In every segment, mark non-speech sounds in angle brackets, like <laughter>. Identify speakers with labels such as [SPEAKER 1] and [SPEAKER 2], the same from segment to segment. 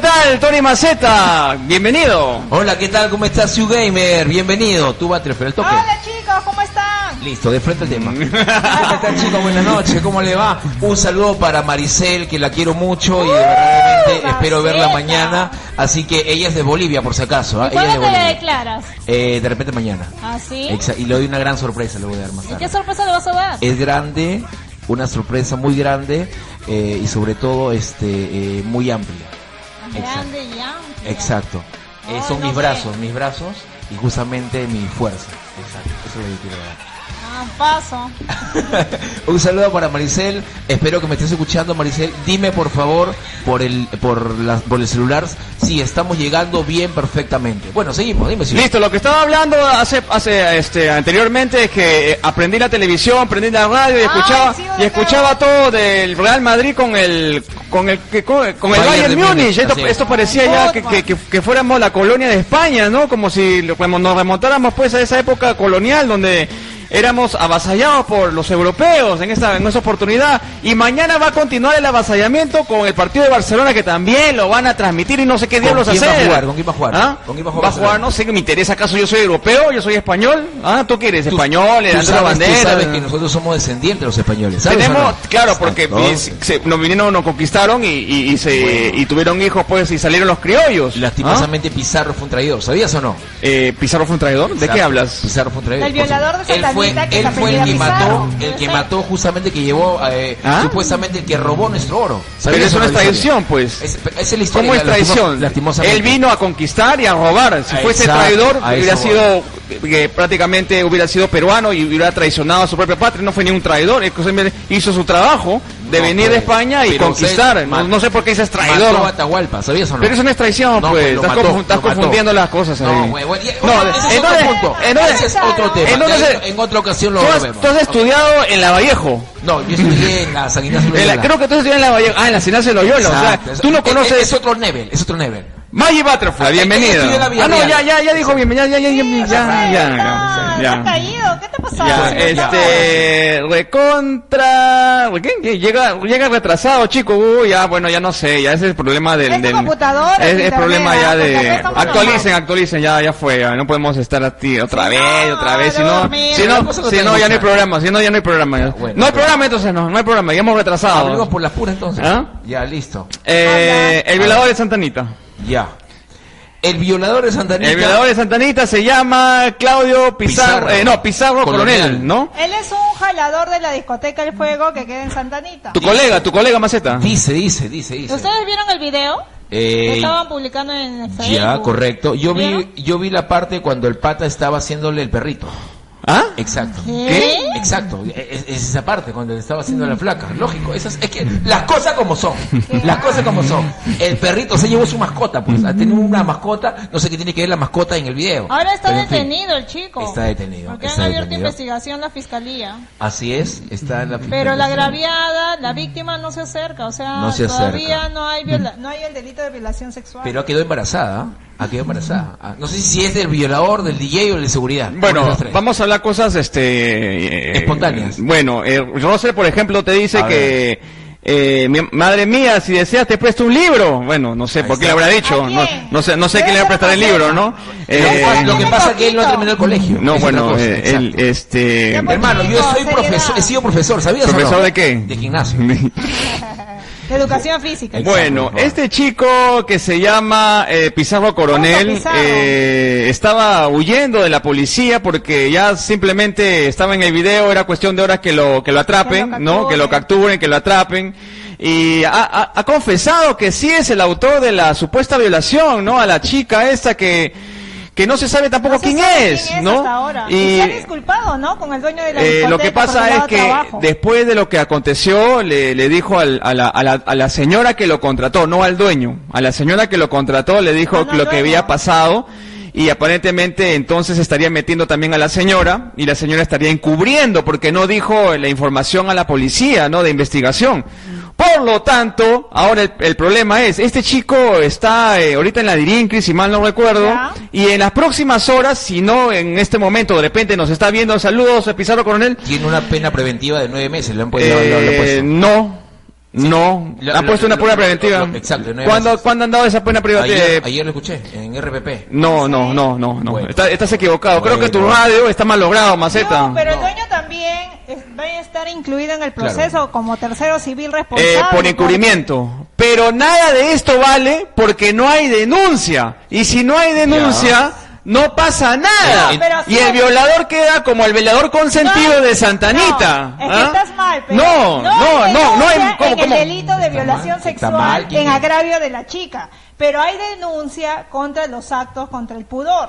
[SPEAKER 1] tal, Tony Maceta? Bienvenido.
[SPEAKER 2] Hola, ¿qué tal? ¿Cómo estás, You Gamer? Bienvenido. Tú vas a el toque.
[SPEAKER 3] Hola chicos, ¿cómo están?
[SPEAKER 2] Listo, de frente al
[SPEAKER 3] <laughs>
[SPEAKER 2] tema. ¿Cómo están, chicos? Buenas noches. ¿Cómo le va? Un saludo para Maricel, que la quiero mucho y verdaderamente espero verla
[SPEAKER 3] Uh, Maricela.
[SPEAKER 2] mañana. Así que ella es de Bolivia, por si acaso. ¿ah? Ella es de
[SPEAKER 3] ¿Cuándo te le
[SPEAKER 2] Bolivia.
[SPEAKER 3] declaras?
[SPEAKER 2] Eh, de repente mañana.
[SPEAKER 3] ¿Así?
[SPEAKER 2] Exa- y le doy una gran sorpresa, le voy a dar más tarde.
[SPEAKER 3] ¿Qué sorpresa le vas a dar?
[SPEAKER 2] es grande, una sorpresa muy grande eh, y sobre todo este eh, muy amplia.
[SPEAKER 3] Grande y amplia.
[SPEAKER 2] Exacto. Eh,
[SPEAKER 3] Ay,
[SPEAKER 2] son
[SPEAKER 3] no
[SPEAKER 2] mis
[SPEAKER 3] sé.
[SPEAKER 2] brazos, mis brazos y justamente mi fuerza. Exacto. Eso es lo que quiero dar.
[SPEAKER 3] Ah, paso.
[SPEAKER 2] Un saludo para Maricel. Espero que me estés escuchando, Maricel. Dime por favor por el por las por el celular si estamos llegando bien perfectamente. Bueno, seguimos. Dime si.
[SPEAKER 1] Listo, lo que estaba hablando hace, hace este, anteriormente es que eh, aprendí la televisión, aprendí la radio y
[SPEAKER 3] Ay,
[SPEAKER 1] escuchaba,
[SPEAKER 3] sí,
[SPEAKER 1] y
[SPEAKER 3] bacán.
[SPEAKER 1] escuchaba todo del Real Madrid con el con el que- con el Bayern,
[SPEAKER 2] Bayern de
[SPEAKER 1] Múnich.
[SPEAKER 2] Múnich,
[SPEAKER 1] Esto,
[SPEAKER 2] así es.
[SPEAKER 1] esto parecía ya que,
[SPEAKER 3] Fútbol.
[SPEAKER 1] que- que- que fuéramos la colonia de España, ¿no? Como si lo- como nos remontáramos pues a esa época colonial donde éramos avasallados por los europeos en esa en esa oportunidad y mañana va a continuar el avasallamiento con el partido de Barcelona que también lo van a transmitir y no sé qué
[SPEAKER 2] ¿Con
[SPEAKER 1] diablos
[SPEAKER 2] quién va a
[SPEAKER 1] hacer.
[SPEAKER 2] jugar? ¿Con quién va a jugar?
[SPEAKER 1] ¿Ah?
[SPEAKER 2] ¿Con quién va a jugar
[SPEAKER 1] Va a jugar,
[SPEAKER 2] Barcelona?
[SPEAKER 1] no sé, me interesa acaso yo soy europeo, yo soy español. Ah, tú quieres
[SPEAKER 2] Tú-
[SPEAKER 1] español,
[SPEAKER 2] tú
[SPEAKER 1] levanta la
[SPEAKER 2] sabes, tú
[SPEAKER 1] bandera.
[SPEAKER 2] sabes que nosotros somos descendientes de los españoles. ¿sabes o
[SPEAKER 1] Tenemos,
[SPEAKER 2] no?
[SPEAKER 1] claro, porque
[SPEAKER 2] Entonces,
[SPEAKER 1] y- se- nos vinieron, nos conquistaron y, y- y se, y tuvieron hijos, pues, y salieron los criollos.
[SPEAKER 2] Lastimosamente Pizarro fue un traidor, ¿sabías o no?
[SPEAKER 1] ¿Ah? Eh, ¿Pizarro fue un traidor? ¿De qué
[SPEAKER 2] Pizarro-
[SPEAKER 1] hablas?
[SPEAKER 2] Pizarro fue un traidor.
[SPEAKER 3] El violador de
[SPEAKER 2] Él fue,
[SPEAKER 3] Satanita que
[SPEAKER 2] él
[SPEAKER 3] se
[SPEAKER 2] fue el que
[SPEAKER 3] apellida
[SPEAKER 2] mató,
[SPEAKER 3] Pizarro.
[SPEAKER 2] el que mató justamente que llevó, eh,
[SPEAKER 1] Ah.
[SPEAKER 2] supuestamente el que robó nuestro oro.
[SPEAKER 1] Pero
[SPEAKER 2] ¿Sabías
[SPEAKER 1] eso
[SPEAKER 2] o
[SPEAKER 1] no es
[SPEAKER 2] la historia?
[SPEAKER 1] traición, pues.
[SPEAKER 2] Es- Esa es la historia.
[SPEAKER 1] ¿Cómo es
[SPEAKER 2] la- lastimos-
[SPEAKER 1] traición?
[SPEAKER 2] Lastimosamente.
[SPEAKER 1] Él vino a conquistar y a robar. Si
[SPEAKER 2] Ah,
[SPEAKER 1] fuese
[SPEAKER 2] exacto,
[SPEAKER 1] traidor,
[SPEAKER 2] a eso
[SPEAKER 1] hubiera
[SPEAKER 2] voy.
[SPEAKER 1] sido eh, prácticamente hubiera sido peruano y hubiera traicionado a su propia patria. No fue ni un traidor. él simplemente hizo su trabajo de
[SPEAKER 2] No,
[SPEAKER 1] venir de
[SPEAKER 2] pues,
[SPEAKER 1] España y
[SPEAKER 2] pero
[SPEAKER 1] conquistar.
[SPEAKER 2] usted
[SPEAKER 1] No,
[SPEAKER 2] mató-
[SPEAKER 1] no sé por qué dices traidor.
[SPEAKER 2] Mató a Atahualpa, ¿sabías o no?
[SPEAKER 1] Pero eso no es traición, pues.
[SPEAKER 2] No, pues, lo
[SPEAKER 1] Estás,
[SPEAKER 2] mató,
[SPEAKER 1] confu- estás
[SPEAKER 2] lo mató.
[SPEAKER 1] confundiendo las cosas.
[SPEAKER 2] No,
[SPEAKER 1] ahí.
[SPEAKER 2] güey, güey, y-
[SPEAKER 1] No,
[SPEAKER 2] ese es
[SPEAKER 1] entonces-
[SPEAKER 2] otro punto.
[SPEAKER 1] entonces-
[SPEAKER 2] Ese es otro tema.
[SPEAKER 1] entonces-
[SPEAKER 2] Ya en, en otra ocasión lo
[SPEAKER 1] Tú has,
[SPEAKER 2] vemos.
[SPEAKER 1] tú has estudiado en la Vallejo.
[SPEAKER 2] No, yo estudié en la San
[SPEAKER 1] <laughs>
[SPEAKER 2] Ignacio
[SPEAKER 1] En la-
[SPEAKER 2] Loyola.
[SPEAKER 1] creo que tú has estudiado en la Vallejo. Ah, en la Sinal Loyola. O sea,
[SPEAKER 2] Exacto.
[SPEAKER 1] tú no
[SPEAKER 2] Es- es-
[SPEAKER 1] conoces.
[SPEAKER 2] Es otro nivel, es otro nivel.
[SPEAKER 1] Maggie Butterfly,
[SPEAKER 2] Ah,
[SPEAKER 1] bienvenida.
[SPEAKER 2] estudié en la
[SPEAKER 1] Ah, no,
[SPEAKER 2] Villarreal.
[SPEAKER 1] ya, ya, ya dijo bienvenida. Ya, ya, ya, ya, ya,
[SPEAKER 3] Ah,
[SPEAKER 1] ya,
[SPEAKER 3] ¿Te has caído? ¿Qué te ha pasado?
[SPEAKER 1] Ya,
[SPEAKER 3] señor?
[SPEAKER 1] este, recontra, ¿qué? ¿Qué? llega, llega retrasado, chico, uy, ya, bueno, ya no sé, ya ese es el problema del,
[SPEAKER 3] Es de
[SPEAKER 1] del-
[SPEAKER 3] computadora,
[SPEAKER 1] es, es
[SPEAKER 3] internet,
[SPEAKER 1] problema
[SPEAKER 3] ah,
[SPEAKER 1] ya
[SPEAKER 3] pues acá
[SPEAKER 1] de,
[SPEAKER 3] estamos
[SPEAKER 1] actualicen,
[SPEAKER 3] normal.
[SPEAKER 1] actualicen, ya, ya fue, ya, no podemos estar a ti otra
[SPEAKER 3] Sí,
[SPEAKER 1] vez,
[SPEAKER 3] no,
[SPEAKER 1] otra vez, si
[SPEAKER 3] no,
[SPEAKER 1] no,
[SPEAKER 3] mira,
[SPEAKER 1] si
[SPEAKER 2] las
[SPEAKER 1] no,
[SPEAKER 2] cosas no
[SPEAKER 1] si
[SPEAKER 2] te
[SPEAKER 1] no, ya no hay
[SPEAKER 2] gustan.
[SPEAKER 1] programa, si no, ya no hay programa, ya.
[SPEAKER 2] bueno,
[SPEAKER 1] no hay
[SPEAKER 2] bueno.
[SPEAKER 1] programa entonces, no, no hay programa, ya hemos
[SPEAKER 2] Hablemos
[SPEAKER 1] retrasado.
[SPEAKER 2] por las puras entonces.
[SPEAKER 1] ¿Ah?
[SPEAKER 2] Ya, listo.
[SPEAKER 1] Eh, el velador de Santanita.
[SPEAKER 2] Ya. El violador de Santa Anita.
[SPEAKER 1] El velador de Santanita se llama Claudio Pizarro,
[SPEAKER 2] Pizarro.
[SPEAKER 1] eh, no, Pizarro
[SPEAKER 2] Coronel.
[SPEAKER 1] Coronel, ¿no?
[SPEAKER 3] Él es un jalador de la discoteca El Fuego que queda en Santanita.
[SPEAKER 1] Tu colega, tu colega Maceta.
[SPEAKER 2] Dice, dice, dice, dice.
[SPEAKER 3] ¿Ustedes vieron el video?
[SPEAKER 2] Eh,
[SPEAKER 3] que estaban publicando en Facebook.
[SPEAKER 2] Ya, correcto. Yo vi,
[SPEAKER 3] ¿Vieron?
[SPEAKER 2] yo vi la parte cuando el pata estaba haciéndole el perrito.
[SPEAKER 1] ¿Ah?
[SPEAKER 2] Exacto.
[SPEAKER 3] ¿Qué?
[SPEAKER 2] Exacto. Es, es esa parte cuando le estaba
[SPEAKER 3] Mm.
[SPEAKER 2] haciendo la flaca. Lógico. Esas, es que las cosas como son. Las cosas como son. El perrito se llevó su mascota, pues. Ha tenido una mascota. No sé qué tiene que ver la mascota en el video.
[SPEAKER 3] Ahora está
[SPEAKER 2] Pero, en fin.
[SPEAKER 3] detenido el chico.
[SPEAKER 2] Está detenido,
[SPEAKER 3] Porque
[SPEAKER 2] está
[SPEAKER 3] han abierto
[SPEAKER 2] detenido.
[SPEAKER 3] investigación la fiscalía.
[SPEAKER 2] Así es. Está en la
[SPEAKER 3] Pero la agraviada, la víctima no se acerca, o sea,
[SPEAKER 2] No se
[SPEAKER 3] todavía
[SPEAKER 2] acerca.
[SPEAKER 3] no
[SPEAKER 1] Mm.
[SPEAKER 3] hay viola- no hay el delito de violación sexual.
[SPEAKER 2] Pero ha quedado embarazada. ¿ah? Ha quedado embarazada. Ah, No sé si es del violador, del DJ o del de seguridad. Uno de
[SPEAKER 1] Bueno,
[SPEAKER 2] los tres.
[SPEAKER 1] vamos a hablar cosas este eh,
[SPEAKER 2] Espontáneas.
[SPEAKER 1] Bueno, eh, Rosel, por ejemplo, te dice
[SPEAKER 2] A
[SPEAKER 1] que eh, mi- madre mía, si deseas te presto un libro. Bueno, no sé
[SPEAKER 2] Ahí
[SPEAKER 1] por qué le
[SPEAKER 2] está.
[SPEAKER 1] habrá dicho,
[SPEAKER 3] ¿A
[SPEAKER 1] no,
[SPEAKER 3] quién?
[SPEAKER 1] no sé, no sé
[SPEAKER 3] Debe
[SPEAKER 1] quién le va a
[SPEAKER 3] ser
[SPEAKER 1] prestar el
[SPEAKER 3] Rosel.
[SPEAKER 1] libro, ¿no? Eh,
[SPEAKER 2] Lo que- lo que pasa es que él no
[SPEAKER 3] Poquito.
[SPEAKER 2] terminó el colegio.
[SPEAKER 1] no,
[SPEAKER 2] Es otra
[SPEAKER 1] bueno,
[SPEAKER 2] cosa,
[SPEAKER 1] eh, él,
[SPEAKER 2] exacto.
[SPEAKER 1] este,
[SPEAKER 3] Ya, pues,
[SPEAKER 2] Hermano, yo
[SPEAKER 3] Chico,
[SPEAKER 2] soy profesor,
[SPEAKER 3] seriedad.
[SPEAKER 2] he sido profesor, ¿sabías o no?
[SPEAKER 1] profesor de qué?
[SPEAKER 2] De gimnasio.
[SPEAKER 3] De educación física.
[SPEAKER 1] Bueno,
[SPEAKER 2] Exacto.
[SPEAKER 1] este chico que se llama eh, Pizarro Coronel
[SPEAKER 3] Ojo, Pizarro.
[SPEAKER 1] eh, estaba huyendo de la policía porque ya simplemente estaba en el video, era cuestión de horas que lo que lo atrapen,
[SPEAKER 3] Que lo
[SPEAKER 1] ¿no? Que lo
[SPEAKER 3] capturen.
[SPEAKER 1] capturen, que lo atrapen. Y ha, ha- ha confesado que sí es el autor de la supuesta violación, ¿no? A la chica esta que que no se sabe tampoco
[SPEAKER 3] No se
[SPEAKER 1] quién,
[SPEAKER 3] sabe
[SPEAKER 1] es,
[SPEAKER 3] quién es
[SPEAKER 1] ¿no?
[SPEAKER 3] hasta ahora. Y, se ha disculpado, ¿no? Con el dueño de la
[SPEAKER 1] Eh,
[SPEAKER 3] discoteca
[SPEAKER 1] lo que
[SPEAKER 3] por
[SPEAKER 1] pasa
[SPEAKER 3] el
[SPEAKER 1] es
[SPEAKER 3] lado
[SPEAKER 1] que
[SPEAKER 3] trabajo.
[SPEAKER 1] después de lo que aconteció, le, le dijo al- a, la, a la- a la señora que lo contrató, no al dueño, a la señora que lo contrató, le dijo
[SPEAKER 3] Ah, no al
[SPEAKER 1] lo que
[SPEAKER 3] dueño.
[SPEAKER 1] había pasado y aparentemente entonces estaría metiendo también a la señora y la señora estaría encubriendo porque no dijo la información a la policía, ¿no? De investigación. Por lo tanto, ahora el, el problema es, este chico está eh, ahorita en la Dirincri, si mal no recuerdo,
[SPEAKER 3] Ya.
[SPEAKER 1] y en las próximas horas, si no en este momento de repente nos está viendo, saludos, Pizarro Coronel,
[SPEAKER 2] Pues Tiene una pena preventiva de nueve meses, le han, pu- le han- le han
[SPEAKER 1] eh,
[SPEAKER 2] puesto.
[SPEAKER 1] no. No,
[SPEAKER 2] Lo-
[SPEAKER 1] han
[SPEAKER 2] lo-
[SPEAKER 1] puesto una
[SPEAKER 2] lo-
[SPEAKER 1] prueba
[SPEAKER 2] lo-
[SPEAKER 1] preventiva.
[SPEAKER 2] lo- exacto, no hay
[SPEAKER 1] ¿Cuándo,
[SPEAKER 2] avances.
[SPEAKER 1] ¿Cuándo han dado esa prueba preventiva?
[SPEAKER 2] Ayer,
[SPEAKER 1] Eh,
[SPEAKER 2] ayer lo escuché en RPP.
[SPEAKER 1] No, no, no, no, no.
[SPEAKER 2] Bueno.
[SPEAKER 1] Está- estás equivocado. Creo que tu
[SPEAKER 2] Bueno.
[SPEAKER 1] radio está mal logrado, Maceta.
[SPEAKER 3] No, pero el
[SPEAKER 2] No.
[SPEAKER 3] dueño también es- va a estar incluido en el proceso como tercero civil responsable.
[SPEAKER 1] Eh, por
[SPEAKER 3] porque-
[SPEAKER 1] encubrimiento. Pero nada de esto vale porque no hay denuncia. Y si no hay denuncia, no pasa nada.
[SPEAKER 2] No,
[SPEAKER 3] pero
[SPEAKER 1] y
[SPEAKER 3] sí.
[SPEAKER 1] el violador queda como el violador consentido
[SPEAKER 3] No,
[SPEAKER 1] de Santanita.
[SPEAKER 3] no, es que
[SPEAKER 1] ¿ah?
[SPEAKER 3] estás mal, pero
[SPEAKER 1] no, no,
[SPEAKER 3] hay
[SPEAKER 1] no, no hay.
[SPEAKER 3] denuncia
[SPEAKER 1] ¿cómo,
[SPEAKER 3] en
[SPEAKER 1] cómo?
[SPEAKER 3] el delito de
[SPEAKER 2] Está
[SPEAKER 3] violación
[SPEAKER 2] mal, está
[SPEAKER 3] sexual
[SPEAKER 2] mal,
[SPEAKER 3] en
[SPEAKER 2] Guille.
[SPEAKER 3] agravio de la chica, pero hay denuncia contra los actos contra el pudor.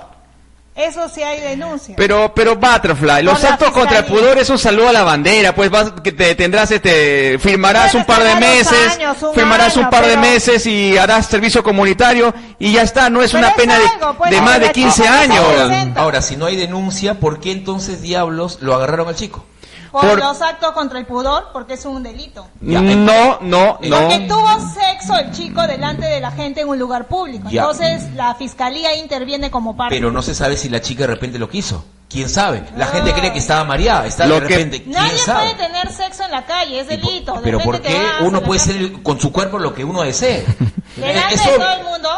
[SPEAKER 3] Eso sí hay denuncia.
[SPEAKER 1] Pero, pero Butterfly, los
[SPEAKER 3] Con la
[SPEAKER 1] actos contra el
[SPEAKER 3] fiscalía.
[SPEAKER 1] pudor es un saludo a la bandera, pues vas, que te tendrás, este, firmarás
[SPEAKER 3] Bueno,
[SPEAKER 1] un par de
[SPEAKER 3] será dos
[SPEAKER 1] meses,
[SPEAKER 3] años, un
[SPEAKER 1] firmarás un
[SPEAKER 3] año,
[SPEAKER 1] par de
[SPEAKER 3] pero-
[SPEAKER 1] meses y harás servicio comunitario y ya está, no es
[SPEAKER 3] Pero
[SPEAKER 1] una
[SPEAKER 3] es
[SPEAKER 1] pena de,
[SPEAKER 3] algo, pues,
[SPEAKER 1] de
[SPEAKER 3] no,
[SPEAKER 1] más de
[SPEAKER 3] la
[SPEAKER 1] 15
[SPEAKER 3] chica
[SPEAKER 1] años.
[SPEAKER 3] se
[SPEAKER 2] Ahora,
[SPEAKER 3] presenta.
[SPEAKER 2] ahora, si no hay denuncia, ¿por qué entonces diablos lo agarraron al chico?
[SPEAKER 3] por,
[SPEAKER 1] por-
[SPEAKER 3] los actos contra el pudor, porque es un delito.
[SPEAKER 2] Ya,
[SPEAKER 1] No, no, no.
[SPEAKER 3] Porque tuvo sexo el chico delante de la gente en un lugar público.
[SPEAKER 2] Ya.
[SPEAKER 3] Entonces la fiscalía interviene como parte.
[SPEAKER 2] Pero no se sabe si la chica de repente lo quiso. ¿Quién sabe? La
[SPEAKER 3] No.
[SPEAKER 2] gente cree que estaba mareada, está
[SPEAKER 1] Lo
[SPEAKER 2] de
[SPEAKER 1] que-
[SPEAKER 2] repente. ¿Quién
[SPEAKER 3] Nadie
[SPEAKER 2] sabe?
[SPEAKER 3] puede tener sexo en la calle, es
[SPEAKER 2] Y por-
[SPEAKER 3] delito.
[SPEAKER 2] Pero
[SPEAKER 3] De
[SPEAKER 2] ¿por
[SPEAKER 3] repente te
[SPEAKER 2] qué
[SPEAKER 3] vas a
[SPEAKER 2] uno
[SPEAKER 3] la
[SPEAKER 2] puede
[SPEAKER 3] cárcel.
[SPEAKER 2] ser con su cuerpo lo que uno desee? Eh,
[SPEAKER 3] Delante
[SPEAKER 2] Eso-
[SPEAKER 3] de todo el mundo,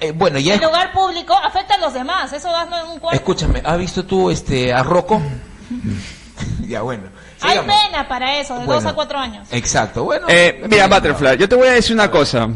[SPEAKER 2] Eh, Bueno, ya
[SPEAKER 3] en lugar público, afecta a los demás. Eso hazlo en un cuarto.
[SPEAKER 2] Escúchame, ¿has visto tú este a Rocco? <laughs> ya bueno.
[SPEAKER 3] Hay
[SPEAKER 2] sigamos.
[SPEAKER 3] pena para eso, de
[SPEAKER 2] Bueno,
[SPEAKER 3] dos a cuatro años.
[SPEAKER 2] Exacto, bueno.
[SPEAKER 1] Eh, mira, Butterfly, yo te voy a decir una cosa.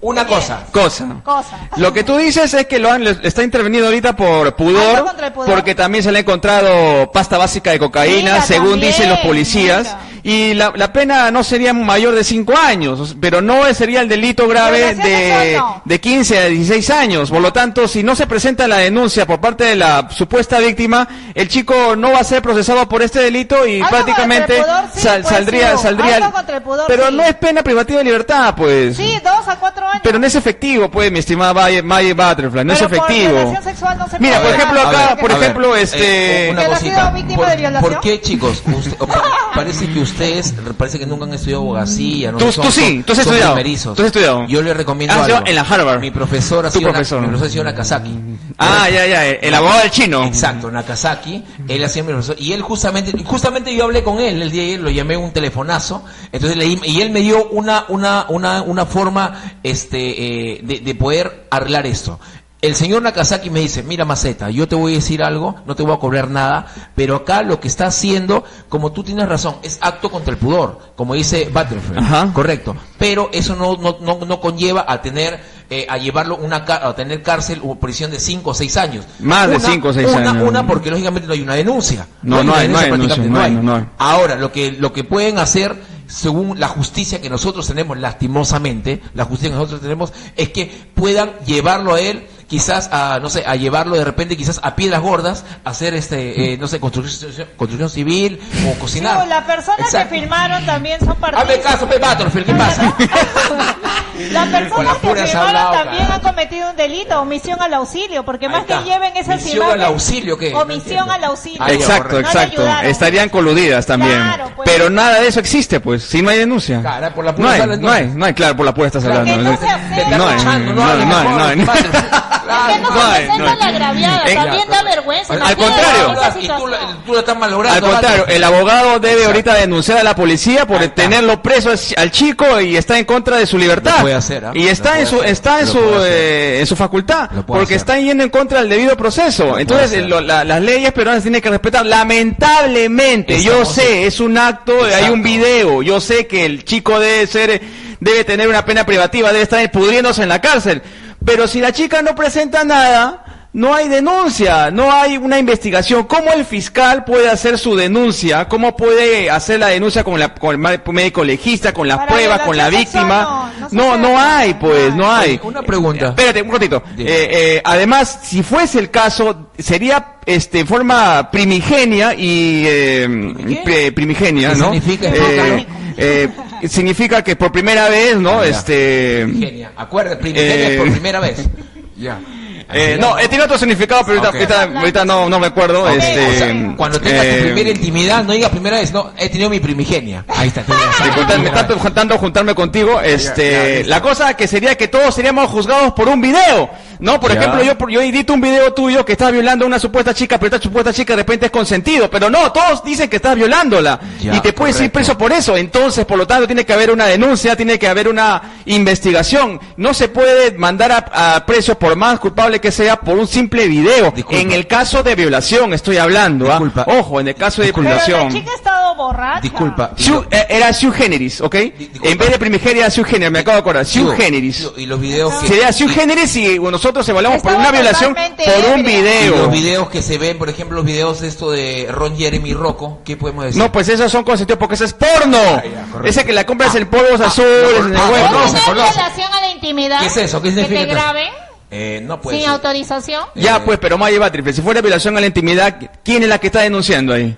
[SPEAKER 2] Una cosa.
[SPEAKER 1] Cosa.
[SPEAKER 3] Cosa.
[SPEAKER 1] Lo que tú dices es que lo han, lo- está intervenido ahorita por pudor,
[SPEAKER 3] Algo Ah, contra el pudor.
[SPEAKER 1] porque también se le ha encontrado pasta básica de cocaína,
[SPEAKER 3] Mira,
[SPEAKER 1] según
[SPEAKER 3] también,
[SPEAKER 1] dicen los policías,
[SPEAKER 3] mira.
[SPEAKER 1] y la, la pena no sería mayor de 5 años, o s- pero no sería el delito grave
[SPEAKER 3] Violación
[SPEAKER 1] de,
[SPEAKER 3] sexual, no.
[SPEAKER 1] de 15 a 16 años. Por lo tanto, si no se presenta la denuncia por parte de la supuesta víctima, el chico no va a ser procesado por este delito y
[SPEAKER 3] Algo
[SPEAKER 1] prácticamente
[SPEAKER 3] contra el pudor, sí,
[SPEAKER 1] sal-
[SPEAKER 3] pues,
[SPEAKER 1] saldría,
[SPEAKER 3] sí,
[SPEAKER 1] saldría.
[SPEAKER 3] algo contra el pudor,
[SPEAKER 1] pero
[SPEAKER 3] sí.
[SPEAKER 1] no es pena privativa de libertad, pues.
[SPEAKER 3] Sí, dos a cuatro años.
[SPEAKER 1] Pero no es efectivo, pues, mi estimada Valle, Valle Butterfly, no
[SPEAKER 3] Pero
[SPEAKER 1] es
[SPEAKER 3] Por
[SPEAKER 1] efectivo.
[SPEAKER 3] violación sexual no se
[SPEAKER 1] Mira,
[SPEAKER 3] puede
[SPEAKER 1] por ejemplo,
[SPEAKER 3] dar,
[SPEAKER 1] acá,
[SPEAKER 3] porque
[SPEAKER 1] por
[SPEAKER 3] no-
[SPEAKER 2] a ver,
[SPEAKER 1] ejemplo, este-
[SPEAKER 2] eh, una
[SPEAKER 3] ¿Que no ha
[SPEAKER 2] cosita.
[SPEAKER 3] sido víctima
[SPEAKER 2] ¿Por,
[SPEAKER 3] de violación?
[SPEAKER 2] por qué, chicos? Usted- o- parece que ustedes, parece que nunca han estudiado abogacía. No
[SPEAKER 1] Tú- tú sí, tú has
[SPEAKER 2] son
[SPEAKER 1] estudiado,
[SPEAKER 2] primerizos.
[SPEAKER 1] tú has estudiado. Ah,
[SPEAKER 2] Yo les recomiendo
[SPEAKER 1] Has
[SPEAKER 2] algo.
[SPEAKER 1] estudiado en la Harvard.
[SPEAKER 2] Mi profesora ha
[SPEAKER 1] Tu
[SPEAKER 2] sido na-
[SPEAKER 1] profesor.
[SPEAKER 2] mi profesora ha sido Nakazaki.
[SPEAKER 1] Ah, ya, ya, el abogado del chino.
[SPEAKER 2] Exacto, Nakazaki, él hacía mi profesor, y él justamente, justamente yo hablé con él el día de ayer, lo llamé un telefonazo, entonces leí, y él me dio una, una, una, una forma este, eh, de, de poder arreglar esto. El señor Nakazaki me dice, mira Maceta, yo te voy a decir algo, no te voy a cobrar nada, pero acá lo que está haciendo, como tú tienes razón, es acto contra el pudor, como dice Butterfield,
[SPEAKER 1] Ajá.
[SPEAKER 2] correcto, pero eso no, no, no, no conlleva a tener, eh, a llevarlo una, ca- a tener cárcel o prisión de 5 o 6 años.
[SPEAKER 1] Más de cinco o seis
[SPEAKER 2] una-
[SPEAKER 1] años.
[SPEAKER 2] Una porque lógicamente no hay una denuncia.
[SPEAKER 1] No, no hay, no hay denuncia,
[SPEAKER 2] prácticamente,
[SPEAKER 1] no hay, no hay.
[SPEAKER 2] Ahora, lo que, lo que pueden hacer, según la justicia que nosotros tenemos, lastimosamente, la justicia que nosotros tenemos, es que puedan llevarlo a él quizás a, no sé, a llevarlo de repente quizás a piedras gordas, a hacer este, eh, no sé, construcción, construcción civil o
[SPEAKER 3] Sí,
[SPEAKER 2] cocinar.
[SPEAKER 3] o las personas
[SPEAKER 2] Exacto.
[SPEAKER 3] que firmaron también son
[SPEAKER 2] Hazme
[SPEAKER 3] partícipes. <laughs>
[SPEAKER 2] caso, pe Battlefield, ¿qué pasa? <laughs>
[SPEAKER 3] Las
[SPEAKER 2] Con las
[SPEAKER 3] personas que
[SPEAKER 2] puras
[SPEAKER 3] firmaron
[SPEAKER 2] hablado,
[SPEAKER 3] también
[SPEAKER 2] cara.
[SPEAKER 3] han cometido un delito, omisión al auxilio, porque
[SPEAKER 2] Ahí
[SPEAKER 3] más que
[SPEAKER 2] está.
[SPEAKER 3] lleven esas
[SPEAKER 2] Omisión
[SPEAKER 3] imágenes-
[SPEAKER 2] al auxilio, ¿qué? No
[SPEAKER 3] Omisión
[SPEAKER 2] entiendo.
[SPEAKER 3] al auxilio.
[SPEAKER 2] Ahí,
[SPEAKER 1] Exacto,
[SPEAKER 2] correcto.
[SPEAKER 1] exacto.
[SPEAKER 3] No le ayudaron.
[SPEAKER 1] Estarían coludidas también.
[SPEAKER 3] Claro, pues.
[SPEAKER 1] Pero nada de eso existe, pues, si no hay denuncia.
[SPEAKER 2] Cara, por la pura
[SPEAKER 1] no hay,
[SPEAKER 2] sala,
[SPEAKER 1] no hay,
[SPEAKER 2] entonces.
[SPEAKER 1] no hay, claro, por la puerta estás
[SPEAKER 2] Claro.
[SPEAKER 1] hablando.
[SPEAKER 3] Que no se acepte.
[SPEAKER 1] no hay,
[SPEAKER 2] Escuchando,
[SPEAKER 1] no hay,
[SPEAKER 2] hablen,
[SPEAKER 1] no hay,
[SPEAKER 2] por
[SPEAKER 1] no hay.
[SPEAKER 2] favor, Battlefield.
[SPEAKER 3] Que no
[SPEAKER 1] No
[SPEAKER 3] se
[SPEAKER 1] hay,
[SPEAKER 3] presenta
[SPEAKER 1] no hay.
[SPEAKER 3] la agraviada,
[SPEAKER 1] En-
[SPEAKER 3] también da vergüenza.
[SPEAKER 2] Al
[SPEAKER 3] imagínate
[SPEAKER 1] contrario.
[SPEAKER 3] esa
[SPEAKER 2] Y tú, la-
[SPEAKER 3] situación.
[SPEAKER 2] tú la estás malogrando.
[SPEAKER 1] Al contrario,
[SPEAKER 2] Battlefield.
[SPEAKER 1] el abogado debe ahorita denunciar a la policía por
[SPEAKER 2] Ahí está.
[SPEAKER 1] tenerlo preso as- al chico y está en contra de su libertad.
[SPEAKER 2] Lo puede hacer, ¿ah?
[SPEAKER 1] Y
[SPEAKER 2] Lo
[SPEAKER 1] está
[SPEAKER 2] puede
[SPEAKER 1] en su
[SPEAKER 2] hacer.
[SPEAKER 1] está en
[SPEAKER 2] Lo
[SPEAKER 1] su
[SPEAKER 2] puede hacer.
[SPEAKER 1] eh, en su facultad
[SPEAKER 2] Lo puede
[SPEAKER 1] porque
[SPEAKER 2] hacer.
[SPEAKER 1] está yendo en contra del debido proceso.
[SPEAKER 2] puede
[SPEAKER 1] Entonces
[SPEAKER 2] hacer.
[SPEAKER 1] eh, lo- la- las leyes peruanas tienen que respetar. Lamentablemente, yo
[SPEAKER 2] Estamos-
[SPEAKER 1] sé, es un acto, eh, hay
[SPEAKER 2] Exacto.
[SPEAKER 1] un video, yo sé que el chico debe ser eh, debe tener una pena privativa, debe estar pudriéndose en la cárcel. Pero si la chica no presenta nada, no hay denuncia, no hay una investigación. ¿Cómo el fiscal puede hacer su denuncia? ¿Cómo puede hacer la denuncia con, la, con el ma- médico legista, con las
[SPEAKER 3] Para
[SPEAKER 1] pruebas, con la
[SPEAKER 3] violación
[SPEAKER 1] víctima?
[SPEAKER 3] sexual,
[SPEAKER 1] No,
[SPEAKER 3] no, no se
[SPEAKER 1] no
[SPEAKER 3] puede.
[SPEAKER 1] hay, pues, no hay.
[SPEAKER 2] Una pregunta.
[SPEAKER 1] Espérate, un ratito.
[SPEAKER 2] Dime.
[SPEAKER 1] Eh, eh, además, si fuese el caso, sería este en forma primigenia y eh,
[SPEAKER 2] ¿Qué?
[SPEAKER 1] pri- primigenia,
[SPEAKER 2] ¿Qué
[SPEAKER 1] ¿no?
[SPEAKER 2] significa?
[SPEAKER 1] Eh, eh, significa que por primera vez, ¿no?
[SPEAKER 2] Ah, ya.
[SPEAKER 1] Este
[SPEAKER 2] Genia. Acuérdate, primera
[SPEAKER 1] Eh.
[SPEAKER 2] por primera vez. Ya.
[SPEAKER 1] Eh, no, eh, tiene otro significado, pero ahorita,
[SPEAKER 2] Ah, Ok.
[SPEAKER 1] ahorita, ahorita no, no me acuerdo.
[SPEAKER 3] Ok,
[SPEAKER 1] este,
[SPEAKER 3] o sea,
[SPEAKER 2] Cuando tengas
[SPEAKER 1] eh,
[SPEAKER 2] tu primera intimidad, no digas primera vez, no, he tenido mi primigenia. Ahí está. tienes esa
[SPEAKER 1] disculpa, me
[SPEAKER 2] primera
[SPEAKER 1] tanto,
[SPEAKER 2] vez.
[SPEAKER 1] tanto juntarme contigo,
[SPEAKER 2] ya,
[SPEAKER 1] este,
[SPEAKER 2] listo.
[SPEAKER 1] la cosa que sería que todos seríamos juzgados por un video, ¿no? Por
[SPEAKER 2] Ya.
[SPEAKER 1] ejemplo, yo, yo edito un video tuyo que estás violando a una supuesta chica, pero esta supuesta chica de repente es consentido, pero no, todos dicen que estás violándola
[SPEAKER 2] Ya,
[SPEAKER 1] y te puedes ir
[SPEAKER 2] correcto.
[SPEAKER 1] preso por eso. Entonces, por lo tanto, tiene que haber una denuncia, tiene que haber una investigación. No se puede mandar a, a preso por más culpable que sea por un simple video.
[SPEAKER 2] Disculpa.
[SPEAKER 1] En el caso de violación estoy hablando, ¿ah?
[SPEAKER 2] Disculpa.
[SPEAKER 1] Ojo, en el caso de
[SPEAKER 2] Disculpa.
[SPEAKER 3] Pero
[SPEAKER 1] violación.
[SPEAKER 3] la chica ha estado borracha.
[SPEAKER 2] Disculpa. y
[SPEAKER 1] Su-
[SPEAKER 2] lo-
[SPEAKER 1] eh, era sui generis, ¿ok?
[SPEAKER 2] disculpa.
[SPEAKER 1] En vez de primigenia, sui generis, me acabo de acordar. Sui
[SPEAKER 2] digo,
[SPEAKER 1] generis.
[SPEAKER 2] digo, eh, Y los videos que.
[SPEAKER 1] Sería sui generis y nosotros evaluamos por
[SPEAKER 3] Estaba
[SPEAKER 1] una violación
[SPEAKER 3] totalmente
[SPEAKER 1] por un
[SPEAKER 3] ebria.
[SPEAKER 2] y
[SPEAKER 1] video.
[SPEAKER 2] los videos que se ven, por ejemplo, los videos de esto de Ron Jeremy y Rocco, ¿qué podemos decir?
[SPEAKER 1] No, pues esos son consentidos porque ese es porno.
[SPEAKER 2] Ah, ya, correcto.
[SPEAKER 1] Ese que la compras en polvos
[SPEAKER 2] ah,
[SPEAKER 1] azules,
[SPEAKER 2] no,
[SPEAKER 1] en
[SPEAKER 2] ah,
[SPEAKER 1] el web.
[SPEAKER 2] no,
[SPEAKER 1] ¿no?
[SPEAKER 2] no, se conoce.
[SPEAKER 4] relación a la intimidad?
[SPEAKER 2] ¿Qué es eso? ¿Qué
[SPEAKER 4] ¿Que
[SPEAKER 2] significa?
[SPEAKER 4] te graben
[SPEAKER 2] Eh, no puede
[SPEAKER 4] sin
[SPEAKER 2] ser.
[SPEAKER 4] autorización?
[SPEAKER 1] Ya,
[SPEAKER 2] Eh.
[SPEAKER 1] pues, pero Maya Batrife, si fuera violación a la intimidad, ¿quién es la que está denunciando ahí?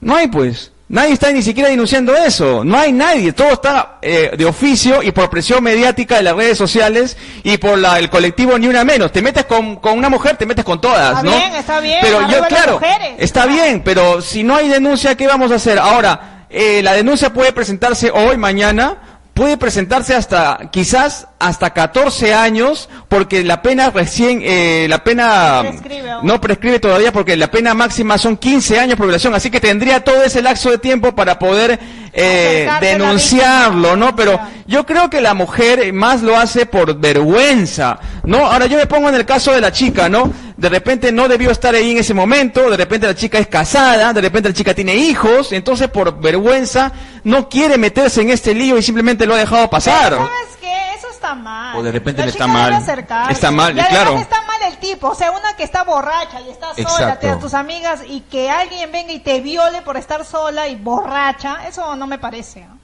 [SPEAKER 1] No hay, pues. Nadie está ni siquiera denunciando eso. No hay nadie. Todo está eh, de oficio y por presión mediática de las redes sociales y por la- el colectivo ni una menos. Te metes con, con una mujer, te metes con todas,
[SPEAKER 3] Está
[SPEAKER 1] ¿no?
[SPEAKER 3] bien, está bien.
[SPEAKER 1] Pero
[SPEAKER 3] Arriba
[SPEAKER 1] yo,
[SPEAKER 3] las
[SPEAKER 1] claro,
[SPEAKER 3] mujeres.
[SPEAKER 1] está bien, pero si no hay denuncia, ¿qué vamos a hacer? Ahora, eh, la denuncia puede presentarse hoy, mañana, puede presentarse hasta, quizás, hasta 14 años, porque la pena recién, eh, la pena
[SPEAKER 3] No prescribe aún.
[SPEAKER 1] no prescribe todavía, porque la pena máxima son 15 años por violación, así que tendría todo ese lapso de tiempo para poder eh,
[SPEAKER 3] Acercarse a la
[SPEAKER 1] denunciarlo,
[SPEAKER 3] víctima.
[SPEAKER 1] ¿no? Pero
[SPEAKER 3] Ya.
[SPEAKER 1] yo creo que la mujer eh, más lo hace por vergüenza, ¿no? Ahora yo me pongo en el caso de la chica, ¿no? De repente no debió estar ahí en ese momento, de repente la chica es casada, de repente la chica tiene hijos, entonces por vergüenza no quiere meterse en este lío y simplemente lo ha dejado pasar.
[SPEAKER 3] Pero, ¿Sabes qué? Eso está mal.
[SPEAKER 2] O de repente
[SPEAKER 3] La
[SPEAKER 2] le
[SPEAKER 1] está
[SPEAKER 3] chica debe
[SPEAKER 1] mal.
[SPEAKER 3] acercarse.
[SPEAKER 1] Está mal,
[SPEAKER 3] y además
[SPEAKER 1] claro.
[SPEAKER 3] está mal el tipo. O sea, una que está borracha y está sola,
[SPEAKER 2] Exacto.
[SPEAKER 3] te a tus amigas, y que alguien venga y te viole por estar sola y borracha, eso no me parece. ¿ah?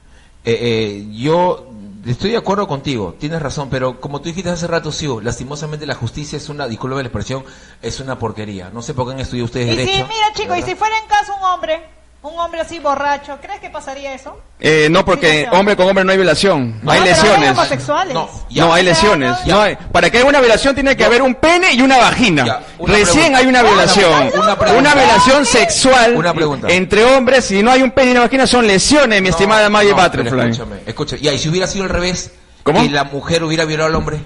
[SPEAKER 2] Eh, eh, yo estoy de acuerdo contigo, tienes razón, pero como tú dijiste hace rato, sí, lastimosamente la justicia es una, disculpe la expresión, es una porquería. No sé por qué han estudiado ustedes
[SPEAKER 3] Y
[SPEAKER 2] derecho.
[SPEAKER 3] si, mira, chico, y
[SPEAKER 2] ¿verdad?
[SPEAKER 3] si fuera en casa un hombre, un hombre así borracho, ¿crees que pasaría eso?
[SPEAKER 1] Eh, no, porque
[SPEAKER 3] Violación.
[SPEAKER 1] hombre con hombre no hay violación,
[SPEAKER 3] No,
[SPEAKER 1] hay
[SPEAKER 3] pero
[SPEAKER 1] lesiones.
[SPEAKER 3] homosexuales.
[SPEAKER 2] No, ya.
[SPEAKER 1] No, hay
[SPEAKER 3] Pero
[SPEAKER 1] lesiones.
[SPEAKER 3] no-
[SPEAKER 1] No hay- Para que haya una violación tiene que haber un pene y una vagina.
[SPEAKER 2] Ya, una
[SPEAKER 1] Recién
[SPEAKER 2] pregunta. Ah,
[SPEAKER 1] hay una
[SPEAKER 2] Una
[SPEAKER 1] violación.
[SPEAKER 2] pregunta.
[SPEAKER 1] Una,
[SPEAKER 2] Una pregunta.
[SPEAKER 1] violación sexual
[SPEAKER 2] Una pregunta.
[SPEAKER 1] entre hombres. Si no hay un pene y una vagina son lesiones, mi estimada Maggie
[SPEAKER 2] no, pero
[SPEAKER 1] Butterfly.
[SPEAKER 2] Escúchame, escúchame. Ya, y si hubiera sido al revés,
[SPEAKER 1] ¿Cómo?
[SPEAKER 2] y la mujer hubiera violado
[SPEAKER 1] <laughs>
[SPEAKER 2] al hombre.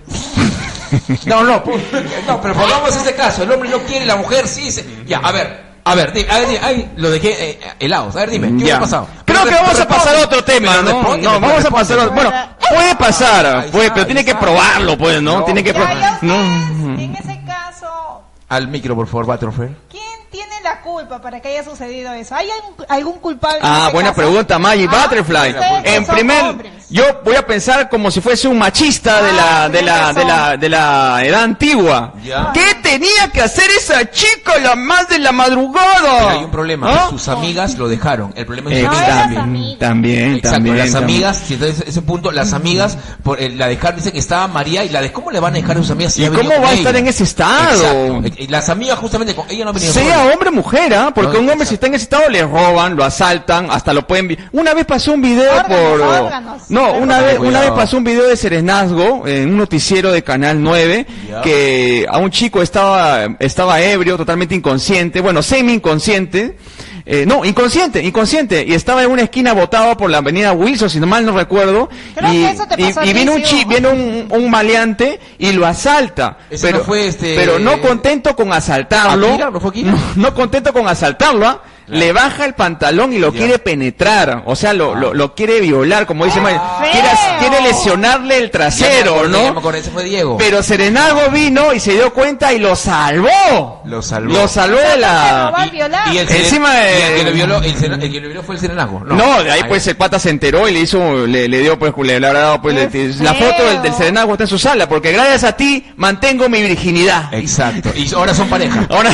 [SPEAKER 2] no, no, pu- no, pero pongamos ese caso. El hombre no quiere, la mujer sí. se- Ya, a ver. A ver, di- a ver, di- ay, lo dejé eh, helados. A ver, dime, ¿qué
[SPEAKER 1] Ya.
[SPEAKER 2] hubiera pasado?
[SPEAKER 1] Creo
[SPEAKER 2] Pero
[SPEAKER 1] que
[SPEAKER 2] re-
[SPEAKER 1] vamos a
[SPEAKER 2] responde.
[SPEAKER 1] pasar a otro tema,
[SPEAKER 2] Pero
[SPEAKER 1] ¿no?
[SPEAKER 2] responde,
[SPEAKER 1] no,
[SPEAKER 2] pero
[SPEAKER 1] vamos a pasar a
[SPEAKER 2] responde.
[SPEAKER 1] otro. Bueno,
[SPEAKER 3] Ahí
[SPEAKER 1] puede
[SPEAKER 2] ahí
[SPEAKER 1] pasar,
[SPEAKER 2] está,
[SPEAKER 1] puede, pero
[SPEAKER 2] ahí
[SPEAKER 1] tiene que
[SPEAKER 2] está.
[SPEAKER 1] probarlo, pues, ¿no?
[SPEAKER 2] No.
[SPEAKER 1] Tiene que
[SPEAKER 3] Ya,
[SPEAKER 1] probar.
[SPEAKER 3] ya ustedes,
[SPEAKER 1] No.
[SPEAKER 3] en ese caso,
[SPEAKER 2] Al micro, por favor, Butterfly.
[SPEAKER 3] ¿quién tiene la culpa para que haya sucedido eso? ¿Hay algún- algún culpable? en
[SPEAKER 1] Ah,
[SPEAKER 3] ese
[SPEAKER 1] buena
[SPEAKER 3] caso?
[SPEAKER 1] pregunta, Maggie
[SPEAKER 3] Ah,
[SPEAKER 1] Butterfly.
[SPEAKER 3] ustedes que
[SPEAKER 1] En
[SPEAKER 3] son
[SPEAKER 1] primer,
[SPEAKER 3] hombres.
[SPEAKER 1] yo voy a pensar como si fuese un machista de la
[SPEAKER 3] Ah,
[SPEAKER 1] de la
[SPEAKER 3] tienes
[SPEAKER 1] de la de la edad antigua.
[SPEAKER 2] Ya.
[SPEAKER 1] ¿Qué tenía que hacer esa chica a la más de la madrugada?
[SPEAKER 2] Pero hay un problema,
[SPEAKER 1] ¿Ah?
[SPEAKER 2] sus amigas lo dejaron. El problema es sus
[SPEAKER 1] Ex-
[SPEAKER 3] esas
[SPEAKER 2] amigas.
[SPEAKER 1] Eh, también,
[SPEAKER 4] amigas.
[SPEAKER 1] también,
[SPEAKER 2] Exacto,
[SPEAKER 1] también,
[SPEAKER 2] las
[SPEAKER 1] también. Mm.
[SPEAKER 2] amigas, si entonces ese punto, las amigas por, eh, la dejaron, dicen que estaba María y la de cómo le van a dejar a sus amigas si
[SPEAKER 1] ¿Y
[SPEAKER 2] ha venido
[SPEAKER 1] cómo
[SPEAKER 2] con
[SPEAKER 1] va a estar en ese estado?
[SPEAKER 2] Exacto. Y las amigas justamente con ella no ha venido
[SPEAKER 1] Sea hombre o mujer, ¿ah? Porque
[SPEAKER 2] No,
[SPEAKER 1] un hombre si está en ese estado le roban, lo asaltan, hasta lo pueden... vi- Una vez pasó un video
[SPEAKER 3] Órganos,
[SPEAKER 1] por...
[SPEAKER 3] órganos.
[SPEAKER 1] No, una vez, una
[SPEAKER 2] Cuidado.
[SPEAKER 1] vez pasó un video de serenazgo en un noticiero de Canal 9
[SPEAKER 2] Ya.
[SPEAKER 1] que a un chico estaba, estaba ebrio, totalmente inconsciente, bueno, semi-inconsciente. eh, no, inconsciente, inconsciente. Y estaba en una esquina botado por la avenida Wilson, si no mal no recuerdo.
[SPEAKER 3] Creo
[SPEAKER 1] y,
[SPEAKER 3] que eso te
[SPEAKER 1] y-
[SPEAKER 3] pasó a
[SPEAKER 1] y
[SPEAKER 3] ti,
[SPEAKER 1] viene un
[SPEAKER 3] sí,
[SPEAKER 1] chi-
[SPEAKER 3] ¿no?
[SPEAKER 1] viene un, un maleante y lo asalta.
[SPEAKER 2] Ese no fue, este,
[SPEAKER 1] pero no contento con asaltarlo.
[SPEAKER 2] ¿Akira? ¿No fue Akira?
[SPEAKER 1] No, no contento con asaltarlo, ¿ah? le baja el pantalón y lo
[SPEAKER 2] Ya. Ah.
[SPEAKER 1] quiere penetrar, o sea, lo, lo, lo quiere violar, como dice Mario. Quiere,
[SPEAKER 3] Ah, feo!
[SPEAKER 1] quiere lesionarle el
[SPEAKER 2] Ya me
[SPEAKER 1] trasero,
[SPEAKER 2] acordé, ya me
[SPEAKER 1] ¿no?
[SPEAKER 2] acordé, ese fue Diego.
[SPEAKER 1] Pero Serenago vino y se dio cuenta y lo salvó.
[SPEAKER 2] Lo salvó.
[SPEAKER 1] Lo salvó de
[SPEAKER 3] Se lo va a
[SPEAKER 1] la...
[SPEAKER 3] violar.
[SPEAKER 2] y el seren-
[SPEAKER 1] Encima de-
[SPEAKER 2] y el que lo violó, el, seren- el que lo violó fue el serenazgo.
[SPEAKER 1] No, de ahí pues el pata se enteró y le hizo, le, le dio pues, le, le habrá dado pues,
[SPEAKER 3] Qué
[SPEAKER 1] le- la
[SPEAKER 3] feo.
[SPEAKER 1] foto del, del Serenago está en su sala, porque gracias a ti mantengo mi virginidad.
[SPEAKER 2] Exacto. Y ahora son
[SPEAKER 1] <laughs>
[SPEAKER 2] pareja.
[SPEAKER 1] Ahora,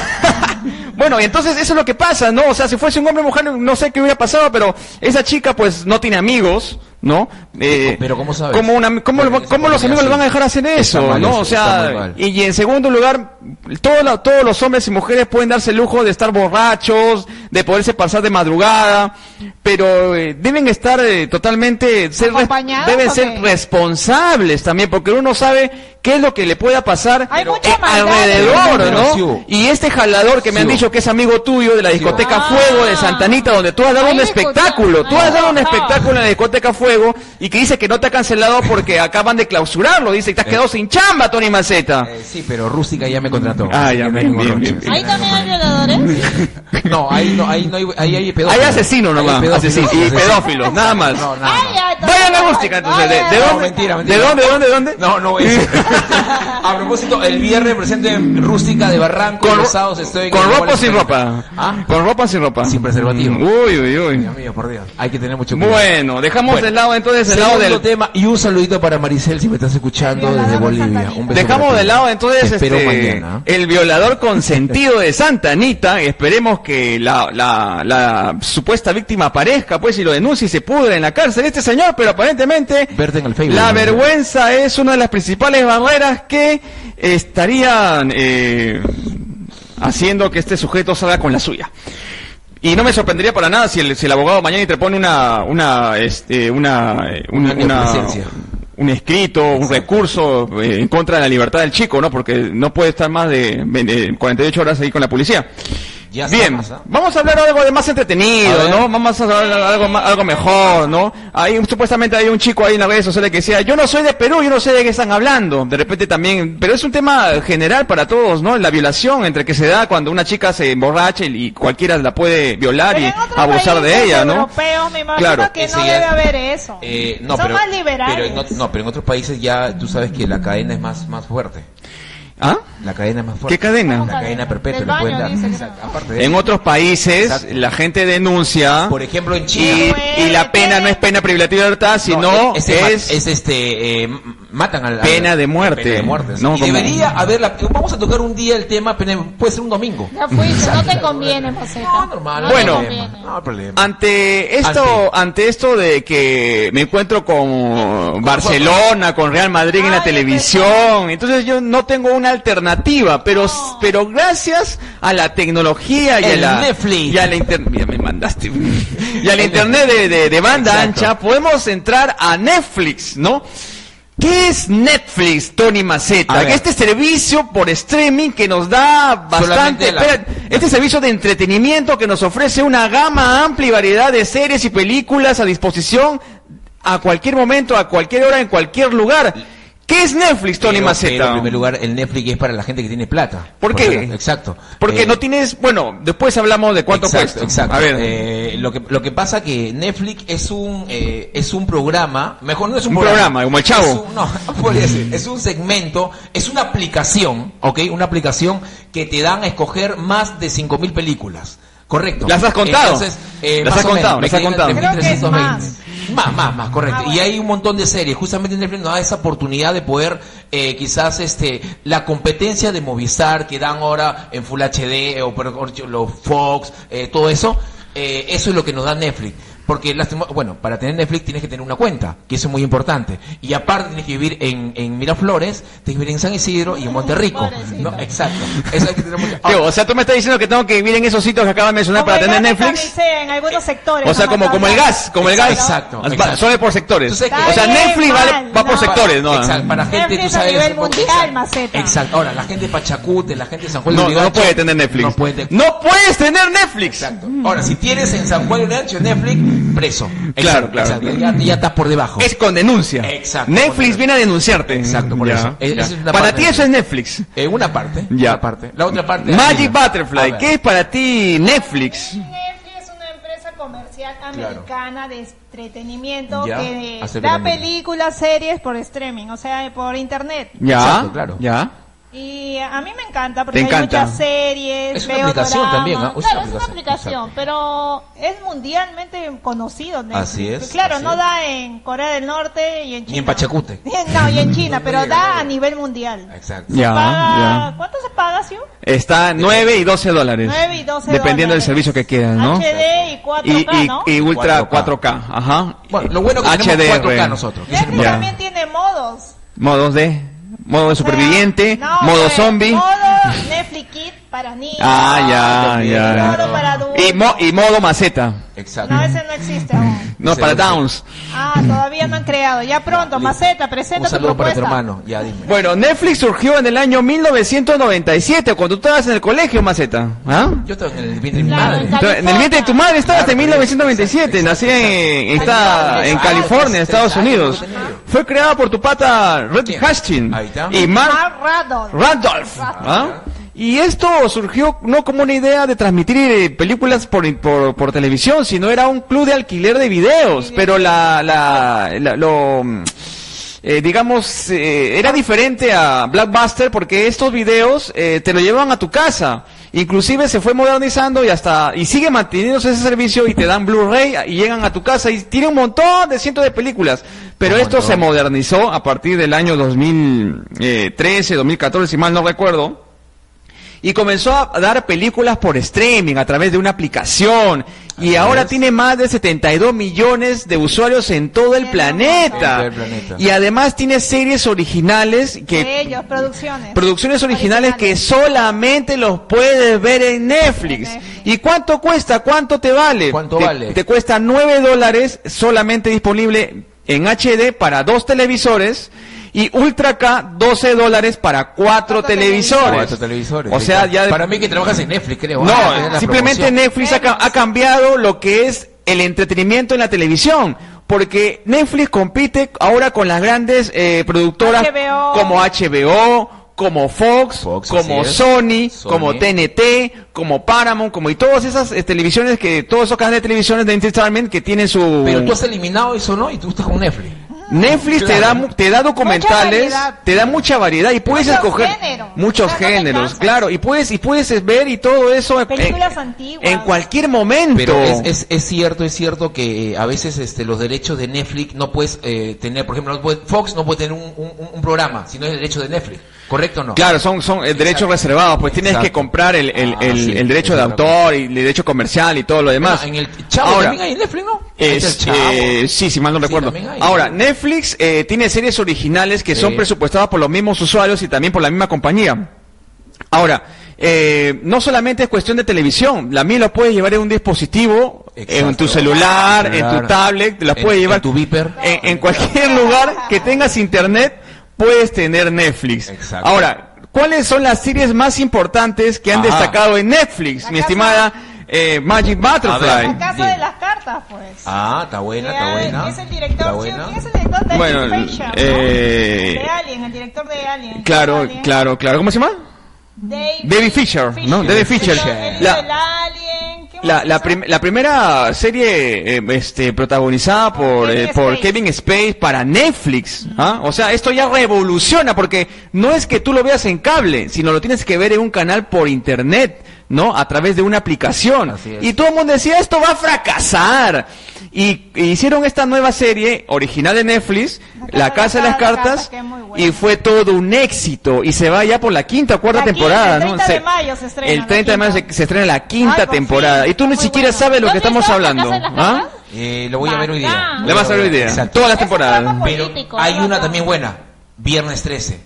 [SPEAKER 1] bueno, y entonces eso es lo que pasa, ¿no? O sea, si fuese un hombre o mujer, no sé qué hubiera pasado, pero esa chica pues no tiene amigos, ¿no? Eh,
[SPEAKER 2] Pero, ¿cómo sabes?
[SPEAKER 1] ¿Cómo, una- cómo lo-
[SPEAKER 2] Porque
[SPEAKER 1] cómo
[SPEAKER 2] eso
[SPEAKER 1] los amigos
[SPEAKER 2] podría
[SPEAKER 1] le van a dejar hacer
[SPEAKER 2] ser.
[SPEAKER 1] eso,
[SPEAKER 2] Está mal
[SPEAKER 1] no?
[SPEAKER 2] eso,
[SPEAKER 1] o
[SPEAKER 2] está muy
[SPEAKER 1] sea,
[SPEAKER 2] mal.
[SPEAKER 1] y, y en segundo lugar, todos los- todos los hombres y mujeres pueden darse el lujo de estar borrachos, de poderse pasar de madrugada, pero eh, deben estar eh, totalmente, ser res-
[SPEAKER 3] ¿Acompañados
[SPEAKER 1] deben
[SPEAKER 3] o
[SPEAKER 1] ser
[SPEAKER 3] qué?
[SPEAKER 1] responsables también, porque uno sabe qué es lo que le pueda pasar
[SPEAKER 3] Hay
[SPEAKER 1] pero,
[SPEAKER 3] mucha
[SPEAKER 1] eh,
[SPEAKER 3] maldad,
[SPEAKER 1] alrededor,
[SPEAKER 2] hermano. Sí,
[SPEAKER 1] ¿no?
[SPEAKER 2] hubo.
[SPEAKER 1] Y este jalador que me han
[SPEAKER 2] Sí, hubo.
[SPEAKER 1] dicho que es amigo tuyo de la discoteca
[SPEAKER 3] Ah.
[SPEAKER 1] Fuego de Santanita, donde tú has dado
[SPEAKER 4] Ahí
[SPEAKER 1] un
[SPEAKER 4] me escucha-
[SPEAKER 1] espectáculo, tú
[SPEAKER 4] ahí
[SPEAKER 1] has dado un
[SPEAKER 3] me escucha.
[SPEAKER 1] espectáculo en la discoteca Fuego y que dice que no te ha cancelado porque acaban de clausurarlo, dice que te has quedado sin chamba, Tony Maceta.
[SPEAKER 2] Eh, sí, pero Rústica ya me contrató.
[SPEAKER 1] Ah, ya,
[SPEAKER 2] Así que
[SPEAKER 1] bien,
[SPEAKER 2] no hay
[SPEAKER 1] bien,
[SPEAKER 2] ningún
[SPEAKER 1] bien.
[SPEAKER 4] Ahí
[SPEAKER 2] roche.
[SPEAKER 4] también hay violadores.
[SPEAKER 2] No, ahí no, ahí no hay, ahí hay
[SPEAKER 1] Hay
[SPEAKER 2] pedófilos.
[SPEAKER 1] asesinos nomás,
[SPEAKER 2] Hay pedófilos,
[SPEAKER 1] asesinos y
[SPEAKER 2] asesinos.
[SPEAKER 1] pedófilos, nada más.
[SPEAKER 2] No, nada
[SPEAKER 4] Ay,
[SPEAKER 2] más.
[SPEAKER 4] ay,
[SPEAKER 1] Vayan a Rústica entonces, ¿de, de
[SPEAKER 4] Ay, ay,
[SPEAKER 1] dónde?
[SPEAKER 2] No, mentira, mentira.
[SPEAKER 1] ¿De dónde, de dónde, de dónde?
[SPEAKER 2] No, no es.
[SPEAKER 1] <laughs>
[SPEAKER 2] A propósito, el viernes presento en Rústica de Barranco.
[SPEAKER 1] Con,
[SPEAKER 2] y
[SPEAKER 1] ro-
[SPEAKER 2] los sábados estoy en
[SPEAKER 1] con
[SPEAKER 2] el
[SPEAKER 1] ropa o
[SPEAKER 2] Wall
[SPEAKER 1] sin
[SPEAKER 2] Street.
[SPEAKER 1] ropa.
[SPEAKER 2] Ah,
[SPEAKER 1] Con ropa o sin ropa.
[SPEAKER 2] Sin preservativo.
[SPEAKER 1] Uy, uy, uy.
[SPEAKER 2] Dios mío, por Dios. Hay que tener mucho cuidado.
[SPEAKER 1] Bueno, dejamos
[SPEAKER 2] Bueno.
[SPEAKER 1] de lado entonces el lado
[SPEAKER 2] Segundo
[SPEAKER 1] del
[SPEAKER 2] tema y un saludito para Maricel si me estás escuchando
[SPEAKER 3] Violador
[SPEAKER 2] desde
[SPEAKER 3] de
[SPEAKER 2] Bolivia.
[SPEAKER 3] Santa
[SPEAKER 2] Un beso
[SPEAKER 1] Dejamos
[SPEAKER 2] para
[SPEAKER 1] de
[SPEAKER 2] ti.
[SPEAKER 1] lado entonces
[SPEAKER 2] Te espero
[SPEAKER 1] este,
[SPEAKER 2] mañana.
[SPEAKER 1] el violador consentido de Santa Anita. Esperemos que la, la- la supuesta víctima aparezca, pues, y lo denuncie y se pudre en la cárcel este señor, pero aparentemente
[SPEAKER 2] Verte en el Facebook.
[SPEAKER 1] la vergüenza es una de las principales barreras que estarían eh, haciendo que este sujeto salga con la suya. Y no me sorprendería para nada si el, si el abogado mañana interpone una, una, este, una, eh, un-
[SPEAKER 2] Una
[SPEAKER 1] una-
[SPEAKER 2] neopresencia.
[SPEAKER 1] un escrito, un recurso eh, en contra de la libertad del chico, ¿no? Porque no puede estar más de, eh, 48 horas ahí con la policía.
[SPEAKER 2] Ya está,
[SPEAKER 1] Bien,
[SPEAKER 2] pasa.
[SPEAKER 1] vamos a hablar algo de más
[SPEAKER 2] A
[SPEAKER 1] entretenido,
[SPEAKER 2] ver.
[SPEAKER 1] ¿no? Vamos a hablar algo, ma- algo mejor, ¿no? Hay, supuestamente hay un chico ahí en las redes sociales que decía, yo no soy de Perú, yo no sé de qué están hablando. De repente también, pero es un tema general para todos, ¿no? La violación entre que se da cuando una chica se emborracha y, y cualquiera la puede violar
[SPEAKER 3] Pero
[SPEAKER 1] y
[SPEAKER 3] en otros
[SPEAKER 1] abusar de
[SPEAKER 3] países
[SPEAKER 1] ella, ¿no?
[SPEAKER 3] europeos, me imagino
[SPEAKER 1] Claro.
[SPEAKER 3] que no
[SPEAKER 2] Ese ya-
[SPEAKER 3] debe haber eso.
[SPEAKER 2] Eh, no,
[SPEAKER 3] Son
[SPEAKER 2] pero,
[SPEAKER 3] más liberales.
[SPEAKER 2] pero en, ot- no, pero en otros países ya tú sabes que la cadena es más, más fuerte.
[SPEAKER 1] ¿Ah?
[SPEAKER 2] La cadena es más fuerte.
[SPEAKER 1] ¿Qué cadena?
[SPEAKER 2] La cadena perpetua.
[SPEAKER 4] Del
[SPEAKER 2] le pueden
[SPEAKER 4] baño,
[SPEAKER 2] dar.
[SPEAKER 4] dice que
[SPEAKER 2] Exacto.
[SPEAKER 4] no.
[SPEAKER 2] Aparte de
[SPEAKER 1] En
[SPEAKER 2] eso,
[SPEAKER 1] otros países
[SPEAKER 2] Exacto.
[SPEAKER 1] la gente denuncia
[SPEAKER 2] por ejemplo, en Chile.
[SPEAKER 1] y, y la pena no es pena privilegiada de libertad, sino
[SPEAKER 2] es,
[SPEAKER 1] es...
[SPEAKER 2] es, este eh, m- matan al, al-
[SPEAKER 1] Pena de muerte.
[SPEAKER 2] pena de muerte, sí.
[SPEAKER 1] No,
[SPEAKER 2] Y
[SPEAKER 1] como-
[SPEAKER 2] debería haber la- vamos a tocar un día el tema pena- puede ser un domingo
[SPEAKER 4] Ya fuiste, no te conviene, Maceta.
[SPEAKER 2] no normal no
[SPEAKER 1] Bueno.
[SPEAKER 2] hay problema, no hay problema.
[SPEAKER 1] Ante esto, ante esto de que me encuentro con Barcelona, con Real Madrid en la
[SPEAKER 3] Ay,
[SPEAKER 1] televisión, entonces yo no tengo una alternativa, pero pero gracias a la tecnología y a
[SPEAKER 2] El
[SPEAKER 1] la
[SPEAKER 2] Netflix.
[SPEAKER 1] y a la internet, mira, me mandaste <laughs> y al
[SPEAKER 2] El
[SPEAKER 1] internet de, de- de banda
[SPEAKER 2] Exacto.
[SPEAKER 1] ancha podemos entrar a Netflix, ¿no? ¿Qué es Netflix, Tony
[SPEAKER 2] A
[SPEAKER 1] Maceta?
[SPEAKER 2] ver.
[SPEAKER 1] Este servicio por streaming que nos da bastante.
[SPEAKER 2] Solamente la-
[SPEAKER 1] espera, este servicio de entretenimiento que nos ofrece una gama amplia y variedad de series y películas a disposición a cualquier momento, a cualquier hora, en cualquier lugar. ¿Qué es Netflix, Tony
[SPEAKER 2] Pero- pero en
[SPEAKER 1] Maceta?
[SPEAKER 2] primer lugar, el Netflix es para la gente que tiene plata.
[SPEAKER 1] ¿Por qué?
[SPEAKER 2] ejemplo, Exacto.
[SPEAKER 1] Porque
[SPEAKER 2] Eh,
[SPEAKER 1] no tienes. Bueno, después hablamos de cuánto
[SPEAKER 2] exacto,
[SPEAKER 1] cuesta.
[SPEAKER 2] Exacto.
[SPEAKER 1] A ver.
[SPEAKER 2] Eh, lo, que, lo que pasa que Netflix es un, eh, es un programa, mejor no es un,
[SPEAKER 1] Un programa, como el Chavo.
[SPEAKER 2] Es un, no, <laughs> podría ser, es un segmento, es una aplicación, ¿ok? Una aplicación que te dan a escoger más de 5.000 películas. Correcto.
[SPEAKER 1] ¿Las has contado?
[SPEAKER 2] Entonces, eh,
[SPEAKER 1] Las
[SPEAKER 2] más
[SPEAKER 1] has
[SPEAKER 2] o
[SPEAKER 1] contado,
[SPEAKER 2] menos,
[SPEAKER 1] las has
[SPEAKER 2] me quedé en
[SPEAKER 3] contado. Creo que es
[SPEAKER 2] 3.320. Más, más, más, correcto.
[SPEAKER 3] Ah, bueno.
[SPEAKER 2] Y hay un montón de series. Justamente Netflix nos da esa oportunidad de poder, eh, quizás, este, la competencia de Movistar que dan ahora en Full HD o por- por- los Fox, eh, todo eso. eh, eso es lo que nos da Netflix. Porque, lástima- bueno, para tener Netflix tienes que tener una cuenta, que eso es muy importante. Y aparte tienes que vivir en, en Miraflores, tienes que vivir en San Isidro y en Monterrico.
[SPEAKER 4] Pobrecito.
[SPEAKER 2] ¿no? Exacto. Eso hay que tener mucho.
[SPEAKER 1] Tío, o sea, tú me estás diciendo que tengo que vivir en esos sitios que acabas de mencionar
[SPEAKER 3] Como
[SPEAKER 1] para
[SPEAKER 3] el
[SPEAKER 1] tener
[SPEAKER 3] gas de
[SPEAKER 1] Netflix.
[SPEAKER 3] camisea en algunos sectores.
[SPEAKER 1] O sea,
[SPEAKER 3] eh, ¿no?
[SPEAKER 1] como, como el gas, como el gas.
[SPEAKER 2] Exacto,
[SPEAKER 1] Ah,
[SPEAKER 2] exacto.
[SPEAKER 1] Solo por sectores.
[SPEAKER 2] Entonces,
[SPEAKER 1] o sea,
[SPEAKER 3] Está bien,
[SPEAKER 1] Netflix vale-
[SPEAKER 3] mal,
[SPEAKER 1] va por
[SPEAKER 3] no.
[SPEAKER 1] sectores, ¿no? Ah.
[SPEAKER 2] Exacto, para gente,
[SPEAKER 3] Netflix
[SPEAKER 2] tú
[SPEAKER 3] a
[SPEAKER 2] sabes.
[SPEAKER 3] nivel
[SPEAKER 2] un poco-
[SPEAKER 3] mundial,
[SPEAKER 2] exacto.
[SPEAKER 3] Maceta.
[SPEAKER 2] Exacto. Ahora, la gente de Pachacute, la gente de San Juan de
[SPEAKER 1] No, no,
[SPEAKER 2] Lurigancho,
[SPEAKER 1] no puede tener Netflix.
[SPEAKER 2] No puede tener.
[SPEAKER 1] No puedes tener Netflix.
[SPEAKER 2] Exacto. Ahora, si tienes en San Juan de Lurigancho Netflix, preso. Exacto,
[SPEAKER 1] claro,
[SPEAKER 2] exacto.
[SPEAKER 1] claro.
[SPEAKER 2] Ya, ya estás por debajo.
[SPEAKER 1] Es con denuncia.
[SPEAKER 2] Exacto.
[SPEAKER 1] Netflix
[SPEAKER 2] Con-
[SPEAKER 1] viene a denunciarte.
[SPEAKER 2] Exacto, por eso. Es- esa es la
[SPEAKER 1] para
[SPEAKER 2] parte
[SPEAKER 1] ti
[SPEAKER 2] de-
[SPEAKER 1] eso es Netflix.
[SPEAKER 2] Eh, una parte.
[SPEAKER 1] Ya.
[SPEAKER 2] Una parte. La otra parte.
[SPEAKER 1] Magic
[SPEAKER 2] Mira. A
[SPEAKER 1] Butterfly,
[SPEAKER 2] ver.
[SPEAKER 1] ¿qué es para ti Netflix?
[SPEAKER 3] Netflix es una empresa comercial
[SPEAKER 2] Claro.
[SPEAKER 3] americana de entretenimiento
[SPEAKER 2] Ya,
[SPEAKER 3] que
[SPEAKER 2] hace
[SPEAKER 3] da
[SPEAKER 2] verano.
[SPEAKER 3] películas, series por streaming, o sea, por internet.
[SPEAKER 1] Ya,
[SPEAKER 2] Exacto, claro.
[SPEAKER 1] ya.
[SPEAKER 3] Y a mí me encanta porque
[SPEAKER 1] Te encanta.
[SPEAKER 3] hay muchas series,
[SPEAKER 2] Es una
[SPEAKER 3] veo
[SPEAKER 2] aplicación
[SPEAKER 3] dramas.
[SPEAKER 2] también, ¿ah? Uy,
[SPEAKER 4] Claro, es una
[SPEAKER 2] Aplicación,
[SPEAKER 4] aplicación,
[SPEAKER 2] exacto.
[SPEAKER 4] pero
[SPEAKER 3] Es mundialmente conocido. Netflix.
[SPEAKER 2] Así es,
[SPEAKER 3] Claro,
[SPEAKER 2] así
[SPEAKER 3] no
[SPEAKER 2] es.
[SPEAKER 3] da en Corea del Norte y en China.
[SPEAKER 2] Ni en Pachacute.
[SPEAKER 3] <laughs>
[SPEAKER 1] <laughs>
[SPEAKER 3] No, y en China, pero
[SPEAKER 2] llega, no
[SPEAKER 3] da a
[SPEAKER 2] llega.
[SPEAKER 3] nivel mundial.
[SPEAKER 2] Exacto.
[SPEAKER 1] Ya,
[SPEAKER 3] Paga-
[SPEAKER 1] ya.
[SPEAKER 3] ¿Cuánto se paga, Sio?
[SPEAKER 1] Está 9 y 12 dólares.
[SPEAKER 3] 9 y 12
[SPEAKER 1] Dependiendo del
[SPEAKER 3] dólares.
[SPEAKER 1] servicio que quieras, ¿no?
[SPEAKER 3] HD y 4K,
[SPEAKER 1] y, y-
[SPEAKER 3] ¿no?
[SPEAKER 1] y Ultra 4K.
[SPEAKER 2] 4K.
[SPEAKER 1] Ajá.
[SPEAKER 2] Bueno, lo bueno que
[SPEAKER 1] HDR.
[SPEAKER 2] tenemos 4K nosotros. que es
[SPEAKER 3] Netflix
[SPEAKER 1] Ya.
[SPEAKER 2] importante.
[SPEAKER 3] también tiene modos.
[SPEAKER 1] Modos de. Modo de
[SPEAKER 3] O sea,
[SPEAKER 1] superviviente.
[SPEAKER 3] no,
[SPEAKER 1] modo
[SPEAKER 3] pues,
[SPEAKER 1] zombie. <laughs>
[SPEAKER 3] Modo Netflix Kid para niños.
[SPEAKER 1] Ah, ya,
[SPEAKER 2] Ah,
[SPEAKER 1] ya.
[SPEAKER 2] claro.
[SPEAKER 3] Modo para
[SPEAKER 2] Es
[SPEAKER 3] adultos.
[SPEAKER 1] Y, mo- y modo maceta.
[SPEAKER 2] Exacto.
[SPEAKER 3] No, ese no existe aún.
[SPEAKER 1] No,
[SPEAKER 2] Sí,
[SPEAKER 1] para
[SPEAKER 2] sí.
[SPEAKER 1] Downs.
[SPEAKER 3] Ah, todavía no han creado. Ya pronto, Maceta, presenta
[SPEAKER 2] Un
[SPEAKER 3] tu
[SPEAKER 2] saludo para
[SPEAKER 3] propuesta.
[SPEAKER 2] tu hermano. Ya, dime.
[SPEAKER 1] Bueno, Netflix surgió en el año 1997, cuando tú estabas en el colegio, Maceta. ¿Ah?
[SPEAKER 2] Yo estaba en el vientre de mi
[SPEAKER 4] Claro,
[SPEAKER 2] madre.
[SPEAKER 4] está-
[SPEAKER 1] Tú- En el vientre de tu madre estabas
[SPEAKER 2] Claro,
[SPEAKER 1] en 1997, nací en, está, en California, Estados Unidos. Fue creada por tu pata Red
[SPEAKER 2] ¿Quién?
[SPEAKER 1] Hastings
[SPEAKER 2] Ahí está.
[SPEAKER 1] y Mark
[SPEAKER 3] Mark Radon.
[SPEAKER 1] Randolph. ¿ah? Y esto surgió no como una idea de transmitir eh, películas por, por, por televisión, sino era un club de alquiler de videos, pero la, la, la- lo... mm, eh, digamos, eh, era diferente a Blackbuster porque estos videos eh, te lo llevaban a tu casa. Inclusive se fue modernizando y hasta y sigue manteniéndose ese servicio y te dan Blu-ray y llegan a tu casa y tiene un montón de cientos de películas. Pero
[SPEAKER 2] Un
[SPEAKER 1] esto se
[SPEAKER 2] montón.
[SPEAKER 1] modernizó a partir del año eh, 2013, 2014, si mal no recuerdo. Y comenzó a dar películas por streaming a través de una aplicación. Y
[SPEAKER 2] Así
[SPEAKER 1] ahora
[SPEAKER 2] es.
[SPEAKER 1] tiene más de 72 millones de usuarios en todo el
[SPEAKER 3] Tiene un
[SPEAKER 1] planeta.
[SPEAKER 2] montón. En todo el planeta.
[SPEAKER 1] Y además tiene series originales
[SPEAKER 3] De
[SPEAKER 1] que
[SPEAKER 3] ellos, producciones.
[SPEAKER 1] producciones originales que solamente los puedes ver en Netflix.
[SPEAKER 3] En Netflix.
[SPEAKER 1] ¿Y cuánto cuesta? ¿Cuánto te vale?
[SPEAKER 2] ¿Cuánto
[SPEAKER 1] te,
[SPEAKER 2] vale?
[SPEAKER 1] Te cuesta 9 dólares solamente disponible en HD para dos televisores y Ultra K 12 dólares para cuatro
[SPEAKER 3] Cuatro
[SPEAKER 1] televisores.
[SPEAKER 2] Cuatro televisores.
[SPEAKER 1] O sea, ya
[SPEAKER 2] Para mí que trabajas en Netflix, creo. Ah, tener
[SPEAKER 1] no, eh,
[SPEAKER 2] la
[SPEAKER 1] simplemente
[SPEAKER 2] promoción.
[SPEAKER 1] Netflix ha, ca- ha cambiado lo que es el entretenimiento en la televisión. Porque Netflix compite ahora con las grandes eh, productoras
[SPEAKER 3] HBO.
[SPEAKER 1] como HBO, como Fox,
[SPEAKER 2] Fox,
[SPEAKER 1] como
[SPEAKER 2] así es.
[SPEAKER 1] Sony,
[SPEAKER 2] Sony.
[SPEAKER 1] como TNT, como Paramount, como y todas esas eh, televisiones que todos esos canales de televisiones de entertainment que tienen su
[SPEAKER 2] Pero tú has eliminado eso, ¿no? Y tú estás con Netflix.
[SPEAKER 1] Netflix te da
[SPEAKER 2] Claro.
[SPEAKER 1] mu- te da documentales,
[SPEAKER 3] variedad.
[SPEAKER 1] te da mucha variedad y puedes
[SPEAKER 3] Muchos
[SPEAKER 1] escoger
[SPEAKER 3] géneros.
[SPEAKER 1] muchos
[SPEAKER 3] O sea, no te
[SPEAKER 1] géneros,
[SPEAKER 3] cansas.
[SPEAKER 1] claro, y puedes y puedes eh, ver y todo eso en-
[SPEAKER 3] Películas
[SPEAKER 1] en,
[SPEAKER 3] antiguas.
[SPEAKER 1] en cualquier momento.
[SPEAKER 2] Pero es, es, es cierto, es cierto que eh, a veces este, los derechos de Netflix no puedes eh, tener, por ejemplo, no puede- Fox no puede tener un, un, un programa si no es el derecho de Netflix, ¿correcto o no?
[SPEAKER 1] Claro, son, son eh, derechos reservados, pues tienes
[SPEAKER 2] Exacto.
[SPEAKER 1] que comprar el, el,
[SPEAKER 2] Ah,
[SPEAKER 1] el,
[SPEAKER 2] sí,
[SPEAKER 1] el derecho de
[SPEAKER 2] es otra cosa.
[SPEAKER 1] autor y el derecho comercial y todo lo demás.
[SPEAKER 2] Bueno, en el Chavo
[SPEAKER 1] Ahora,
[SPEAKER 2] también hay en Netflix, ¿no? Ahí está el
[SPEAKER 1] Es,
[SPEAKER 2] Chavo.
[SPEAKER 1] eh, sí, si mal no
[SPEAKER 2] Sí,
[SPEAKER 1] recuerdo.
[SPEAKER 2] también hay.
[SPEAKER 1] Ahora, Netflix eh, tiene series originales que son
[SPEAKER 2] Sí.
[SPEAKER 1] presupuestadas por los mismos usuarios y también por la misma compañía. Ahora, eh, no solamente es cuestión de televisión, la mía lo puedes llevar en un dispositivo, en
[SPEAKER 2] Exacto.
[SPEAKER 1] tu celular, en
[SPEAKER 2] Claro.
[SPEAKER 1] tu tablet, te la
[SPEAKER 2] En-
[SPEAKER 1] puedes
[SPEAKER 2] en
[SPEAKER 1] llevar
[SPEAKER 2] tu beeper.
[SPEAKER 1] en, en cualquier lugar que tengas internet, puedes tener Netflix.
[SPEAKER 2] Exacto.
[SPEAKER 1] Ahora, ¿cuáles son las series más importantes que han
[SPEAKER 2] Ajá.
[SPEAKER 1] destacado en Netflix,
[SPEAKER 3] La
[SPEAKER 1] mi
[SPEAKER 3] Casa-
[SPEAKER 1] estimada eh, Magic Butterfly?
[SPEAKER 3] La casa
[SPEAKER 2] Sí.
[SPEAKER 3] de las cartas, pues.
[SPEAKER 2] Ah, está buena, está
[SPEAKER 3] Ya,
[SPEAKER 2] buena.
[SPEAKER 3] Es el
[SPEAKER 2] Está
[SPEAKER 3] director, ¿sí?
[SPEAKER 2] buena.
[SPEAKER 3] ¿quién es el director de
[SPEAKER 1] Bueno,
[SPEAKER 3] Invasion, no?
[SPEAKER 1] eh,
[SPEAKER 3] De Alien, el director de Alien.
[SPEAKER 1] Claro,
[SPEAKER 3] Alien.
[SPEAKER 1] claro, claro. ¿Cómo se llama?
[SPEAKER 3] Dave,
[SPEAKER 1] David Fisher, ¿no? David Fisher. La-
[SPEAKER 3] La, Alien. ¿qué
[SPEAKER 1] La,
[SPEAKER 3] más
[SPEAKER 1] la,
[SPEAKER 3] hizo?
[SPEAKER 1] prim- la primera serie eh, este, protagonizada por, eh,
[SPEAKER 3] Kevin
[SPEAKER 1] por
[SPEAKER 3] Spacey.
[SPEAKER 1] Kevin Space para Netflix. ¿ah? O sea, esto ya revoluciona porque no es que tú lo veas en cable, sino lo tienes que ver en un canal por internet, ¿no? A través de una aplicación.
[SPEAKER 2] Así es.
[SPEAKER 1] Y todo el mundo decía, esto va a fracasar. Y, y hicieron esta nueva serie original de Netflix, La Casa de las Cartas,
[SPEAKER 3] que es muy buena.
[SPEAKER 1] y fue todo un éxito. Y se va ya por la quinta o cuarta
[SPEAKER 3] La quinta,
[SPEAKER 1] temporada,
[SPEAKER 3] el
[SPEAKER 1] ¿no?
[SPEAKER 3] 30 de mayo se estrena,
[SPEAKER 1] El
[SPEAKER 3] la
[SPEAKER 1] 30 de mayo se,
[SPEAKER 3] quinta.
[SPEAKER 1] se estrena la quinta
[SPEAKER 3] Ay, por fin,
[SPEAKER 1] temporada. y tú ni
[SPEAKER 3] muy
[SPEAKER 1] siquiera
[SPEAKER 3] bueno.
[SPEAKER 1] sabes lo
[SPEAKER 4] ¿Dónde
[SPEAKER 1] que estamos
[SPEAKER 4] está la Casa
[SPEAKER 1] hablando.
[SPEAKER 4] de las
[SPEAKER 1] ¿Ah?
[SPEAKER 4] Cartas?
[SPEAKER 2] Eh, lo voy a ver hoy día.
[SPEAKER 4] Bacán.
[SPEAKER 1] Le vas a ver hoy día.
[SPEAKER 2] Exacto.
[SPEAKER 1] Todas las
[SPEAKER 3] Ese
[SPEAKER 1] temporadas.
[SPEAKER 3] programa
[SPEAKER 2] Pero
[SPEAKER 4] político,
[SPEAKER 2] hay
[SPEAKER 4] ¿no?
[SPEAKER 2] una también buena, Viernes 13.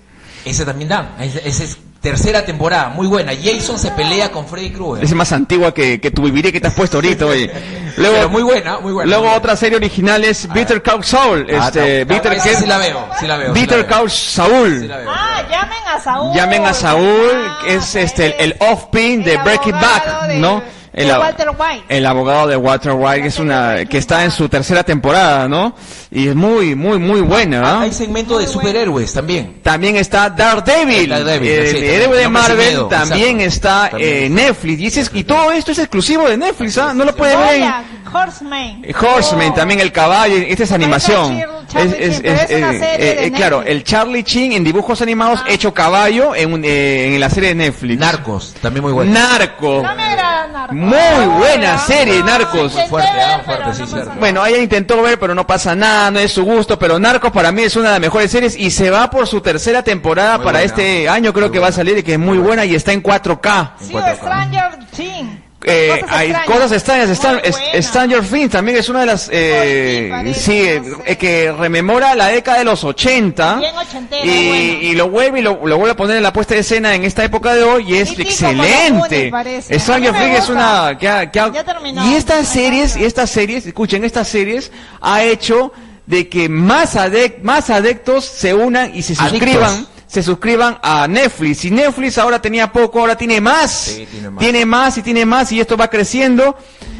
[SPEAKER 2] Esa también dan. Esa esa es tercera temporada, muy buena. Jason se pelea con Freddy Krueger.
[SPEAKER 1] Es más antigua que, que tu viviré que te has puesto ahorita, oye. Luego,
[SPEAKER 2] Pero muy buena, muy buena.
[SPEAKER 1] luego
[SPEAKER 2] muy buena.
[SPEAKER 1] otra serie original es Bitter Cow Saul.
[SPEAKER 2] Ah,
[SPEAKER 1] Este,
[SPEAKER 2] está-
[SPEAKER 1] Bitter,
[SPEAKER 2] esa
[SPEAKER 1] Ke-
[SPEAKER 2] sí la veo, sí la veo. sí
[SPEAKER 1] Bitter
[SPEAKER 2] la veo.
[SPEAKER 1] Cow Saul.
[SPEAKER 2] Sí la veo.
[SPEAKER 3] Ah, llamen a Saúl.
[SPEAKER 1] Llamen a Saúl, que es
[SPEAKER 3] Ah,
[SPEAKER 1] este el, el
[SPEAKER 3] es
[SPEAKER 1] off-pin de
[SPEAKER 3] el
[SPEAKER 1] Breaking
[SPEAKER 3] abogado
[SPEAKER 1] Back,
[SPEAKER 3] de-
[SPEAKER 1] ¿no?
[SPEAKER 3] de
[SPEAKER 1] El, ab-
[SPEAKER 3] Walter White.
[SPEAKER 1] el abogado de Walter White, que es una que está en su tercera temporada, ¿no? Y es muy, muy, muy buena, ¿ah? ¿no?
[SPEAKER 2] Hay segmento de superhéroes también.
[SPEAKER 1] También está Daredevil,
[SPEAKER 2] Daredevil,
[SPEAKER 1] eh,
[SPEAKER 2] sí,
[SPEAKER 1] el
[SPEAKER 2] también.
[SPEAKER 1] héroe de
[SPEAKER 2] No me hace
[SPEAKER 1] Marvel,
[SPEAKER 2] miedo,
[SPEAKER 1] también
[SPEAKER 2] exacto.
[SPEAKER 1] está eh,
[SPEAKER 2] También.
[SPEAKER 1] Netflix. Y, ese es- y todo esto es exclusivo de Netflix, ¿ah? No lo pueden ver en-
[SPEAKER 3] Bojack Horseman.
[SPEAKER 1] Horseman,
[SPEAKER 3] Oh.
[SPEAKER 1] también el caballo, esta es animación.
[SPEAKER 3] Charlie Chin, pero es una serie de Netflix.
[SPEAKER 1] eh, claro, el Charlie Chin en dibujos animados hecho caballo en, un- eh, en la serie de Netflix.
[SPEAKER 2] Narcos, también muy buena.
[SPEAKER 1] Narco.
[SPEAKER 3] No me agrada Narcos.
[SPEAKER 1] Oh. Muy buena
[SPEAKER 3] No,
[SPEAKER 1] serie, Narcos.
[SPEAKER 4] Intenté
[SPEAKER 2] Fuerte,
[SPEAKER 4] ver,
[SPEAKER 2] ah,
[SPEAKER 4] pero
[SPEAKER 2] fuerte, sí,
[SPEAKER 4] no
[SPEAKER 2] cierto.
[SPEAKER 4] pasa nada.
[SPEAKER 1] Bueno, ella intentó ver, pero no pasa nada, no es su gusto, pero Narcos para mí es una de las mejores series y se va por su tercera temporada
[SPEAKER 2] Muy
[SPEAKER 1] para
[SPEAKER 2] buena.
[SPEAKER 1] este año, creo
[SPEAKER 2] Muy
[SPEAKER 1] que va a
[SPEAKER 2] buena.
[SPEAKER 1] salir y que es muy buena y está en 4K.
[SPEAKER 3] Sí,
[SPEAKER 2] Encuentro
[SPEAKER 3] Stranger Things.
[SPEAKER 1] eh,
[SPEAKER 3] Cosas
[SPEAKER 1] hay
[SPEAKER 3] extrañas.
[SPEAKER 1] cosas extrañas.
[SPEAKER 3] Muy
[SPEAKER 1] Stan- es-
[SPEAKER 3] buena.
[SPEAKER 1] Stranger Things también es una de las. eh,
[SPEAKER 3] sí, parece,
[SPEAKER 1] sí, eh,
[SPEAKER 3] no sé.
[SPEAKER 1] eh, que rememora la década de los 80.
[SPEAKER 3] Bien ochentera,
[SPEAKER 1] y,
[SPEAKER 3] bueno.
[SPEAKER 1] y lo vuelve y lo, lo vuelve a poner en la puesta de escena en esta época de hoy y es
[SPEAKER 3] Mítico con los
[SPEAKER 1] excelente.
[SPEAKER 3] Goonies, parece.
[SPEAKER 1] Stranger
[SPEAKER 3] A mí me
[SPEAKER 1] Things es
[SPEAKER 3] gusta.
[SPEAKER 1] una. Que ha- que ha-
[SPEAKER 3] Ya terminó.
[SPEAKER 1] y estas
[SPEAKER 3] Ay,
[SPEAKER 1] series,
[SPEAKER 3] claro.
[SPEAKER 1] y estas series, escuchen, estas series ha hecho de que más, adec- más adeptos se unan y se
[SPEAKER 2] Adictos.
[SPEAKER 1] suscriban se suscriban a Netflix. Y Netflix ahora tenía poco, ahora tiene más.
[SPEAKER 2] Sí, tiene más.
[SPEAKER 1] más y tiene más y esto va creciendo.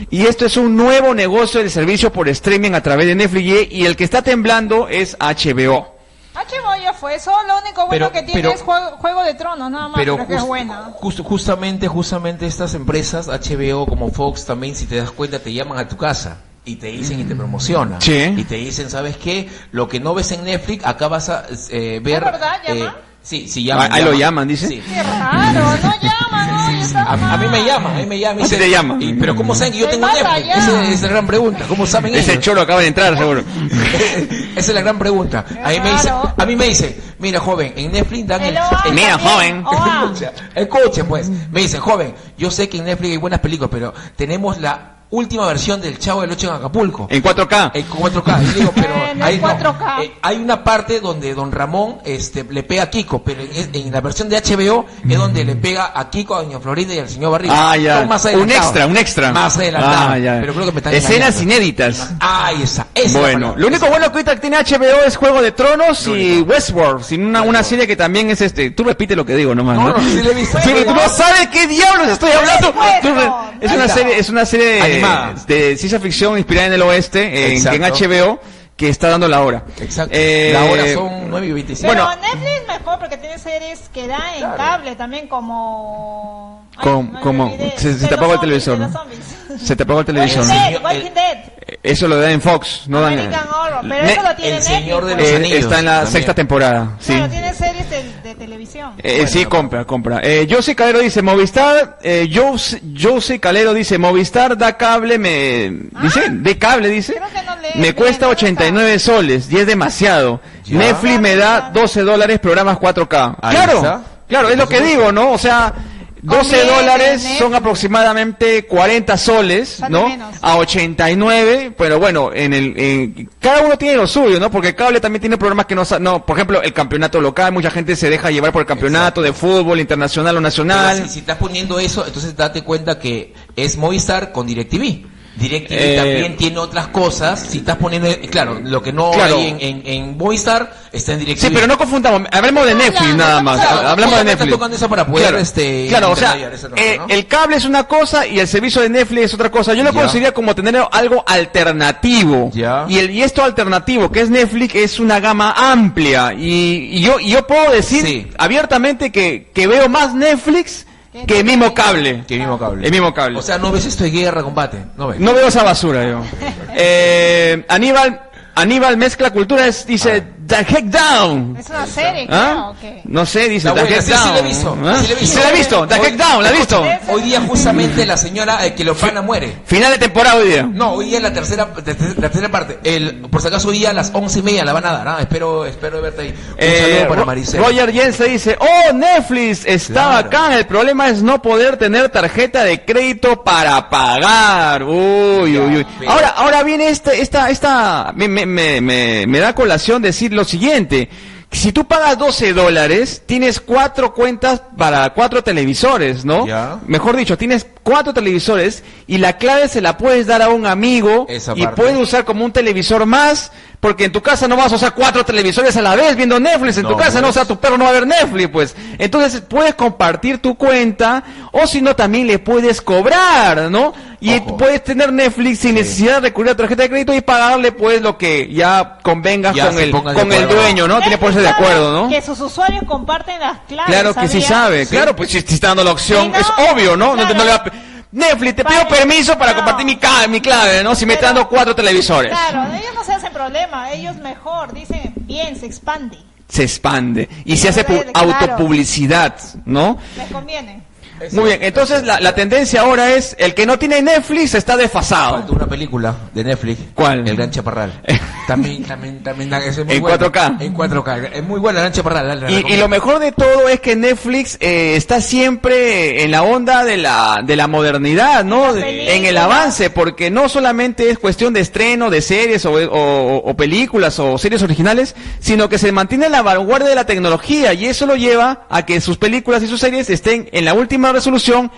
[SPEAKER 1] Y esto es un nuevo negocio del servicio por streaming a través de Netflix. Y y el que está temblando es HBO.
[SPEAKER 3] HBO ya fue, solo lo único bueno
[SPEAKER 2] Pero-
[SPEAKER 3] que tiene
[SPEAKER 2] pero-
[SPEAKER 3] es juego, Juego de Tronos, nada más, pero,
[SPEAKER 2] pero
[SPEAKER 3] es que es
[SPEAKER 2] jus-
[SPEAKER 3] buena.
[SPEAKER 2] justo- justamente justamente estas empresas HBO como Fox también si te das cuenta te llaman a tu casa y te dicen y te promocionan
[SPEAKER 1] Sí.
[SPEAKER 2] y te dicen sabes qué lo que no ves en Netflix acá vas a eh, ver
[SPEAKER 3] verdad? ¿Llaman?
[SPEAKER 2] sí sí llaman,
[SPEAKER 1] Ah, ahí lo llaman, dice.
[SPEAKER 2] Sí.
[SPEAKER 3] Qué raro, no llaman, oye, está
[SPEAKER 2] A, a mí me
[SPEAKER 3] mal.
[SPEAKER 2] llaman, a mí me llaman. y
[SPEAKER 1] Ah, sí
[SPEAKER 2] dicen,
[SPEAKER 1] te llaman.
[SPEAKER 2] y- pero ¿cómo saben que yo
[SPEAKER 3] Del
[SPEAKER 2] tengo
[SPEAKER 3] más
[SPEAKER 2] Netflix?
[SPEAKER 3] allá.
[SPEAKER 2] Esa es la gran pregunta. ¿Cómo saben
[SPEAKER 1] Ese
[SPEAKER 2] ellos?
[SPEAKER 1] cholo acaba de entrar, seguro.
[SPEAKER 2] <laughs> Esa es la gran pregunta. A mí, me dice,
[SPEAKER 3] Claro.
[SPEAKER 2] a mí me dice, mira joven, en Netflix dan el-
[SPEAKER 3] El OA
[SPEAKER 2] <laughs> el-
[SPEAKER 1] Mira,
[SPEAKER 3] también,
[SPEAKER 1] joven. <laughs>
[SPEAKER 3] OA.
[SPEAKER 2] Escucha, escucha pues. Me dice, joven, yo sé que en Netflix hay buenas películas, pero tenemos la última versión del Chavo del 8 en Acapulco.
[SPEAKER 1] En 4K.
[SPEAKER 2] En 4K. Y le digo, pero
[SPEAKER 3] Bueno,
[SPEAKER 2] ahí no.
[SPEAKER 3] 4K.
[SPEAKER 2] Eh, hay una parte donde Don Ramón este, le pega a Kiko, pero en, en la versión de HBO es donde le pega a Kiko, a Doña Florinda y al señor Barriga.
[SPEAKER 1] Mm. Ah, ya.
[SPEAKER 2] Son más
[SPEAKER 1] Un
[SPEAKER 2] adelantados.
[SPEAKER 1] extra, un extra.
[SPEAKER 2] Más adelantado.
[SPEAKER 1] Ah, ya.
[SPEAKER 2] Pero creo que me están
[SPEAKER 1] Escenas
[SPEAKER 2] engañando.
[SPEAKER 1] inéditas.
[SPEAKER 2] Ay, esa, esa es la
[SPEAKER 1] Bueno,
[SPEAKER 2] palabra,
[SPEAKER 1] lo único
[SPEAKER 2] esa.
[SPEAKER 1] bueno que ahorita tiene HBO es Juego de Tronos
[SPEAKER 2] Lo
[SPEAKER 1] y Westworld, sin una, una
[SPEAKER 2] Westworld.
[SPEAKER 1] serie que también es este. Tú repite lo que digo nomás, ¿no?
[SPEAKER 2] No, no, sí la he visto.
[SPEAKER 1] Pero <laughs> tú no sabes qué diablos estoy hablando.
[SPEAKER 3] Westworld.
[SPEAKER 1] Tú re- Es una serie, es una serie eh,
[SPEAKER 2] Animada.
[SPEAKER 1] de ciencia ficción inspirada en el oeste, en, que en
[SPEAKER 2] Exacto.
[SPEAKER 1] HBO, que está dando la hora.
[SPEAKER 2] Exacto.
[SPEAKER 1] Eh,
[SPEAKER 2] la hora son 9 y 25.
[SPEAKER 3] Pero
[SPEAKER 1] Bueno.
[SPEAKER 3] Netflix mejor porque tiene series que da en
[SPEAKER 2] Claro.
[SPEAKER 3] cable también como... Ay,
[SPEAKER 1] Com-
[SPEAKER 3] me
[SPEAKER 1] como-
[SPEAKER 3] olvidé.
[SPEAKER 1] se- se
[SPEAKER 3] De
[SPEAKER 1] te apagó el
[SPEAKER 3] los zombies,
[SPEAKER 1] televisor,
[SPEAKER 3] de los
[SPEAKER 1] ¿no?
[SPEAKER 3] zombies.
[SPEAKER 1] Se te apagó el televisor.
[SPEAKER 3] Walking
[SPEAKER 2] ¿no?
[SPEAKER 3] Dead, Walking Dead.
[SPEAKER 1] Eso lo dan en Fox, no dan.
[SPEAKER 3] American Horror, pero
[SPEAKER 1] Ne-
[SPEAKER 3] eso lo tiene
[SPEAKER 2] El Señor de
[SPEAKER 3] Netflix.
[SPEAKER 2] los
[SPEAKER 3] pues.
[SPEAKER 1] eh,
[SPEAKER 2] Anillos
[SPEAKER 1] está en la
[SPEAKER 2] también.
[SPEAKER 1] sexta temporada. Sí.
[SPEAKER 3] Claro, tiene series de, de televisión.
[SPEAKER 1] Eh, sí, compra, compra. Eh, José Calero dice, Movistar, eh, Jose, Jose Calero dice, Movistar da cable, me, dice, de cable, dice,
[SPEAKER 3] Ah, Creo que no lees
[SPEAKER 1] me
[SPEAKER 3] bien,
[SPEAKER 1] cuesta
[SPEAKER 3] ¿dónde
[SPEAKER 1] 89 soles y es demasiado.
[SPEAKER 2] Ya.
[SPEAKER 1] Netflix me da 12 dólares, programas 4K.
[SPEAKER 2] Ahí
[SPEAKER 1] claro,
[SPEAKER 2] está.
[SPEAKER 1] claro, es lo que digo, ¿no? O sea, 12
[SPEAKER 3] Conviene,
[SPEAKER 1] dólares son
[SPEAKER 3] Netflix.
[SPEAKER 1] aproximadamente 40 soles,
[SPEAKER 3] Sale
[SPEAKER 1] ¿no?
[SPEAKER 3] menos.
[SPEAKER 1] A 89, pero bueno, en el, en- cada uno tiene lo suyo, ¿no? Porque cable también tiene programas que no, sa- no, por ejemplo, el campeonato local, mucha gente se deja llevar por el campeonato de fútbol internacional o nacional.
[SPEAKER 2] Pero Si, si estás poniendo eso, entonces date cuenta que es Movistar con DirecTV. DirecTV
[SPEAKER 1] Eh,
[SPEAKER 2] también tiene otras cosas. Si estás poniendo, eh, claro, lo que no
[SPEAKER 1] Claro.
[SPEAKER 2] hay en, en, en Movistar está en DirecTV.
[SPEAKER 1] Sí, pero no confundamos, hablemos de Netflix
[SPEAKER 4] Claro,
[SPEAKER 1] nada
[SPEAKER 4] no
[SPEAKER 1] más,
[SPEAKER 4] confundamos.
[SPEAKER 1] hablemos de
[SPEAKER 2] Justamente
[SPEAKER 1] Netflix.
[SPEAKER 2] tocando eso para poder,
[SPEAKER 1] claro,
[SPEAKER 2] este,
[SPEAKER 1] claro, o sea,
[SPEAKER 2] intermediar esa cosa,
[SPEAKER 1] eh,
[SPEAKER 2] ¿no?
[SPEAKER 1] el cable es una cosa y el servicio de Netflix es otra cosa. Yo lo
[SPEAKER 2] Ya.
[SPEAKER 1] considero como tener algo alternativo.
[SPEAKER 2] Ya.
[SPEAKER 1] Y el y esto alternativo que es Netflix es una gama amplia y, y yo y yo puedo decir
[SPEAKER 2] Sí.
[SPEAKER 1] abiertamente que, que veo más Netflix
[SPEAKER 3] Que
[SPEAKER 1] que el mismo cable.
[SPEAKER 2] Que mismo cable.
[SPEAKER 1] El mismo cable.
[SPEAKER 2] O sea, no ves esto de guerra, combate. No ves.
[SPEAKER 1] No veo esa basura
[SPEAKER 2] <laughs>
[SPEAKER 1] yo. Eh, Aníbal Aníbal mezcla culturas dice
[SPEAKER 2] Ah.
[SPEAKER 1] The Heck Down.
[SPEAKER 3] Es una serie,
[SPEAKER 1] ¿Ah?
[SPEAKER 3] claro, que...
[SPEAKER 1] No sé, dice
[SPEAKER 2] La
[SPEAKER 1] The
[SPEAKER 2] buena,
[SPEAKER 1] Heck
[SPEAKER 2] sí, sí
[SPEAKER 1] Down.
[SPEAKER 2] la he visto,
[SPEAKER 1] ¿Ah?
[SPEAKER 2] sí la he visto.
[SPEAKER 1] Sí la he visto, The
[SPEAKER 2] Hoy-
[SPEAKER 1] Heck Down, la he visto.
[SPEAKER 2] Hoy día justamente la señora eh, que lo pana muere.
[SPEAKER 1] Final de temporada hoy día.
[SPEAKER 2] No, hoy día es la tercera, te- te- la tercera parte. El, por si acaso hoy día a las once y media la van a dar. ¿ah? Espero, espero verte ahí. Un
[SPEAKER 1] Eh,
[SPEAKER 2] saludo para
[SPEAKER 1] Ro-
[SPEAKER 2] Maricela.
[SPEAKER 1] Roger Jensen dice, oh, Netflix está
[SPEAKER 2] Claro.
[SPEAKER 1] bacán, el problema es no poder tener tarjeta de crédito para pagar. Uy, uy, uy.
[SPEAKER 2] pero-
[SPEAKER 1] Ahora, ahora viene esta, esta, esta, me, me, me, me, me da colación decir lo siguiente. que Si tú pagas 12 dólares, tienes cuatro cuentas para cuatro televisores, ¿no?
[SPEAKER 2] Ya.
[SPEAKER 1] Mejor dicho, tienes cuatro televisores y la clave se la puedes dar a un amigo
[SPEAKER 2] Esa
[SPEAKER 1] y
[SPEAKER 2] parte.
[SPEAKER 1] puedes usar como un televisor más, porque en tu casa no vas a usar cuatro televisores a la vez viendo Netflix en
[SPEAKER 2] No,
[SPEAKER 1] tu casa, no, o
[SPEAKER 2] pues.
[SPEAKER 1] sea, tu perro no va a ver Netflix, pues. Entonces puedes compartir tu cuenta, o si no, también le puedes cobrar, ¿no? Y
[SPEAKER 2] Ojo.
[SPEAKER 1] puedes tener Netflix sin necesidad de recurrir a tarjeta de crédito y pagarle, pues, lo que ya convengas
[SPEAKER 2] Ya
[SPEAKER 1] con,
[SPEAKER 2] se
[SPEAKER 1] el,
[SPEAKER 2] pongan de
[SPEAKER 1] con el
[SPEAKER 2] acuerdo.
[SPEAKER 1] dueño, ¿no? Tiene que
[SPEAKER 3] Netflix
[SPEAKER 1] ponerse de
[SPEAKER 3] sabe
[SPEAKER 1] acuerdo, ¿no?
[SPEAKER 3] Que sus usuarios comparten las claves.
[SPEAKER 1] Claro que sí
[SPEAKER 3] ¿sabías?
[SPEAKER 1] sabe,
[SPEAKER 2] Sí.
[SPEAKER 1] claro, pues si si está dando la opción,
[SPEAKER 3] Sí, no,
[SPEAKER 1] es obvio, ¿no? No te-
[SPEAKER 3] claro.
[SPEAKER 1] no le va a pe- Netflix, te pido
[SPEAKER 3] Vale.
[SPEAKER 1] permiso para
[SPEAKER 3] No.
[SPEAKER 1] compartir mi, ca- mi clave, ¿no? Si me está
[SPEAKER 3] Pero-
[SPEAKER 1] dando cuatro televisores.
[SPEAKER 3] Claro, ellos no se hacen problema, ellos mejor, dicen, bien, se expande,
[SPEAKER 1] Se expande y se hace pu-
[SPEAKER 3] Claro.
[SPEAKER 1] autopublicidad, ¿no?
[SPEAKER 3] les conviene.
[SPEAKER 1] Muy bien, entonces la, la tendencia ahora es, el que no tiene Netflix está
[SPEAKER 2] Falta
[SPEAKER 1] desfasado.
[SPEAKER 2] una película Ah, de Netflix.
[SPEAKER 1] Ah. ¿Cuál?
[SPEAKER 2] El Gran
[SPEAKER 1] <laughs>
[SPEAKER 2] Chaparral. también, también, también. eso Es muy
[SPEAKER 1] En
[SPEAKER 2] buena.
[SPEAKER 1] 4K.
[SPEAKER 2] En 4K. Es muy buena el Gran Chaparral. la- la
[SPEAKER 1] Y, y
[SPEAKER 2] recomiendo.
[SPEAKER 1] lo mejor de todo es que Netflix eh, está siempre en la onda de la, de la modernidad, ¿no?
[SPEAKER 3] En las películas.
[SPEAKER 1] En el avance, porque no solamente es cuestión de estreno de series o, o- o películas o series originales, sino que se mantiene en la vanguardia de la tecnología y eso lo lleva a que sus películas y sus series estén en la última resolución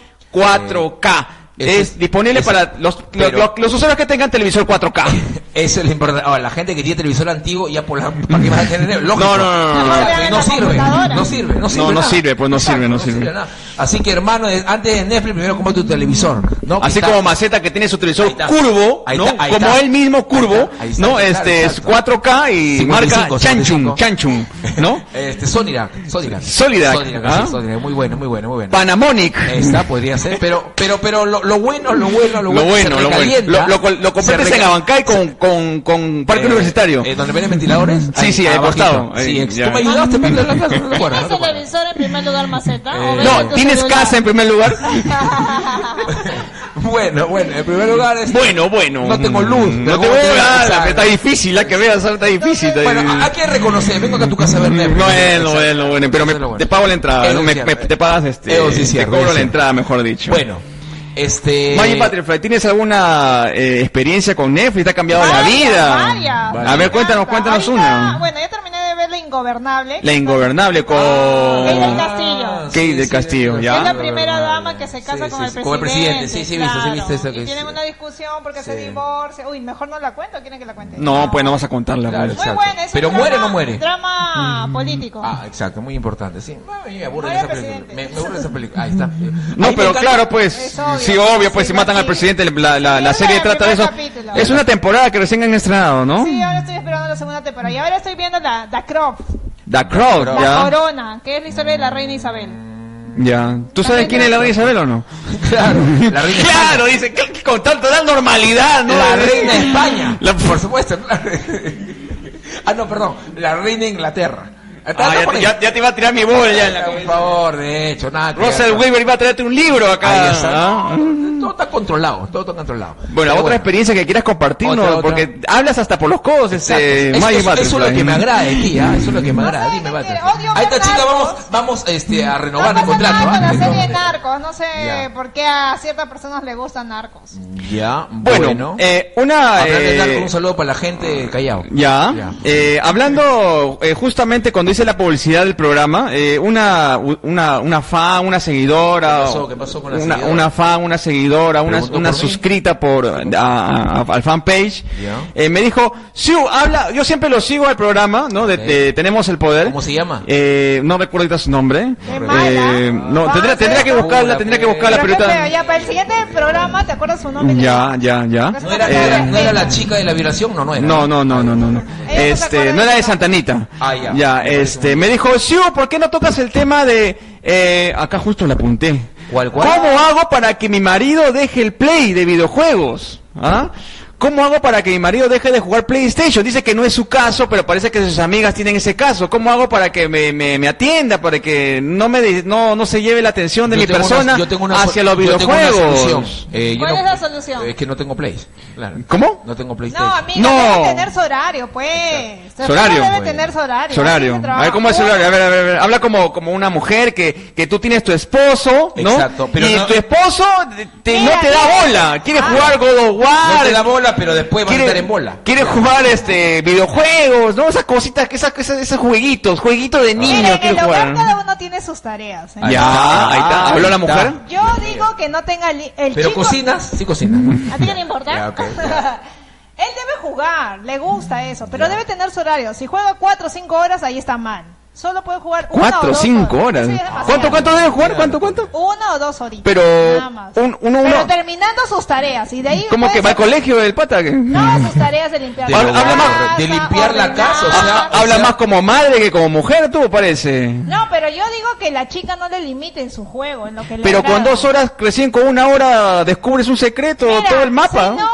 [SPEAKER 1] 4K.
[SPEAKER 2] Eh,
[SPEAKER 1] es,
[SPEAKER 2] ese-
[SPEAKER 1] disponible
[SPEAKER 2] ese-
[SPEAKER 1] para los, los-
[SPEAKER 2] pero-
[SPEAKER 1] los- los usuarios que tengan televisor 4K.
[SPEAKER 2] <laughs> Eso es lo importante. Ahora, la gente que tiene televisor antiguo, ya por la. ¿Para qué vas a
[SPEAKER 1] <laughs>
[SPEAKER 2] tener? Lógico.
[SPEAKER 1] No, no, no, no,
[SPEAKER 3] no.
[SPEAKER 2] O sea, que
[SPEAKER 3] La
[SPEAKER 2] sirve.
[SPEAKER 3] computadora.
[SPEAKER 2] No sirve. No sirve.
[SPEAKER 1] No, no
[SPEAKER 2] nada.
[SPEAKER 1] sirve, pues, no sirve, no sirve.
[SPEAKER 2] nada. Así que, hermano, eh, antes de Netflix, primero compra tu televisor. ¿no? Que
[SPEAKER 1] Así
[SPEAKER 2] está-
[SPEAKER 1] como Maceta que tiene su televisor
[SPEAKER 2] Ahí está.
[SPEAKER 1] curvo,
[SPEAKER 2] Ahí
[SPEAKER 1] ¿no?
[SPEAKER 2] está, ahí
[SPEAKER 1] como
[SPEAKER 2] está.
[SPEAKER 1] él mismo curvo,
[SPEAKER 2] Ahí está, ahí está,
[SPEAKER 1] ¿no?
[SPEAKER 2] claro,
[SPEAKER 1] este es
[SPEAKER 2] exacto.
[SPEAKER 1] 4K y
[SPEAKER 2] 55,
[SPEAKER 1] marca Chanchun,
[SPEAKER 2] 55.
[SPEAKER 1] Chanchun,
[SPEAKER 2] <laughs>
[SPEAKER 1] ¿no?
[SPEAKER 2] Este, Sonidac. Sonidac.
[SPEAKER 1] Sonidac, ¿ah?
[SPEAKER 2] sí, Sonidac. Muy bueno, muy bueno, muy bueno.
[SPEAKER 1] Panamonic.
[SPEAKER 2] Esta podría ser, pero, pero, pero lo, lo bueno, lo bueno, Eh, lo
[SPEAKER 1] Lo
[SPEAKER 2] bueno. se
[SPEAKER 1] bueno, lo bueno.
[SPEAKER 2] recalienta,
[SPEAKER 1] Lo, lo, lo compraste
[SPEAKER 2] se reca-
[SPEAKER 1] en Abancay con, con, con Parque
[SPEAKER 2] Eh,
[SPEAKER 1] Universitario.
[SPEAKER 2] eh, ¿Donde venden ventiladores?
[SPEAKER 1] Sí, sí, ahí
[SPEAKER 2] abajito.
[SPEAKER 1] costado.
[SPEAKER 2] Sí,
[SPEAKER 1] Ahí,
[SPEAKER 2] ex-
[SPEAKER 1] ya.
[SPEAKER 2] tú me ayudaste pero en la clase, no te acuerdas,
[SPEAKER 4] ¿Tienes
[SPEAKER 2] no te acuerdas.
[SPEAKER 4] televisor en primer lugar, Maceta?
[SPEAKER 2] Eh,
[SPEAKER 4] ¿O ves en
[SPEAKER 1] no,
[SPEAKER 4] tu
[SPEAKER 1] tienes
[SPEAKER 4] celular?
[SPEAKER 1] casa en primer
[SPEAKER 2] <laughs>
[SPEAKER 1] lugar.
[SPEAKER 2] Bueno, bueno, en primer lugar este, es...
[SPEAKER 1] Bueno, bueno. Mm,
[SPEAKER 2] No tengo luz,
[SPEAKER 1] No
[SPEAKER 2] pero
[SPEAKER 1] te
[SPEAKER 2] ¿cómo
[SPEAKER 1] voy
[SPEAKER 2] te voy a
[SPEAKER 1] a dar.
[SPEAKER 2] usar?
[SPEAKER 1] Está difícil, la que veas, está difícil. está
[SPEAKER 2] Bueno, ah,
[SPEAKER 1] difícil.
[SPEAKER 2] a- hay que reconocer, vengo acá a tu casa a ver Netflix.
[SPEAKER 1] No es lo bueno, bueno, pero me,
[SPEAKER 2] Eso es lo bueno.
[SPEAKER 1] te pago la entrada,
[SPEAKER 2] Eso
[SPEAKER 1] ¿no?
[SPEAKER 2] es
[SPEAKER 1] Me-
[SPEAKER 2] cierto.
[SPEAKER 1] me- te pagas este,
[SPEAKER 2] Eso sí
[SPEAKER 1] te
[SPEAKER 2] es cierto,
[SPEAKER 1] cobro
[SPEAKER 2] eso
[SPEAKER 1] la
[SPEAKER 2] es
[SPEAKER 1] entrada, mejor dicho.
[SPEAKER 2] Bueno, este...
[SPEAKER 1] Magic Butterfly, ¿tienes alguna eh, experiencia con Netflix? ¿Te ha cambiado la
[SPEAKER 3] Varias,
[SPEAKER 1] vida?
[SPEAKER 3] varias.
[SPEAKER 1] A ver, cuéntanos,
[SPEAKER 3] Encanta.
[SPEAKER 1] cuéntanos
[SPEAKER 3] Ahorita,
[SPEAKER 1] una.
[SPEAKER 3] Bueno, yo terminé de ver La Ingobernable.
[SPEAKER 1] La ingobernable con...
[SPEAKER 2] Ah,
[SPEAKER 3] Kate del Castillo.
[SPEAKER 1] Kate del Castillo, ¿ya?
[SPEAKER 3] Es la primera dama que se casa
[SPEAKER 2] Sí,
[SPEAKER 3] con,
[SPEAKER 2] sí,
[SPEAKER 3] el
[SPEAKER 2] sí,
[SPEAKER 3] presidente,
[SPEAKER 2] con el presidente, sí, sí, he visto, sí, he
[SPEAKER 3] claro.
[SPEAKER 2] visto eso que
[SPEAKER 3] Y tienen
[SPEAKER 2] dice.
[SPEAKER 3] una discusión porque se
[SPEAKER 2] Sí.
[SPEAKER 3] divorcian. Uy, mejor no la cuento, ¿quieren que la cuente?
[SPEAKER 1] No, pues no vas a contarla.
[SPEAKER 2] Claro,
[SPEAKER 1] pues.
[SPEAKER 3] Muy
[SPEAKER 2] Exacto.
[SPEAKER 3] buena, es un
[SPEAKER 2] Pero
[SPEAKER 3] drama-
[SPEAKER 2] muere o no muere.
[SPEAKER 1] Mm.
[SPEAKER 3] Drama político.
[SPEAKER 2] Ah, exacto, muy importante, sí. No, Me aburro de
[SPEAKER 3] Vaya
[SPEAKER 2] esa película.
[SPEAKER 3] presidente.
[SPEAKER 2] Me, me aburro de esa película. Ahí está.
[SPEAKER 1] No,
[SPEAKER 2] Ahí me
[SPEAKER 1] pero
[SPEAKER 2] encanta-
[SPEAKER 1] claro, pues,
[SPEAKER 3] Es obvio,
[SPEAKER 1] sí, obvio, pues
[SPEAKER 3] sí,
[SPEAKER 1] si matan al
[SPEAKER 3] sí.
[SPEAKER 1] presidente, la, la, la
[SPEAKER 3] Sí,
[SPEAKER 1] serie
[SPEAKER 3] el
[SPEAKER 1] trata de eso.
[SPEAKER 3] primer capítulo.
[SPEAKER 1] Es una temporada que recién han estrenado, ¿no?
[SPEAKER 3] Sí, ahora estoy esperando la segunda temporada. Y ahora estoy viendo la, la Crop,
[SPEAKER 1] The Crown,
[SPEAKER 2] La
[SPEAKER 3] la
[SPEAKER 1] ya.
[SPEAKER 3] Corona, que es la historia de la reina Isabel.
[SPEAKER 1] Ya. ¿Tú sabes quién es la reina Isabel o no?
[SPEAKER 2] Claro, la reina de
[SPEAKER 1] Claro, dice, que- que con tanta tal normalidad, ¿no?
[SPEAKER 2] España. La reina de España.
[SPEAKER 1] La-
[SPEAKER 2] Por supuesto. claro. <laughs> Ah, no, perdón. La reina de Inglaterra. Está-
[SPEAKER 1] Ah,
[SPEAKER 2] está
[SPEAKER 1] ya,
[SPEAKER 2] por
[SPEAKER 1] te-
[SPEAKER 2] ahí.
[SPEAKER 1] ya- ya te iba a tirar mi bola ya en la
[SPEAKER 2] Por
[SPEAKER 1] cabeza.
[SPEAKER 2] favor, de hecho, nada. que
[SPEAKER 1] Russell
[SPEAKER 2] ver.
[SPEAKER 1] Weaver iba a traerte un libro acá.
[SPEAKER 2] Ahí está.
[SPEAKER 1] ¿ah?
[SPEAKER 2] No, Todo está controlado, todo está controlado.
[SPEAKER 1] Bueno, otra experiencia que quieras compartirnos,
[SPEAKER 2] Otra, otra.
[SPEAKER 1] porque hablas hasta por los codos, este,
[SPEAKER 2] Exacto. Eso,
[SPEAKER 1] Magic
[SPEAKER 2] eso- eso es lo
[SPEAKER 1] Butterfly.
[SPEAKER 2] que me agrada de ti, ¿ah? eso es lo que me agrada.
[SPEAKER 3] ¿sabes
[SPEAKER 2] Dime,
[SPEAKER 3] qué?
[SPEAKER 2] Walter.
[SPEAKER 3] Odio
[SPEAKER 2] Ahí está,
[SPEAKER 3] ver
[SPEAKER 2] chica,
[SPEAKER 3] narcos.
[SPEAKER 2] vamos, vamos este, a
[SPEAKER 3] No
[SPEAKER 2] renovar el
[SPEAKER 3] pasa
[SPEAKER 2] contrato.
[SPEAKER 3] nada con
[SPEAKER 2] ¿ah?
[SPEAKER 3] la serie de
[SPEAKER 2] Entonces,
[SPEAKER 3] Narcos. No sé
[SPEAKER 2] Ya.
[SPEAKER 3] por qué a ciertas personas les gustan Narcos.
[SPEAKER 2] Ya,
[SPEAKER 1] Bueno,
[SPEAKER 2] bueno.
[SPEAKER 1] eh, una...
[SPEAKER 2] Hablando de
[SPEAKER 1] eh,
[SPEAKER 2] narco, un saludo para la gente de Callao.
[SPEAKER 1] Ya.
[SPEAKER 2] Ya.
[SPEAKER 1] Eh, hablando eh, justamente cuando hice la publicidad del programa, eh, una, u- una, una fan, una seguidora,
[SPEAKER 2] ¿Qué pasó? ¿Qué pasó con la
[SPEAKER 1] una,
[SPEAKER 2] seguidora?
[SPEAKER 1] una fan, una seguidora, una,
[SPEAKER 2] Preguntó
[SPEAKER 1] una
[SPEAKER 2] por mí.
[SPEAKER 1] suscrita por a- a- a- al fanpage,
[SPEAKER 2] Ya.
[SPEAKER 1] eh, me dijo, Siu, habla, yo siempre lo sigo al programa, ¿no? De,
[SPEAKER 2] Ok.
[SPEAKER 1] de- tenemos el poder.
[SPEAKER 2] ¿Cómo se llama?
[SPEAKER 1] Eh, no recuerdo ahorita su nombre.
[SPEAKER 3] Qué mala.
[SPEAKER 1] Eh, no,
[SPEAKER 3] Ah,
[SPEAKER 1] tendría, tendría que
[SPEAKER 3] sí.
[SPEAKER 1] buscarla, tendría que buscarla, pero
[SPEAKER 2] pues.
[SPEAKER 3] Pero qué feo,
[SPEAKER 1] ahorita-
[SPEAKER 3] ya para el siguiente programa, ¿te acuerdas su nombre?
[SPEAKER 1] Ya, ya, ya.
[SPEAKER 2] ¿No era,
[SPEAKER 1] Eh,
[SPEAKER 2] la, no era la chica de la violación? No, no era.
[SPEAKER 1] No, no, no, no, no, no.
[SPEAKER 3] Ella se
[SPEAKER 1] Este,
[SPEAKER 3] acuerda
[SPEAKER 1] no era
[SPEAKER 3] de
[SPEAKER 1] de
[SPEAKER 3] eso.
[SPEAKER 1] Santanita.
[SPEAKER 2] Ah, ya. Me parece
[SPEAKER 1] este,
[SPEAKER 2] muy
[SPEAKER 1] me dijo, Siu, ¿por qué no tocas el tema de, eh, acá justo la apunté.
[SPEAKER 2] ¿Cuál, cuál?
[SPEAKER 1] ¿Cómo hago para que mi marido deje el play de videojuegos? ¿Ah? ¿Cómo hago para que mi marido deje de jugar PlayStation? Dice que no es su caso, pero parece que sus amigas tienen ese caso. ¿Cómo hago para que me, me- me atienda, para que no me de- no, no se lleve la atención de
[SPEAKER 2] Yo
[SPEAKER 1] mi
[SPEAKER 2] tengo una-
[SPEAKER 1] persona
[SPEAKER 2] yo tengo una sol-
[SPEAKER 1] hacia los
[SPEAKER 2] yo tengo una solución.
[SPEAKER 1] videojuegos?
[SPEAKER 2] Eh, yo
[SPEAKER 3] ¿Cuál
[SPEAKER 2] no-
[SPEAKER 3] es la solución?
[SPEAKER 2] Es que no tengo Play. Claro.
[SPEAKER 1] ¿Cómo?
[SPEAKER 2] No tengo PlayStation.
[SPEAKER 3] No, amiga,
[SPEAKER 1] No.
[SPEAKER 3] debe tener su horario, pues.
[SPEAKER 1] Su horario.
[SPEAKER 3] Debe
[SPEAKER 1] Bueno.
[SPEAKER 3] tener su horario.
[SPEAKER 1] Su horario.
[SPEAKER 3] Así se
[SPEAKER 1] A ver, ¿cómo es su horario?
[SPEAKER 3] trabaja.
[SPEAKER 1] A ver, a ver, a ver. Habla como, como una mujer que, que tú tienes tu esposo, ¿no?
[SPEAKER 2] Exacto, pero
[SPEAKER 1] y
[SPEAKER 2] no-
[SPEAKER 1] tu esposo te-
[SPEAKER 3] Mira,
[SPEAKER 1] no te da
[SPEAKER 3] mira.
[SPEAKER 1] bola. Quiere
[SPEAKER 3] Ah.
[SPEAKER 1] jugar God of War.
[SPEAKER 2] No te da bola, pero después van a estar en bola.
[SPEAKER 1] Quiere jugar este, videojuegos, ¿no? Esas cositas, esas, esas, esos jueguitos, jueguitos de niño
[SPEAKER 3] Mira, en
[SPEAKER 1] quiere
[SPEAKER 3] el hogar
[SPEAKER 1] jugar. Ah,
[SPEAKER 3] cada uno tiene sus tareas. ¿eh?
[SPEAKER 2] Ahí
[SPEAKER 1] Ya,
[SPEAKER 2] está.
[SPEAKER 1] ahí está. ¿Habló la
[SPEAKER 2] Ahí
[SPEAKER 1] mujer?
[SPEAKER 2] está.
[SPEAKER 3] Yo digo que no tenga li- el
[SPEAKER 2] Pero
[SPEAKER 3] chico-
[SPEAKER 2] cocinas, sí cocinas.
[SPEAKER 3] <laughs>
[SPEAKER 4] ¿A ti qué te importa?
[SPEAKER 2] Ya, ok,
[SPEAKER 3] Él debe jugar, le gusta eso, pero debe tener su horario. Si juega 4 o 5 horas, ahí está mal. Solo puede jugar 1
[SPEAKER 1] Cuatro,
[SPEAKER 3] o 5
[SPEAKER 1] cinco horas. ¿Cuánto, cuánto debe jugar? ¿Cuánto, cuánto?
[SPEAKER 3] Una o dos horitas.
[SPEAKER 1] Pero
[SPEAKER 3] nada más.
[SPEAKER 1] un- uno-
[SPEAKER 3] Pero
[SPEAKER 1] uno-
[SPEAKER 3] terminando sus tareas y de ahí.
[SPEAKER 1] ¿Cómo
[SPEAKER 3] puede
[SPEAKER 1] que va al
[SPEAKER 3] ser-
[SPEAKER 1] colegio el pata? que-
[SPEAKER 3] No, sus tareas de limpiar.
[SPEAKER 2] De
[SPEAKER 3] la
[SPEAKER 1] habla- habla más-
[SPEAKER 3] casa,
[SPEAKER 2] Mm. de limpiar la casa, o sea,
[SPEAKER 3] ordenar.
[SPEAKER 2] o
[SPEAKER 1] Ah, Habla
[SPEAKER 2] sea-
[SPEAKER 1] más como madre que como mujer, tú parece.
[SPEAKER 3] No, pero yo digo que la chica no le limite en su juego, en lo que le
[SPEAKER 1] Pero con
[SPEAKER 3] agrada.
[SPEAKER 1] dos horas, recién con una hora, descubres un secreto,
[SPEAKER 3] Mira,
[SPEAKER 1] todo el mapa.
[SPEAKER 3] Si no,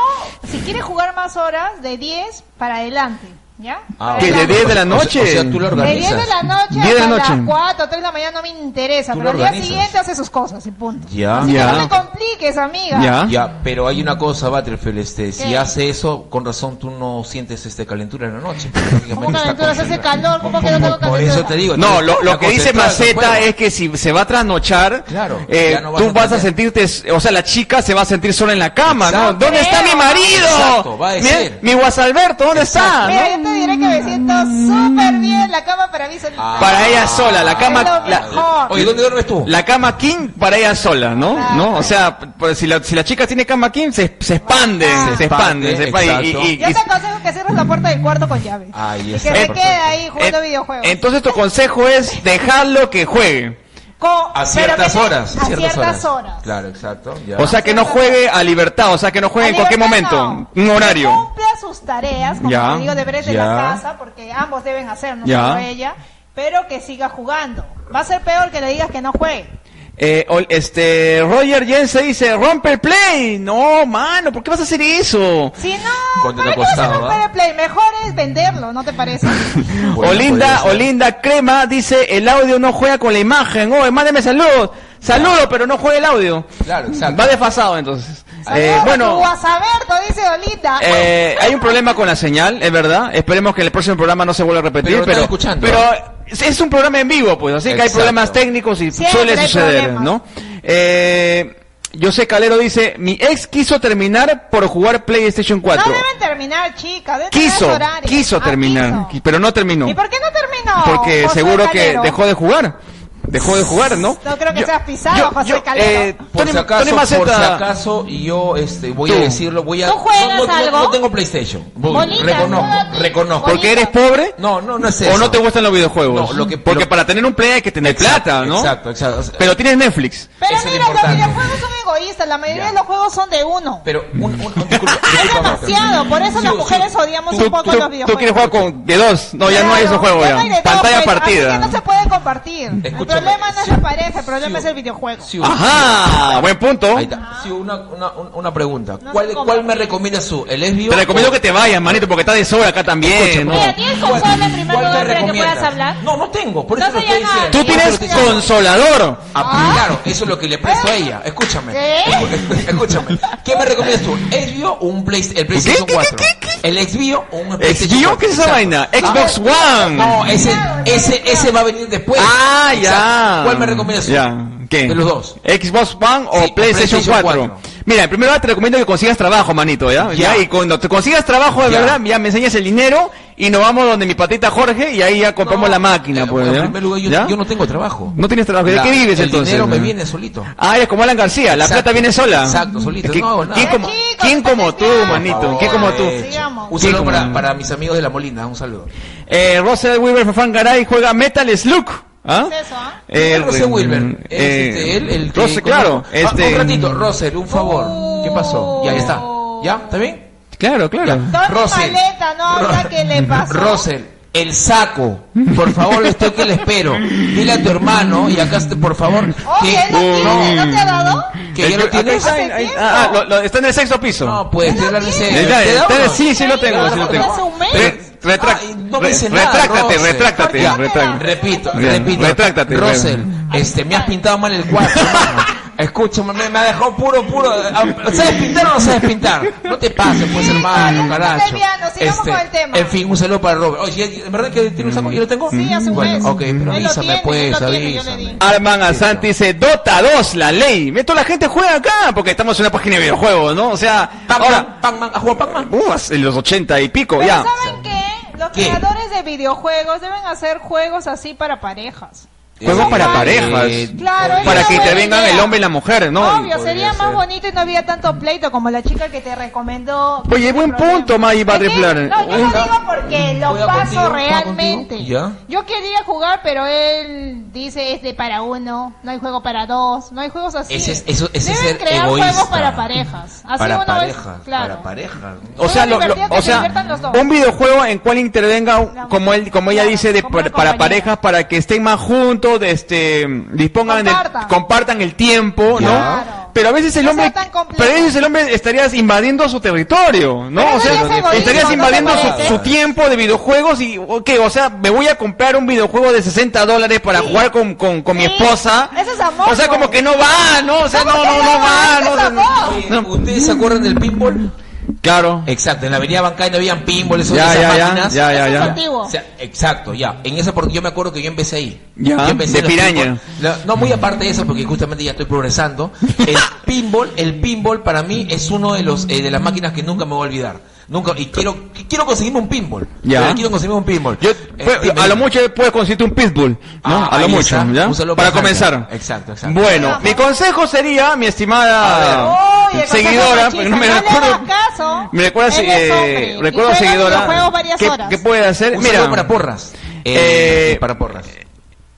[SPEAKER 3] si quiere jugar más horas, de 10 para adelante. ¿Ya?
[SPEAKER 2] Ah,
[SPEAKER 1] Que
[SPEAKER 3] Ahí
[SPEAKER 1] de
[SPEAKER 3] vamos.
[SPEAKER 1] 10 de la
[SPEAKER 2] o sea-
[SPEAKER 1] noche.
[SPEAKER 2] O sea, tú lo
[SPEAKER 3] De
[SPEAKER 2] organizas.
[SPEAKER 3] 10 de la noche
[SPEAKER 1] 10 de la
[SPEAKER 3] hasta
[SPEAKER 1] noche.
[SPEAKER 3] las 4 o 3 de la mañana no me interesa,
[SPEAKER 2] Tú
[SPEAKER 3] pero
[SPEAKER 2] lo
[SPEAKER 3] al día
[SPEAKER 2] organizas.
[SPEAKER 3] siguiente hace sus cosas y punto.
[SPEAKER 2] Ya.
[SPEAKER 3] Así que
[SPEAKER 1] Ya.
[SPEAKER 3] no me compliques, amiga.
[SPEAKER 1] Ya.
[SPEAKER 2] Ya, pero hay una cosa, Battlefield, este, si
[SPEAKER 4] ¿Qué?
[SPEAKER 2] hace eso, con razón tú no sientes este calentura en la noche.
[SPEAKER 3] <laughs>
[SPEAKER 2] porque prácticamente
[SPEAKER 4] ¿Cómo
[SPEAKER 2] está
[SPEAKER 4] calentura? Se hace
[SPEAKER 2] concentrado.
[SPEAKER 4] calor, ¿cómo que no tengo
[SPEAKER 2] Por
[SPEAKER 4] calentura?
[SPEAKER 2] eso te digo.
[SPEAKER 1] No,
[SPEAKER 2] entonces,
[SPEAKER 1] lo, lo
[SPEAKER 2] está
[SPEAKER 1] que dice
[SPEAKER 2] concentrado en el
[SPEAKER 1] Maceta
[SPEAKER 2] juego.
[SPEAKER 1] es que si se va a trasnochar,
[SPEAKER 2] Claro,
[SPEAKER 1] eh,
[SPEAKER 2] ya no vas
[SPEAKER 1] tú
[SPEAKER 2] a
[SPEAKER 1] vas a
[SPEAKER 2] tener-
[SPEAKER 1] sentirte, o sea, la chica se va a sentir sola en la cama, ¿no?
[SPEAKER 2] Exacto.
[SPEAKER 1] ¿Dónde está mi marido?
[SPEAKER 2] Exacto, va a
[SPEAKER 1] Mi-
[SPEAKER 2] decir.
[SPEAKER 1] Mi, Guasalberto, ¿dónde está?
[SPEAKER 3] Mira,
[SPEAKER 1] ¿no?
[SPEAKER 3] yo te diré que me siento súper bien. La cama para mí solita.
[SPEAKER 2] Ah.
[SPEAKER 1] Para ella sola, la cama,
[SPEAKER 3] Es lo
[SPEAKER 1] la,
[SPEAKER 3] mejor.
[SPEAKER 2] Oye, ¿dónde duermes tú?
[SPEAKER 1] la cama king para ella sola, ¿no?
[SPEAKER 3] Claro.
[SPEAKER 1] ¿No? O sea, pues, si la, si la chica tiene cama king, se, se expande,
[SPEAKER 3] Ah.
[SPEAKER 1] se expande, se expande. y-
[SPEAKER 2] Exacto.
[SPEAKER 1] y- Eh, y-
[SPEAKER 3] Yo te aconsejo que cierres la puerta del cuarto con llave.
[SPEAKER 2] Ahí
[SPEAKER 3] y que
[SPEAKER 2] está,
[SPEAKER 3] se quede
[SPEAKER 2] perfecto.
[SPEAKER 3] ahí jugando
[SPEAKER 1] en-
[SPEAKER 3] videojuegos.
[SPEAKER 1] entonces tu consejo es dejarlo que juegue.
[SPEAKER 3] Co-
[SPEAKER 2] A
[SPEAKER 3] pero
[SPEAKER 2] ciertas
[SPEAKER 3] que-
[SPEAKER 2] horas.
[SPEAKER 3] A ciertas horas.
[SPEAKER 2] Claro, exacto. ya.
[SPEAKER 1] O sea, que no juegue a libertad, o sea, que no juegue en
[SPEAKER 3] A
[SPEAKER 1] cualquier
[SPEAKER 3] libertad,
[SPEAKER 1] momento,
[SPEAKER 3] no.
[SPEAKER 1] un horario.
[SPEAKER 3] Que cumpla sus tareas, como
[SPEAKER 1] Ya,
[SPEAKER 3] te digo, deberes de la
[SPEAKER 2] ya.
[SPEAKER 3] casa, porque ambos deben hacer, no
[SPEAKER 1] Ya.
[SPEAKER 3] solo ella, pero que siga jugando. Va a ser peor que le digas que no juegue.
[SPEAKER 1] Eh, ol- este, Roger Jensen dice, rompe el play. No, mano, ¿por qué vas a hacer eso?
[SPEAKER 3] Si
[SPEAKER 2] Con
[SPEAKER 3] no,
[SPEAKER 2] el
[SPEAKER 3] ¿para qué vas a
[SPEAKER 2] acostado,
[SPEAKER 3] romper
[SPEAKER 2] ¿ah?
[SPEAKER 3] el play? Mejor es venderlo, ¿no
[SPEAKER 1] <laughs>
[SPEAKER 3] te parece? Eh,
[SPEAKER 2] Bueno, podría
[SPEAKER 1] Olinda,
[SPEAKER 2] ser.
[SPEAKER 1] Olinda Crema dice, el audio no juega con la imagen. Oh, mándeme saludos. Saludos, pero no juega el audio.
[SPEAKER 2] Claro, exacto.
[SPEAKER 1] Va desfasado entonces. Eh,
[SPEAKER 3] Saludos, tu
[SPEAKER 1] bueno,
[SPEAKER 3] Guasaberto, dice Olinda.
[SPEAKER 1] eh, hay un problema con la señal, es verdad. Esperemos que en el próximo programa no se vuelva a repetir,
[SPEAKER 2] Pero lo
[SPEAKER 1] pero,
[SPEAKER 2] están escuchando.
[SPEAKER 1] pero es- es un programa en vivo, pues, así que hay
[SPEAKER 2] Exacto.
[SPEAKER 1] problemas técnicos y
[SPEAKER 3] Siempre
[SPEAKER 1] suele
[SPEAKER 3] hay
[SPEAKER 1] suceder,
[SPEAKER 3] problemas.
[SPEAKER 1] ¿no? Eh, José Calero dice, mi ex quiso terminar por jugar PlayStation 4.
[SPEAKER 3] no deben terminar, chicas. deben tener
[SPEAKER 1] quiso,
[SPEAKER 3] horarios.
[SPEAKER 1] quiso
[SPEAKER 3] Ah,
[SPEAKER 1] terminar,
[SPEAKER 3] quiso.
[SPEAKER 1] pero no terminó.
[SPEAKER 3] ¿Y por qué no terminó?
[SPEAKER 1] Porque
[SPEAKER 3] José
[SPEAKER 1] seguro que
[SPEAKER 3] Calero?
[SPEAKER 1] dejó de jugar. Dejó de jugar, ¿no?
[SPEAKER 3] No creo que
[SPEAKER 1] Yo-
[SPEAKER 3] seas pisado,
[SPEAKER 1] yo-
[SPEAKER 3] José
[SPEAKER 1] yo,
[SPEAKER 3] Calero.
[SPEAKER 1] eh,
[SPEAKER 2] Por
[SPEAKER 1] Tony-
[SPEAKER 2] si
[SPEAKER 1] Tony
[SPEAKER 2] acaso, por si
[SPEAKER 1] Maceta-
[SPEAKER 2] acaso, y yo este, voy a
[SPEAKER 1] Tú.
[SPEAKER 2] decirlo, voy a...
[SPEAKER 4] ¿Tú juegas
[SPEAKER 2] no, no, no,
[SPEAKER 4] algo?
[SPEAKER 2] no tengo PlayStation. Voy,
[SPEAKER 4] Bolitas,
[SPEAKER 2] reconozco,
[SPEAKER 4] juega-
[SPEAKER 2] reconozco.
[SPEAKER 4] Bolitas.
[SPEAKER 1] ¿Porque eres pobre?
[SPEAKER 2] No, no, no es eso.
[SPEAKER 1] ¿O no te gustan los videojuegos?
[SPEAKER 2] No, lo que-
[SPEAKER 1] Porque
[SPEAKER 2] lo-
[SPEAKER 1] para tener un play hay que tener
[SPEAKER 2] Exacto,
[SPEAKER 1] plata, ¿no?
[SPEAKER 2] Exacto, exacto. O sea,
[SPEAKER 1] Pero tienes Netflix.
[SPEAKER 3] Pero
[SPEAKER 2] Eso es
[SPEAKER 3] mira, los
[SPEAKER 2] importante.
[SPEAKER 3] videojuegos son egoístas. La mayoría
[SPEAKER 2] Ya.
[SPEAKER 3] de los juegos son de uno.
[SPEAKER 2] Pero un,
[SPEAKER 3] <laughs>
[SPEAKER 2] un, un- disculpa,
[SPEAKER 3] Hay
[SPEAKER 2] disculpa, Marta.
[SPEAKER 3] demasiado. Por eso
[SPEAKER 2] Sí,
[SPEAKER 3] las
[SPEAKER 2] sí.
[SPEAKER 3] mujeres odiamos
[SPEAKER 1] Tú,
[SPEAKER 3] un poco
[SPEAKER 1] tú-
[SPEAKER 3] los
[SPEAKER 1] tú
[SPEAKER 3] videojuegos.
[SPEAKER 1] quieres jugar con de dos. No, ya no hay
[SPEAKER 3] Claro,
[SPEAKER 1] esos juegos
[SPEAKER 3] no
[SPEAKER 1] ya.
[SPEAKER 3] hay de dos,
[SPEAKER 1] Pantalla
[SPEAKER 3] pues, así
[SPEAKER 1] partida.
[SPEAKER 3] que no se puede compartir.
[SPEAKER 2] Escúchame,
[SPEAKER 3] el problema no es
[SPEAKER 2] sí.
[SPEAKER 3] la pareja, el problema es
[SPEAKER 2] Sí.
[SPEAKER 3] el videojuego.
[SPEAKER 2] Sí,
[SPEAKER 1] Ajá, buen punto.
[SPEAKER 2] Ahí está. Sí, una, una, un- una pregunta.
[SPEAKER 3] No
[SPEAKER 2] ¿Cuál,
[SPEAKER 3] se come.
[SPEAKER 2] ¿Cuál me recomiendas tú? ¿El lesbio?
[SPEAKER 1] Te recomiendo que te vayas, manito, porque está de sobra acá también. ¿no?
[SPEAKER 4] Mira, tienes consola en primer lugar de la que puedas hablar.
[SPEAKER 2] No, no tengo. Por eso
[SPEAKER 4] No
[SPEAKER 2] lo
[SPEAKER 4] sé
[SPEAKER 2] estoy
[SPEAKER 4] ya
[SPEAKER 2] diciendo.
[SPEAKER 4] nada.
[SPEAKER 1] Tú tienes
[SPEAKER 2] Por eso lo estoy diciendo.
[SPEAKER 1] consolador.
[SPEAKER 2] Ah, Claro, eso es lo que le presto a ella. Escúchame.
[SPEAKER 4] ¿Qué?
[SPEAKER 2] Escu- <laughs> Escúchame. ¿Qué me recomiendas tú? ¿Exvio o un Play, el PlayStation
[SPEAKER 1] ¿Qué, qué,
[SPEAKER 2] 4?
[SPEAKER 1] qué, qué,
[SPEAKER 2] ¿El Exvio o un PlayStation
[SPEAKER 1] ¿Exvio?
[SPEAKER 2] 4?
[SPEAKER 1] ¿Qué es esa
[SPEAKER 2] Exacto. Ah,
[SPEAKER 1] vaina? Xbox One.
[SPEAKER 2] No, ese, ese, ese va a venir después.
[SPEAKER 1] Ah,
[SPEAKER 2] Exacto.
[SPEAKER 1] ya.
[SPEAKER 2] ¿Cuál me recomiendas tú?
[SPEAKER 1] Ya. ¿Qué?
[SPEAKER 2] De los dos.
[SPEAKER 1] ¿Xbox One o
[SPEAKER 2] Sí,
[SPEAKER 1] PlayStation,
[SPEAKER 2] PlayStation
[SPEAKER 1] 4?
[SPEAKER 2] 4.
[SPEAKER 1] Mira, en primer lugar te recomiendo que consigas trabajo, manito, ¿ya? Ya,
[SPEAKER 2] Ya.
[SPEAKER 1] y cuando te consigas trabajo, de
[SPEAKER 2] Ya.
[SPEAKER 1] verdad, ya me enseñas el dinero y nos vamos donde mi patita Jorge y ahí ya compramos
[SPEAKER 2] No,
[SPEAKER 1] la máquina,
[SPEAKER 2] eh,
[SPEAKER 1] pues,
[SPEAKER 2] En
[SPEAKER 1] ¿ya?
[SPEAKER 2] primer lugar, yo,
[SPEAKER 1] ¿Ya?
[SPEAKER 2] yo no tengo trabajo.
[SPEAKER 1] No tienes trabajo. ¿De
[SPEAKER 2] La-
[SPEAKER 1] qué vives
[SPEAKER 2] el
[SPEAKER 1] entonces?
[SPEAKER 2] dinero me
[SPEAKER 1] ¿no?
[SPEAKER 2] viene solito.
[SPEAKER 1] Ah, eres como Alan García, la
[SPEAKER 2] Exacto.
[SPEAKER 1] plata viene sola.
[SPEAKER 2] Exacto, solito,
[SPEAKER 1] Es que-
[SPEAKER 2] no hago nada.
[SPEAKER 1] ¿Quién como,
[SPEAKER 3] Chicos,
[SPEAKER 1] ¿quién como tú,
[SPEAKER 3] atención.
[SPEAKER 1] manito?
[SPEAKER 3] Por
[SPEAKER 1] ¿Quién
[SPEAKER 3] favor.
[SPEAKER 1] como tú?
[SPEAKER 3] Sí. Sigamos.
[SPEAKER 2] Un saludo
[SPEAKER 1] Sí,
[SPEAKER 2] para,
[SPEAKER 1] como-
[SPEAKER 2] para mis amigos de La Molina, un saludo.
[SPEAKER 1] Eh, Russell Wilber Fafán Garay juega Metal Slug. ¿Ah?
[SPEAKER 3] ¿Qué es eso, ah?
[SPEAKER 1] Eh,
[SPEAKER 2] Yo no sé, Wilber.
[SPEAKER 1] eh,
[SPEAKER 2] Es este, él, el que
[SPEAKER 1] Russell,
[SPEAKER 2] con-
[SPEAKER 1] claro.
[SPEAKER 2] Ah,
[SPEAKER 1] este,
[SPEAKER 2] un ratito, Rosel, un favor. ¿Qué pasó? Ya, ya está. ¿Ya? ¿Está bien?
[SPEAKER 1] Claro, claro.
[SPEAKER 3] Tony
[SPEAKER 2] Rosel.
[SPEAKER 3] Maleta, no habla
[SPEAKER 2] Ro-
[SPEAKER 3] que le pasó.
[SPEAKER 2] Rosel, el saco. Por favor, estoy que le espero. Dile a tu hermano y acá, este, por favor.
[SPEAKER 1] Oh,
[SPEAKER 3] Oye,
[SPEAKER 2] que-
[SPEAKER 3] él no tiene,
[SPEAKER 1] No.
[SPEAKER 3] ¿no te ha dado?
[SPEAKER 2] ¿Que ya
[SPEAKER 1] Eh,
[SPEAKER 2] lo
[SPEAKER 1] acá
[SPEAKER 2] tienes?
[SPEAKER 1] está en-
[SPEAKER 3] Hace
[SPEAKER 1] ahí-
[SPEAKER 3] tiempo.
[SPEAKER 1] ah, ah, lo- lo- está en el sexto piso. Eh,
[SPEAKER 2] No, pues, estoy hablando en serio.
[SPEAKER 1] Ya, ya,
[SPEAKER 2] ¿Te da o
[SPEAKER 1] está en-
[SPEAKER 2] no?
[SPEAKER 1] sí, sí lo tengo, sí lo tengo.
[SPEAKER 4] Hace un mes.
[SPEAKER 1] Re- retrac-
[SPEAKER 2] Ay, no me
[SPEAKER 1] re-
[SPEAKER 2] dice nada,
[SPEAKER 1] retráctate,
[SPEAKER 2] Russell.
[SPEAKER 1] retráctate,
[SPEAKER 2] Ya,
[SPEAKER 1] retráctate.
[SPEAKER 2] Repito,
[SPEAKER 1] Bien,
[SPEAKER 2] repito.
[SPEAKER 1] retráctate,
[SPEAKER 2] Rosel, este, me has pintado mal el cuarto, hermano. Escúchame, me, me ha dejado puro, puro. eh, ah, ¿Sabes pintar o no sabes pintar? No te pases, pues, hermano,
[SPEAKER 3] Bueno,
[SPEAKER 2] caracho. Este,
[SPEAKER 3] liviano, sigamos con el tema.
[SPEAKER 2] En fin, un saludo para Robert. Oye, ¿en verdad que tiene un saco? ¿Yo lo tengo?
[SPEAKER 3] Sí, hace un
[SPEAKER 2] bueno,
[SPEAKER 3] mes.
[SPEAKER 2] Ok, pero
[SPEAKER 3] Él lo
[SPEAKER 2] avísame,
[SPEAKER 3] tiene, él
[SPEAKER 2] pues,
[SPEAKER 3] lo tiene, yo le
[SPEAKER 2] avísame.
[SPEAKER 3] di.
[SPEAKER 1] Arman Asante dice Dota 2, la ley. Mira, toda la gente juega acá porque estamos en una página de videojuegos, ¿no? O sea, ahora,
[SPEAKER 2] Pac-Man, Pac-Man, ¿has jugado Pac-Man?
[SPEAKER 1] uh, en los 80 y pico,
[SPEAKER 3] Pero
[SPEAKER 1] ya.
[SPEAKER 3] ¿saben qué? Los
[SPEAKER 2] ¿Qué?
[SPEAKER 3] creadores de videojuegos deben hacer juegos así para parejas.
[SPEAKER 1] Juegos
[SPEAKER 2] Eh,
[SPEAKER 1] para parejas.
[SPEAKER 3] Claro,
[SPEAKER 1] Para
[SPEAKER 3] es una
[SPEAKER 1] que
[SPEAKER 3] buena
[SPEAKER 1] intervengan
[SPEAKER 3] idea.
[SPEAKER 1] el hombre y la mujer, ¿no?
[SPEAKER 3] Obvio, sería
[SPEAKER 2] podría
[SPEAKER 3] más
[SPEAKER 2] ser.
[SPEAKER 3] bonito y no había tanto pleito como la chica que te recomendó.
[SPEAKER 1] Oye, buen
[SPEAKER 3] Problema.
[SPEAKER 1] punto, Maggie Butterfly.
[SPEAKER 3] No, yo lo
[SPEAKER 1] Oiga.
[SPEAKER 3] digo porque lo
[SPEAKER 2] Juega
[SPEAKER 3] paso
[SPEAKER 2] contigo, juega
[SPEAKER 3] realmente.
[SPEAKER 2] contigo. Ya.
[SPEAKER 3] Yo quería jugar, pero él dice es de para uno, no hay juego para dos, no hay juegos así.
[SPEAKER 2] Ese es- eso- ese es ser
[SPEAKER 3] Deben crear
[SPEAKER 2] egoísta.
[SPEAKER 3] juegos para parejas. Así
[SPEAKER 2] Para
[SPEAKER 3] uno
[SPEAKER 2] parejas,
[SPEAKER 3] es, claro.
[SPEAKER 2] para parejas.
[SPEAKER 1] O sea,
[SPEAKER 3] Juego
[SPEAKER 1] lo- lo-
[SPEAKER 3] divertido que
[SPEAKER 1] o
[SPEAKER 3] se
[SPEAKER 1] sea
[SPEAKER 3] diviertan los dos.
[SPEAKER 1] un videojuego en cual intervenga, un- como él, como ella
[SPEAKER 3] Claro,
[SPEAKER 1] dice, de-
[SPEAKER 3] como una
[SPEAKER 1] para, para
[SPEAKER 3] compañía.
[SPEAKER 1] parejas, para que estén más juntos, de este, dispongan, de-
[SPEAKER 3] Compartan.
[SPEAKER 1] compartan el tiempo, ¿no?
[SPEAKER 3] Claro.
[SPEAKER 1] Pero a veces el
[SPEAKER 3] No
[SPEAKER 1] hombre,
[SPEAKER 3] sea tan complejo.
[SPEAKER 1] pero a veces el hombre estarías invadiendo su territorio, ¿no?
[SPEAKER 3] Pero
[SPEAKER 1] o
[SPEAKER 3] eso
[SPEAKER 1] sea,
[SPEAKER 3] ya es egoísmo,
[SPEAKER 1] estarías
[SPEAKER 3] ¿no te
[SPEAKER 1] invadiendo su,
[SPEAKER 3] parece?
[SPEAKER 1] su tiempo de videojuegos y, ok, o sea, me voy a comprar un videojuego de 60 dólares para jugar con, con, con mi
[SPEAKER 3] Sí.
[SPEAKER 1] esposa.
[SPEAKER 3] Eso es amor,
[SPEAKER 1] O sea, como
[SPEAKER 3] pues.
[SPEAKER 1] que no va, ¿no? O sea, no,
[SPEAKER 3] ¿Cómo
[SPEAKER 1] no,
[SPEAKER 3] que
[SPEAKER 1] no,
[SPEAKER 3] no?
[SPEAKER 1] va,
[SPEAKER 3] Eso
[SPEAKER 1] no,
[SPEAKER 3] es
[SPEAKER 1] o sea,
[SPEAKER 3] amor.
[SPEAKER 1] no. no.
[SPEAKER 2] ¿Ustedes se acuerdan del pinball?
[SPEAKER 1] Claro.
[SPEAKER 2] Exacto, en la avenida Bancay no habían pinball, eso
[SPEAKER 1] Ya,
[SPEAKER 2] esas
[SPEAKER 1] ya, ya,
[SPEAKER 2] máquinas.
[SPEAKER 1] ya, ya,
[SPEAKER 4] Eso es
[SPEAKER 1] ya.
[SPEAKER 4] antiguo.
[SPEAKER 2] O sea, exacto, ya. En esa porque yo me acuerdo que yo empecé ahí.
[SPEAKER 1] Ya,
[SPEAKER 2] Yo empecé
[SPEAKER 1] de
[SPEAKER 2] en los
[SPEAKER 1] piraña.
[SPEAKER 2] pinball. La- no, muy aparte de eso, porque justamente ya estoy progresando. El <laughs> pinball, el pinball para mí es uno de los eh, de las máquinas que nunca me voy a olvidar. Nunca y quiero quiero conseguirme un pinball.
[SPEAKER 1] Ya.
[SPEAKER 2] Yo Quiero conseguirme un pinball.
[SPEAKER 1] Yo,
[SPEAKER 2] Eh,
[SPEAKER 1] fue-
[SPEAKER 2] dime,
[SPEAKER 1] a lo
[SPEAKER 2] dime.
[SPEAKER 1] mucho puedes conseguirte un pitbull, ¿no?
[SPEAKER 2] Ah,
[SPEAKER 1] a lo
[SPEAKER 2] ahí
[SPEAKER 1] mucho,
[SPEAKER 2] está.
[SPEAKER 1] ¿ya?
[SPEAKER 2] Un saludo
[SPEAKER 1] Para
[SPEAKER 2] para Francia.
[SPEAKER 1] comenzar.
[SPEAKER 2] Exacto, exacto.
[SPEAKER 1] Bueno, mi consejo sería, mi estimada
[SPEAKER 3] Oye, consejo
[SPEAKER 1] Ah, seguidora,
[SPEAKER 3] machista,
[SPEAKER 1] porque no me
[SPEAKER 3] no le
[SPEAKER 1] recuerdo,
[SPEAKER 3] hagas caso.
[SPEAKER 1] me recuerda,
[SPEAKER 3] Él
[SPEAKER 1] si-
[SPEAKER 3] es
[SPEAKER 1] eh,
[SPEAKER 3] hombre y
[SPEAKER 1] recuerdo
[SPEAKER 3] juega
[SPEAKER 1] seguidora,
[SPEAKER 3] videojuegos varias
[SPEAKER 1] ¿qué,
[SPEAKER 3] horas.
[SPEAKER 1] qué puede hacer?
[SPEAKER 2] Un
[SPEAKER 1] Mira,
[SPEAKER 2] saludo para porras.
[SPEAKER 1] Eh,
[SPEAKER 2] Eh, para porras.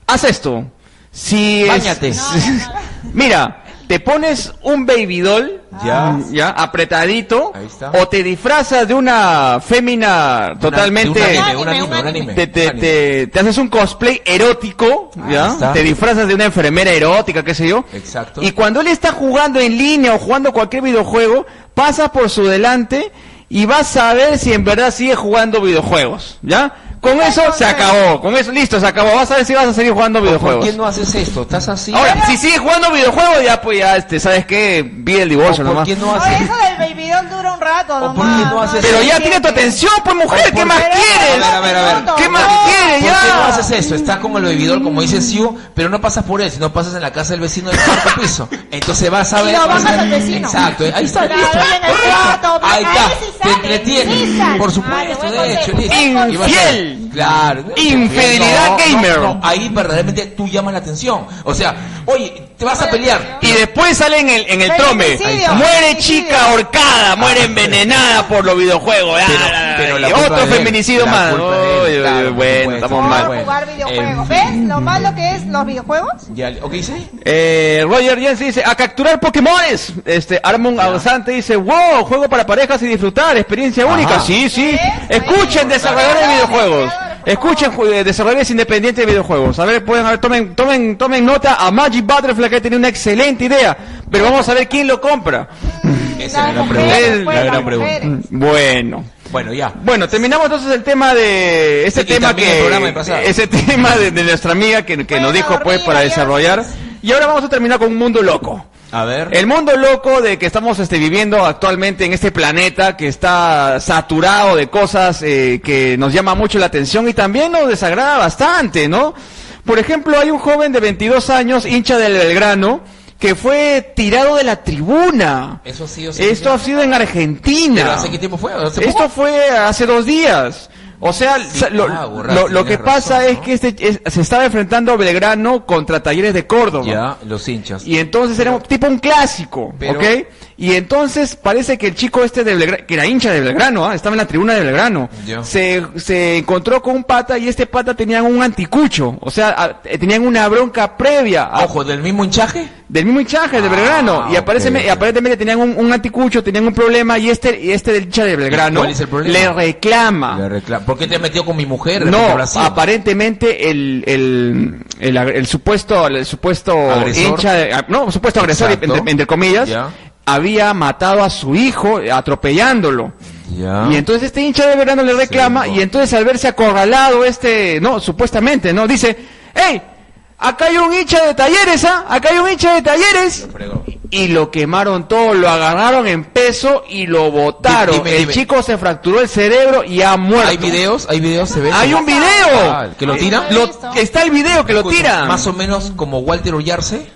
[SPEAKER 1] haz esto. Si es-
[SPEAKER 2] Báñate.
[SPEAKER 3] No, no, no.
[SPEAKER 1] <laughs> Mira, te pones un baby doll,
[SPEAKER 2] Ya.
[SPEAKER 1] ya, apretadito,
[SPEAKER 2] Ahí está.
[SPEAKER 1] o te disfrazas de una fémina totalmente...
[SPEAKER 2] De un anime, un
[SPEAKER 4] Anime,
[SPEAKER 2] anime,
[SPEAKER 4] un
[SPEAKER 2] un anime.
[SPEAKER 1] te, te,
[SPEAKER 2] Un anime.
[SPEAKER 1] te, te haces un cosplay erótico,
[SPEAKER 2] Ah, Ahí
[SPEAKER 1] ¿ya?
[SPEAKER 2] está.
[SPEAKER 1] Te disfrazas de una enfermera erótica, qué sé yo.
[SPEAKER 2] Exacto.
[SPEAKER 1] Y cuando él está jugando en línea o jugando cualquier videojuego, pasas por su delante y vas a ver si en verdad sigue jugando videojuegos, ¿ya? Con
[SPEAKER 3] Ya,
[SPEAKER 1] eso se
[SPEAKER 3] entonces.
[SPEAKER 1] acabó, con eso listo, se acabó. Vas a ver si vas a seguir jugando
[SPEAKER 2] ¿Por qué
[SPEAKER 1] videojuegos.
[SPEAKER 2] no haces esto? ¿Estás así?
[SPEAKER 1] Ahora, si sigues jugando videojuegos, ya pues ya este, sabes qué, pide el divorcio
[SPEAKER 2] ¿O ¿Por
[SPEAKER 1] nomás.
[SPEAKER 2] qué no
[SPEAKER 3] Oye,
[SPEAKER 2] haces
[SPEAKER 3] eso del baby doll dura un rato,
[SPEAKER 2] ¿O
[SPEAKER 3] nomás.
[SPEAKER 2] por qué no haces
[SPEAKER 1] Pero ya tiene tu atención, pues mujer, ¿qué más
[SPEAKER 3] Pero-
[SPEAKER 1] quieres?
[SPEAKER 2] A ver, a ver, a ver.
[SPEAKER 1] ¿Qué más
[SPEAKER 3] No,
[SPEAKER 1] quieres
[SPEAKER 2] ¿Por
[SPEAKER 1] ya?
[SPEAKER 2] qué no haces eso? Estás con el bebidor, como
[SPEAKER 3] Mm.
[SPEAKER 2] dice Siu, pero no pasas por él, sino pasas en la casa del vecino del cuarto piso. Entonces vas a
[SPEAKER 3] Y
[SPEAKER 2] ver.
[SPEAKER 3] lo
[SPEAKER 2] vas a-
[SPEAKER 3] bajas al vecino.
[SPEAKER 2] Exacto, ahí está,
[SPEAKER 3] Claro,
[SPEAKER 2] listo.
[SPEAKER 3] en el cuarto,
[SPEAKER 2] Correcto. Ahí
[SPEAKER 3] ahí
[SPEAKER 2] está,
[SPEAKER 3] sí
[SPEAKER 2] te
[SPEAKER 3] sale, sí
[SPEAKER 2] entretienes.
[SPEAKER 3] sale.
[SPEAKER 2] Por
[SPEAKER 4] Ah,
[SPEAKER 2] supuesto,
[SPEAKER 4] buen
[SPEAKER 2] de hecho,
[SPEAKER 4] consejo,
[SPEAKER 2] listo.
[SPEAKER 1] buen
[SPEAKER 2] Y vas a-
[SPEAKER 1] consejo.
[SPEAKER 2] Claro.
[SPEAKER 1] Infidelidad
[SPEAKER 2] No, no,
[SPEAKER 1] gamer.
[SPEAKER 2] no, ahí verdaderamente tú llamas la atención. O sea, oye, te vas a pelear.
[SPEAKER 1] Y después sale en el, en el trome.
[SPEAKER 3] Feminicidio. Ahí está.
[SPEAKER 1] Muere
[SPEAKER 3] Feminicidio.
[SPEAKER 1] chica ahorcada, muere envenenada por los videojuegos. Ah,
[SPEAKER 2] Pero-
[SPEAKER 1] la, la,
[SPEAKER 2] pero
[SPEAKER 1] la,
[SPEAKER 2] la
[SPEAKER 1] y
[SPEAKER 2] culpa
[SPEAKER 1] otro
[SPEAKER 2] de él,
[SPEAKER 1] feminicidio
[SPEAKER 2] la
[SPEAKER 1] más.
[SPEAKER 2] culpa de él,
[SPEAKER 1] Oy, oy,
[SPEAKER 2] claro, por
[SPEAKER 1] bueno,
[SPEAKER 2] supuesto.
[SPEAKER 1] estamos
[SPEAKER 3] Por
[SPEAKER 1] mal.
[SPEAKER 2] bueno.
[SPEAKER 3] jugar
[SPEAKER 2] Eh,
[SPEAKER 3] videojuegos. ¿Ves lo malo que es los videojuegos?
[SPEAKER 2] Ya, ¿O qué dice?
[SPEAKER 1] Eh, Roger Jensen dice, a capturar Pokémones. Este, Armon Avanzante dice, wow, juego para parejas y disfrutar, experiencia única. Sí, sí.
[SPEAKER 3] Eso,
[SPEAKER 1] Escuchen,
[SPEAKER 3] ahí.
[SPEAKER 1] desarrolladores de
[SPEAKER 3] Desarrolladores,
[SPEAKER 1] videojuegos.
[SPEAKER 3] desarrolladores, por
[SPEAKER 1] Escuchen, ju- eh, desarrolladores independientes de videojuegos. A ver, pueden, a ver, tomen, tomen, tomen nota a Magic Butterfly que tiene una excelente idea. Pero vamos a ver quién lo compra.
[SPEAKER 2] Esa es la gran
[SPEAKER 3] Las
[SPEAKER 2] pregunta.
[SPEAKER 1] mujeres,
[SPEAKER 2] La
[SPEAKER 1] pues,
[SPEAKER 2] gran
[SPEAKER 3] las
[SPEAKER 2] pregunta. Mm.
[SPEAKER 3] mujeres.
[SPEAKER 1] Bueno.
[SPEAKER 2] Bueno, ya.
[SPEAKER 1] Bueno, terminamos entonces el tema de ese
[SPEAKER 2] Y
[SPEAKER 1] tema
[SPEAKER 2] también
[SPEAKER 1] que
[SPEAKER 2] el programa de pasado.
[SPEAKER 1] ese <laughs> tema de, de nuestra amiga que, que
[SPEAKER 3] Bueno,
[SPEAKER 1] nos dijo pues
[SPEAKER 3] dormida,
[SPEAKER 1] para
[SPEAKER 3] ya.
[SPEAKER 1] desarrollar y ahora vamos a terminar con un mundo loco.
[SPEAKER 2] A ver.
[SPEAKER 1] El mundo loco de que estamos este, viviendo actualmente en este planeta que está saturado de cosas eh, que nos llama mucho la atención y también nos desagrada bastante, ¿no? Por ejemplo, hay un joven de 22 años, hincha del Belgrano, que fue tirado de la tribuna.
[SPEAKER 2] Eso ha sido.
[SPEAKER 1] Esto ha sido en Argentina.
[SPEAKER 2] Pero ¿Hace qué tiempo fue? ¿Hace poco?
[SPEAKER 1] Esto fue hace dos días. O sea, sa- lo,
[SPEAKER 2] ah, borraste,
[SPEAKER 1] lo- lo que
[SPEAKER 2] tienes
[SPEAKER 1] pasa
[SPEAKER 2] razón,
[SPEAKER 1] es
[SPEAKER 2] ¿no?
[SPEAKER 1] que este, es- se estaba enfrentando Belgrano contra Talleres de Córdoba.
[SPEAKER 2] Ya, los hinchas.
[SPEAKER 1] Y entonces era un- tipo un clásico,
[SPEAKER 2] Pero-
[SPEAKER 1] ¿ok? Y entonces parece que el chico este de Belgrano, que era hincha de Belgrano, ah, estaba en la tribuna de Belgrano,
[SPEAKER 2] Ya.
[SPEAKER 1] se, se encontró con un pata y este pata tenía un anticucho, o sea, a- eh, tenían una bronca previa. a-
[SPEAKER 2] Ojo, del mismo hinchaje.
[SPEAKER 1] del mismo hinchaje de
[SPEAKER 2] Ah,
[SPEAKER 1] Belgrano y
[SPEAKER 2] ok,
[SPEAKER 1] aparentemente,
[SPEAKER 2] ok.
[SPEAKER 1] aparentemente tenían un, un anticucho, tenían un problema y este y este del hincha de Belgrano
[SPEAKER 2] ¿Cuál es el problema?
[SPEAKER 1] le reclama.
[SPEAKER 2] Le recla- ¿Por qué te has metido con mi mujer?
[SPEAKER 1] Ah. no,
[SPEAKER 2] Brasil.
[SPEAKER 1] aparentemente el, el, el, ag- el supuesto el supuesto
[SPEAKER 2] Agresor.
[SPEAKER 1] hincha de- ah, no, supuesto agresor
[SPEAKER 2] Exacto.
[SPEAKER 1] entre, entre comillas
[SPEAKER 2] Ya.
[SPEAKER 1] había matado a su hijo eh, atropellándolo.
[SPEAKER 2] Ya.
[SPEAKER 1] Y entonces este hincha de verano le reclama
[SPEAKER 2] Ah. Sí,
[SPEAKER 1] y entonces al verse acorralado este, no, supuestamente, no, dice, hey, acá hay un hincha de talleres, ¿ah? Acá hay un hincha de talleres.
[SPEAKER 2] Fregó.
[SPEAKER 1] Y lo quemaron todo, lo agarraron en peso y lo botaron.
[SPEAKER 2] Dime,
[SPEAKER 1] el
[SPEAKER 2] dime.
[SPEAKER 1] chico se fracturó el cerebro y ha muerto.
[SPEAKER 2] ¿Hay videos? ¿Hay videos? ¿Se ve?
[SPEAKER 1] Hay un video.
[SPEAKER 2] Ah, ¿Que lo tira?
[SPEAKER 1] Lo- está el video que lo
[SPEAKER 2] Escucha,
[SPEAKER 1] tiran.
[SPEAKER 2] Más o menos como Walter Ollarse.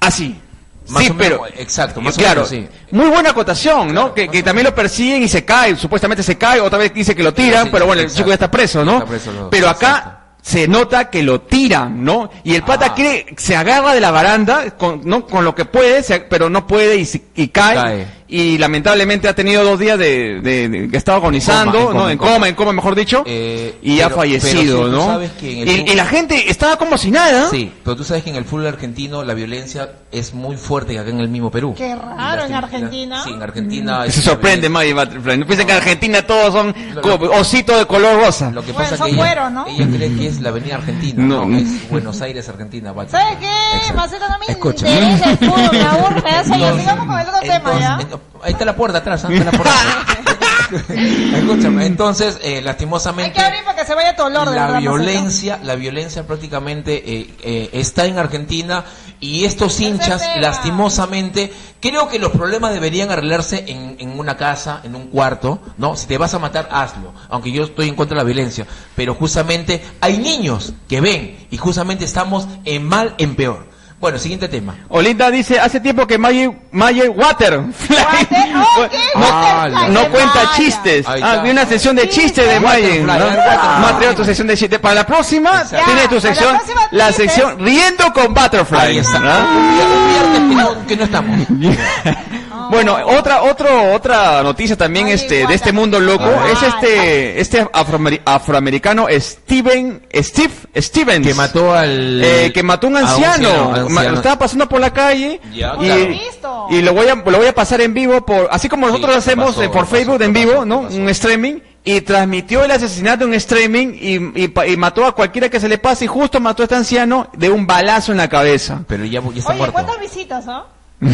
[SPEAKER 1] Así.
[SPEAKER 2] Más
[SPEAKER 1] sí,
[SPEAKER 2] o menos,
[SPEAKER 1] pero
[SPEAKER 2] exacto, más o
[SPEAKER 1] claro,
[SPEAKER 2] menos, sí.
[SPEAKER 1] muy buena acotación, ¿no? que que también lo persiguen y se cae, supuestamente se cae, otra vez dice que lo tiran,
[SPEAKER 2] Sí,
[SPEAKER 1] pero bueno, el
[SPEAKER 2] exacto.
[SPEAKER 1] chico ya está preso, ¿no?
[SPEAKER 2] Está preso, lo-
[SPEAKER 1] pero acá
[SPEAKER 2] exacto.
[SPEAKER 1] se nota que lo tiran, ¿no? Y el pata
[SPEAKER 2] Ah.
[SPEAKER 1] cree- se agarra de la baranda con, ¿no? con lo que puede, se- pero no puede y, se- y cae,
[SPEAKER 2] Cae.
[SPEAKER 1] y lamentablemente ha tenido dos días de, de- de- que ha estado agonizando,
[SPEAKER 2] Coma, en coma,
[SPEAKER 1] ¿no?
[SPEAKER 2] en
[SPEAKER 1] En
[SPEAKER 2] coma.
[SPEAKER 1] coma, en coma, mejor dicho,
[SPEAKER 2] Eh,
[SPEAKER 1] y ha
[SPEAKER 2] pero- pero
[SPEAKER 1] fallecido,
[SPEAKER 2] si tú
[SPEAKER 1] ¿no?
[SPEAKER 2] sabes que en el
[SPEAKER 1] y,
[SPEAKER 2] fútbol-
[SPEAKER 1] y la gente estaba como si nada.
[SPEAKER 2] Sí, pero tú sabes que en el fútbol argentino la violencia es muy fuerte que acá en el mismo Perú.
[SPEAKER 3] Qué raro, ¿en Argentina?
[SPEAKER 2] Sí, en Argentina.
[SPEAKER 1] Mm. Se
[SPEAKER 2] es-
[SPEAKER 1] sorprende, Maggie Butterfly. No piensen que en Argentina todos son
[SPEAKER 2] Lo-
[SPEAKER 1] co-
[SPEAKER 2] lo-
[SPEAKER 1] ositos de color rosa.
[SPEAKER 2] Lo que
[SPEAKER 3] Bueno,
[SPEAKER 2] pasa es
[SPEAKER 3] son
[SPEAKER 2] que ella,
[SPEAKER 3] güeros, ¿no?
[SPEAKER 2] ella cree que es la avenida Argentina,
[SPEAKER 1] No.
[SPEAKER 2] no, es Buenos Aires, Argentina. Butterfly.
[SPEAKER 3] ¿Sabes qué?
[SPEAKER 2] Exacto.
[SPEAKER 3] Marcelo, no me
[SPEAKER 2] Escucha.
[SPEAKER 3] interesa el fútbol, me aburre, me da sueño.
[SPEAKER 2] Entonces,
[SPEAKER 3] Sigamos con el otro tema, ¿ya?
[SPEAKER 2] entonces, en- ahí está la puerta atrás, ¿ah? está la puerta atrás.
[SPEAKER 3] <laughs>
[SPEAKER 2] Escúchame, entonces, eh,
[SPEAKER 3] Hay
[SPEAKER 2] lastimosamente,
[SPEAKER 3] que abrir para que se vaya todo el orden.
[SPEAKER 2] la
[SPEAKER 3] ¿verdad, Marcelo?
[SPEAKER 2] violencia, la violencia prácticamente eh, eh, está en Argentina y estos hinchas,
[SPEAKER 3] tema.
[SPEAKER 2] lastimosamente, creo que los problemas deberían arreglarse en, en una casa, en un cuarto, ¿no? Si te vas a matar, hazlo, aunque yo estoy en contra de la violencia, pero justamente hay niños que ven y justamente estamos en mal, en peor. Bueno, siguiente tema.
[SPEAKER 1] Olinda dice, hace tiempo que Maggie, Maggie <laughs> Waterfly
[SPEAKER 3] Water- ¡Oh, qué
[SPEAKER 1] no,
[SPEAKER 3] Waterfly
[SPEAKER 2] Ah,
[SPEAKER 3] de
[SPEAKER 1] no cuenta
[SPEAKER 3] Maya!
[SPEAKER 1] chistes.
[SPEAKER 2] Ahí
[SPEAKER 1] Ah,
[SPEAKER 2] está.
[SPEAKER 1] vi una sesión de
[SPEAKER 3] Chistes.
[SPEAKER 1] chistes de Maggie. ¿no?
[SPEAKER 2] Waterfly, Waterfly.
[SPEAKER 1] No ha traído tu sesión de chistes. Para la próxima,
[SPEAKER 2] Exacto.
[SPEAKER 1] tiene
[SPEAKER 3] Ya,
[SPEAKER 1] tu
[SPEAKER 3] para la
[SPEAKER 1] sección,
[SPEAKER 3] próxima
[SPEAKER 1] la,
[SPEAKER 3] chistes.
[SPEAKER 1] sección Riendo con Butterfly.
[SPEAKER 2] Ahí está.
[SPEAKER 1] ¿no?
[SPEAKER 2] Olvídate que no- que no estamos.
[SPEAKER 1] <laughs> Bueno, otra otra otra noticia también
[SPEAKER 3] Oye,
[SPEAKER 1] este de
[SPEAKER 3] guarda.
[SPEAKER 1] este mundo loco
[SPEAKER 3] Ay.
[SPEAKER 1] es este este afroameri- afroamericano Steven Steve Stevens
[SPEAKER 2] Que mató al.
[SPEAKER 1] Eh, que mató a un
[SPEAKER 2] a
[SPEAKER 1] anciano,
[SPEAKER 2] anciano.
[SPEAKER 1] Ma- lo estaba pasando por la calle
[SPEAKER 2] Ya,
[SPEAKER 1] y,
[SPEAKER 2] claro.
[SPEAKER 3] Listo.
[SPEAKER 1] y lo voy a lo voy a pasar en vivo por así como nosotros
[SPEAKER 2] Sí,
[SPEAKER 1] lo hacemos
[SPEAKER 2] pasó,
[SPEAKER 1] eh, por
[SPEAKER 2] pasó,
[SPEAKER 1] Facebook en
[SPEAKER 2] pasó,
[SPEAKER 1] vivo,
[SPEAKER 2] pasó,
[SPEAKER 1] ¿no?
[SPEAKER 2] pasó.
[SPEAKER 1] Un streaming y transmitió el asesinato en streaming y, y pa- y mató a cualquiera que se le pase y justo mató a este anciano de un balazo en la cabeza.
[SPEAKER 2] Pero ya, ya está
[SPEAKER 3] Oye,
[SPEAKER 2] muerto.
[SPEAKER 3] ¿cuántas visitas, ah? no?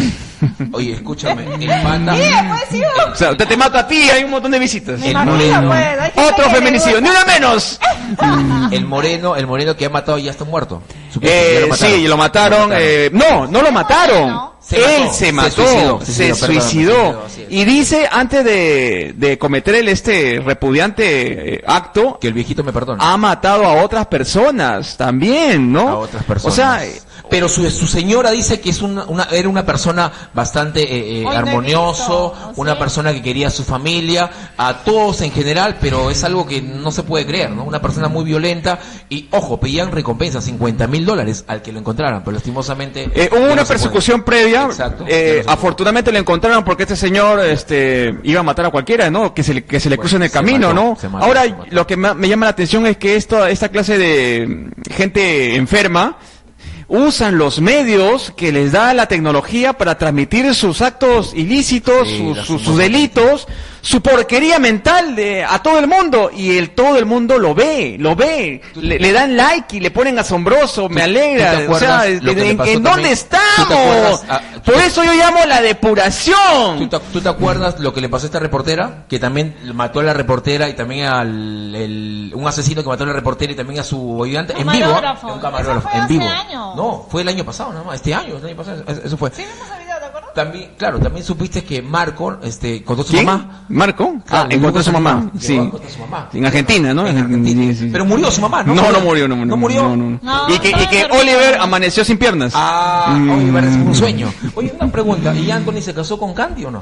[SPEAKER 2] Oye, escúchame. El pata.
[SPEAKER 3] Y después sigo.
[SPEAKER 1] O sea, te, te mato a ti, hay un montón de visitas.
[SPEAKER 3] Me
[SPEAKER 2] el
[SPEAKER 3] imagino,
[SPEAKER 2] moreno.
[SPEAKER 3] pues, hay gente
[SPEAKER 1] Otro
[SPEAKER 3] que le
[SPEAKER 1] feminicidio, ni
[SPEAKER 3] gusta.
[SPEAKER 1] una menos.
[SPEAKER 2] El moreno, el moreno que ha matado ya está muerto. Supongo que
[SPEAKER 1] Eh,
[SPEAKER 2] ya mataron.
[SPEAKER 1] sí, lo mataron. eh, no, no lo mataron.
[SPEAKER 2] Se
[SPEAKER 1] Él
[SPEAKER 2] mató, se
[SPEAKER 1] se mató,
[SPEAKER 2] suicidó, se
[SPEAKER 1] se,
[SPEAKER 2] suicidó, perdón, se
[SPEAKER 1] suicidó.
[SPEAKER 2] suicidó, así es.
[SPEAKER 1] Y dice antes de, de cometer el este repudiante eh, acto,
[SPEAKER 2] Que el viejito me perdona.
[SPEAKER 1] ha matado a otras personas también, ¿no?
[SPEAKER 2] a otras personas.
[SPEAKER 1] O sea, eh,
[SPEAKER 2] pero su, su señora dice que es una, una- era una persona bastante eh, eh,
[SPEAKER 3] Hoy no he
[SPEAKER 2] armonioso,
[SPEAKER 3] visto, ¿no?
[SPEAKER 2] una
[SPEAKER 3] Sí.
[SPEAKER 2] persona que quería a su familia, a todos en general, pero es algo que no se puede creer, ¿no? Una persona muy violenta y ojo, pedían recompensa, 50 mil dólares al que lo encontraran, pero lastimosamente
[SPEAKER 1] eh,
[SPEAKER 2] ya
[SPEAKER 1] hubo
[SPEAKER 2] no
[SPEAKER 1] una
[SPEAKER 2] se puede.
[SPEAKER 1] persecución previa.
[SPEAKER 2] Exacto,
[SPEAKER 1] eh,
[SPEAKER 2] ya no se puede.
[SPEAKER 1] afortunadamente lo encontraron porque este señor este, iba a matar a cualquiera, ¿no? Que se le, que se le
[SPEAKER 2] Bueno,
[SPEAKER 1] cruce en el
[SPEAKER 2] se
[SPEAKER 1] camino,
[SPEAKER 2] mató, se
[SPEAKER 1] ¿no?
[SPEAKER 2] mató,
[SPEAKER 1] Ahora,
[SPEAKER 2] se mató.
[SPEAKER 1] lo que ma- me llama la atención es que esto, esta clase de mm, gente enferma usan los medios que les da la tecnología para transmitir sus actos ilícitos,
[SPEAKER 2] Sí,
[SPEAKER 1] sus,
[SPEAKER 2] las
[SPEAKER 1] sus- sus
[SPEAKER 2] famosas-
[SPEAKER 1] delitos, su porquería mental de- a todo el mundo y el todo el mundo lo ve, lo ve, le, le dan like y le ponen asombroso, me
[SPEAKER 2] ¿Tú- tú
[SPEAKER 1] alegra,
[SPEAKER 2] te
[SPEAKER 1] o sea,
[SPEAKER 2] acuerdas
[SPEAKER 1] ¿en,
[SPEAKER 2] lo que le
[SPEAKER 1] en-
[SPEAKER 2] pasó
[SPEAKER 1] en
[SPEAKER 2] también?
[SPEAKER 1] dónde
[SPEAKER 2] ¿Tú te acuerdas?
[SPEAKER 1] estamos?
[SPEAKER 2] Ah, ¿tú
[SPEAKER 1] Por
[SPEAKER 2] te-
[SPEAKER 1] eso yo llamo la
[SPEAKER 2] ¿Tú
[SPEAKER 1] depuración.
[SPEAKER 2] te, tú te acuerdas lo que le pasó a esta reportera? Que también mató a la reportera y también al el- un asesino que mató a la reportera y también a su ayudante en vivo.
[SPEAKER 4] Camarógrafo.
[SPEAKER 2] ¿ah? Un camarógrafo,
[SPEAKER 3] Eso fue
[SPEAKER 2] en
[SPEAKER 3] hace
[SPEAKER 2] vivo.
[SPEAKER 3] años.
[SPEAKER 2] No, fue el año pasado, nada más. Este año, el año pasado, eso eso fue.
[SPEAKER 3] Sí, vimos el video, ¿te acuerdas?
[SPEAKER 2] También, claro, también supiste que Marco, este, contó a su
[SPEAKER 1] ¿Quién?
[SPEAKER 2] mamá.
[SPEAKER 1] ¿Marco? ah,
[SPEAKER 2] Claro,
[SPEAKER 1] encontró
[SPEAKER 2] llegó
[SPEAKER 1] a su mamá.
[SPEAKER 2] llegó
[SPEAKER 1] Sí.
[SPEAKER 2] a encontrar a su mamá.
[SPEAKER 1] En Argentina, ¿no?
[SPEAKER 2] En Argentina.
[SPEAKER 1] Sí, sí.
[SPEAKER 2] Pero murió su mamá, ¿no?
[SPEAKER 1] No, no murió, no murió.
[SPEAKER 2] ¿No murió?
[SPEAKER 1] no, no.
[SPEAKER 4] No,
[SPEAKER 1] y que, y
[SPEAKER 4] estaba
[SPEAKER 1] que
[SPEAKER 4] dormido.
[SPEAKER 1] Oliver amaneció sin piernas.
[SPEAKER 2] Ah,
[SPEAKER 1] Mm.
[SPEAKER 2] oye, parece un sueño. Oye, una pregunta. ¿Y Anthony se casó con Candy
[SPEAKER 1] <laughs>
[SPEAKER 2] o no?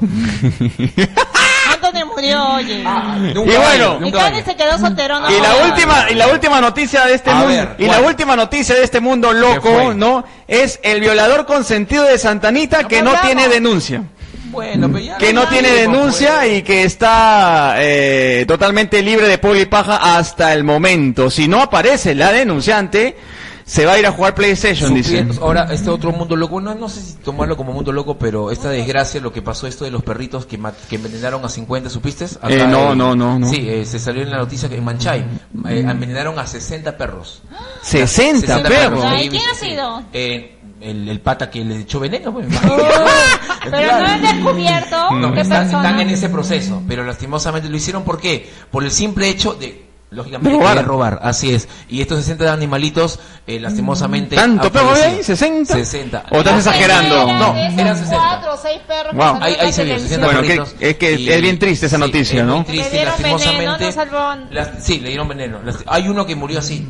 [SPEAKER 4] Anthony murió, oye.
[SPEAKER 2] Ah, de un
[SPEAKER 1] Y
[SPEAKER 2] caballo,
[SPEAKER 1] bueno.
[SPEAKER 2] de un
[SPEAKER 4] y
[SPEAKER 2] caballo.
[SPEAKER 4] Candy se quedó soltero, ¿no?
[SPEAKER 1] Y
[SPEAKER 3] Ah.
[SPEAKER 1] la
[SPEAKER 4] jodas.
[SPEAKER 1] última y la última noticia de este
[SPEAKER 2] ah, A
[SPEAKER 1] mundo
[SPEAKER 2] ver,
[SPEAKER 1] y
[SPEAKER 2] ¿cuál?
[SPEAKER 1] la última noticia de este mundo
[SPEAKER 2] fue?
[SPEAKER 1] loco, ¿no? Es el violador consentido de Santanita que no
[SPEAKER 3] Vamos.
[SPEAKER 1] tiene denuncia,
[SPEAKER 2] Bueno, pero ya
[SPEAKER 1] que no tiene denuncia y que está eh, totalmente libre de polvo y paja hasta el momento. Si no aparece la denunciante, se va a ir a jugar PlayStation, dice.
[SPEAKER 2] Supieron- Ahora, este otro mundo loco, no, no sé si tomarlo como mundo loco, pero esta desgracia, lo que pasó esto de los perritos que, mat- que envenenaron a 50, ¿supiste?
[SPEAKER 1] Eh, no,
[SPEAKER 2] eh,
[SPEAKER 1] no, no, no.
[SPEAKER 2] Sí, eh, se salió en la noticia que en Manchay eh, envenenaron a 60 perros.
[SPEAKER 1] 60 perros.
[SPEAKER 4] perros.
[SPEAKER 2] Sí,
[SPEAKER 4] ¿Quién
[SPEAKER 2] sí,
[SPEAKER 4] ha
[SPEAKER 2] sí.
[SPEAKER 4] sido?
[SPEAKER 2] Eh, el, el pata que le echó
[SPEAKER 4] <laughs>
[SPEAKER 2] veneno, pues, me
[SPEAKER 4] Oh,
[SPEAKER 2] imagino.
[SPEAKER 4] Pero no han descubierto
[SPEAKER 1] Mm.
[SPEAKER 2] No,
[SPEAKER 4] qué
[SPEAKER 2] están,
[SPEAKER 4] persona.
[SPEAKER 2] están en ese proceso, pero lastimosamente lo hicieron ¿por qué? Por el simple hecho de lógicamente
[SPEAKER 1] De robar.
[SPEAKER 2] querer robar, así es. Y estos 60 animalitos eh, lastimosamente
[SPEAKER 1] ¿Tanto
[SPEAKER 2] han
[SPEAKER 1] perro había ahí?
[SPEAKER 2] fallecido.
[SPEAKER 1] ¿60?
[SPEAKER 2] 60.
[SPEAKER 1] ¿O estás
[SPEAKER 4] Los
[SPEAKER 1] exagerando?
[SPEAKER 4] primeros
[SPEAKER 2] No,
[SPEAKER 4] de esos
[SPEAKER 2] eran 60.
[SPEAKER 4] cuatro o seis perros que
[SPEAKER 1] Wow.
[SPEAKER 4] salieron
[SPEAKER 2] Ahí,
[SPEAKER 4] en la
[SPEAKER 2] ahí se vio,
[SPEAKER 4] televisión.
[SPEAKER 2] 60
[SPEAKER 1] Bueno,
[SPEAKER 2] perritos.
[SPEAKER 1] que- es que es bien triste esa noticia,
[SPEAKER 2] es muy
[SPEAKER 1] ¿no?
[SPEAKER 4] Le
[SPEAKER 2] triste,
[SPEAKER 4] dieron veneno,
[SPEAKER 2] lastimosamente.
[SPEAKER 4] no salvó-
[SPEAKER 2] las- sí, le dieron veneno. Las- hay uno que murió así.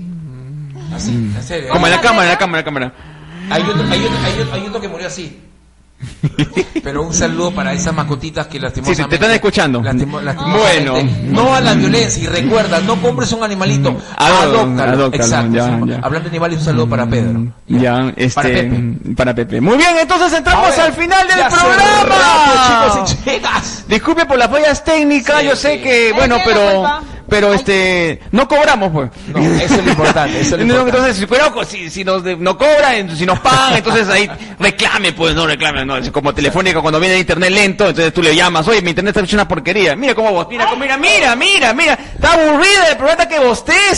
[SPEAKER 2] Así, en serio.
[SPEAKER 1] Como en la
[SPEAKER 4] ¿Cómo la
[SPEAKER 1] cámara, en
[SPEAKER 4] pena?
[SPEAKER 1] la cámara, en la cámara.
[SPEAKER 2] Hay otro, hay, otro, hay otro- hay otro que murió así. Pero un saludo para esas mascotitas que lastimosamente...
[SPEAKER 1] Sí, sí, te están escuchando.
[SPEAKER 2] lastimo- lastimosamente,
[SPEAKER 1] Bueno.
[SPEAKER 2] No a la violencia. Y recuerda, no compres un animalito.
[SPEAKER 1] Adóptalo,
[SPEAKER 2] Adóptalo.
[SPEAKER 1] adóptalo,
[SPEAKER 2] Exacto.
[SPEAKER 1] ya,
[SPEAKER 2] sí.
[SPEAKER 1] ya.
[SPEAKER 2] Hablando de animales, un saludo para Pedro.
[SPEAKER 1] <laughs> Ya, este.
[SPEAKER 2] Para Pepe.
[SPEAKER 1] para Pepe. Muy bien, entonces entramos
[SPEAKER 2] Ahora,
[SPEAKER 1] al final del
[SPEAKER 2] ya se
[SPEAKER 1] programa.
[SPEAKER 2] rápido, chicos y chicas.
[SPEAKER 1] Disculpe por las fallas técnicas,
[SPEAKER 2] Sí,
[SPEAKER 1] yo sé
[SPEAKER 2] sí.
[SPEAKER 1] que,
[SPEAKER 4] Él
[SPEAKER 1] bueno,
[SPEAKER 4] tiene la
[SPEAKER 1] pero,
[SPEAKER 4] culpa.
[SPEAKER 1] pero
[SPEAKER 4] Ay.
[SPEAKER 1] este, no cobramos, pues.
[SPEAKER 2] No, eso es lo importante, eso es
[SPEAKER 1] <laughs>
[SPEAKER 2] lo
[SPEAKER 1] No,
[SPEAKER 2] importante.
[SPEAKER 1] Entonces, si- pero si, si nos de- no cobran, si nos pagan, entonces ahí reclame, pues no reclame, no, es como telefónica cuando viene internet lento, entonces tú le llamas, oye, mi internet está hecho una porquería, mira cómo vos, mira, cómo- mira, mira, mira, mira, está aburrida el programa que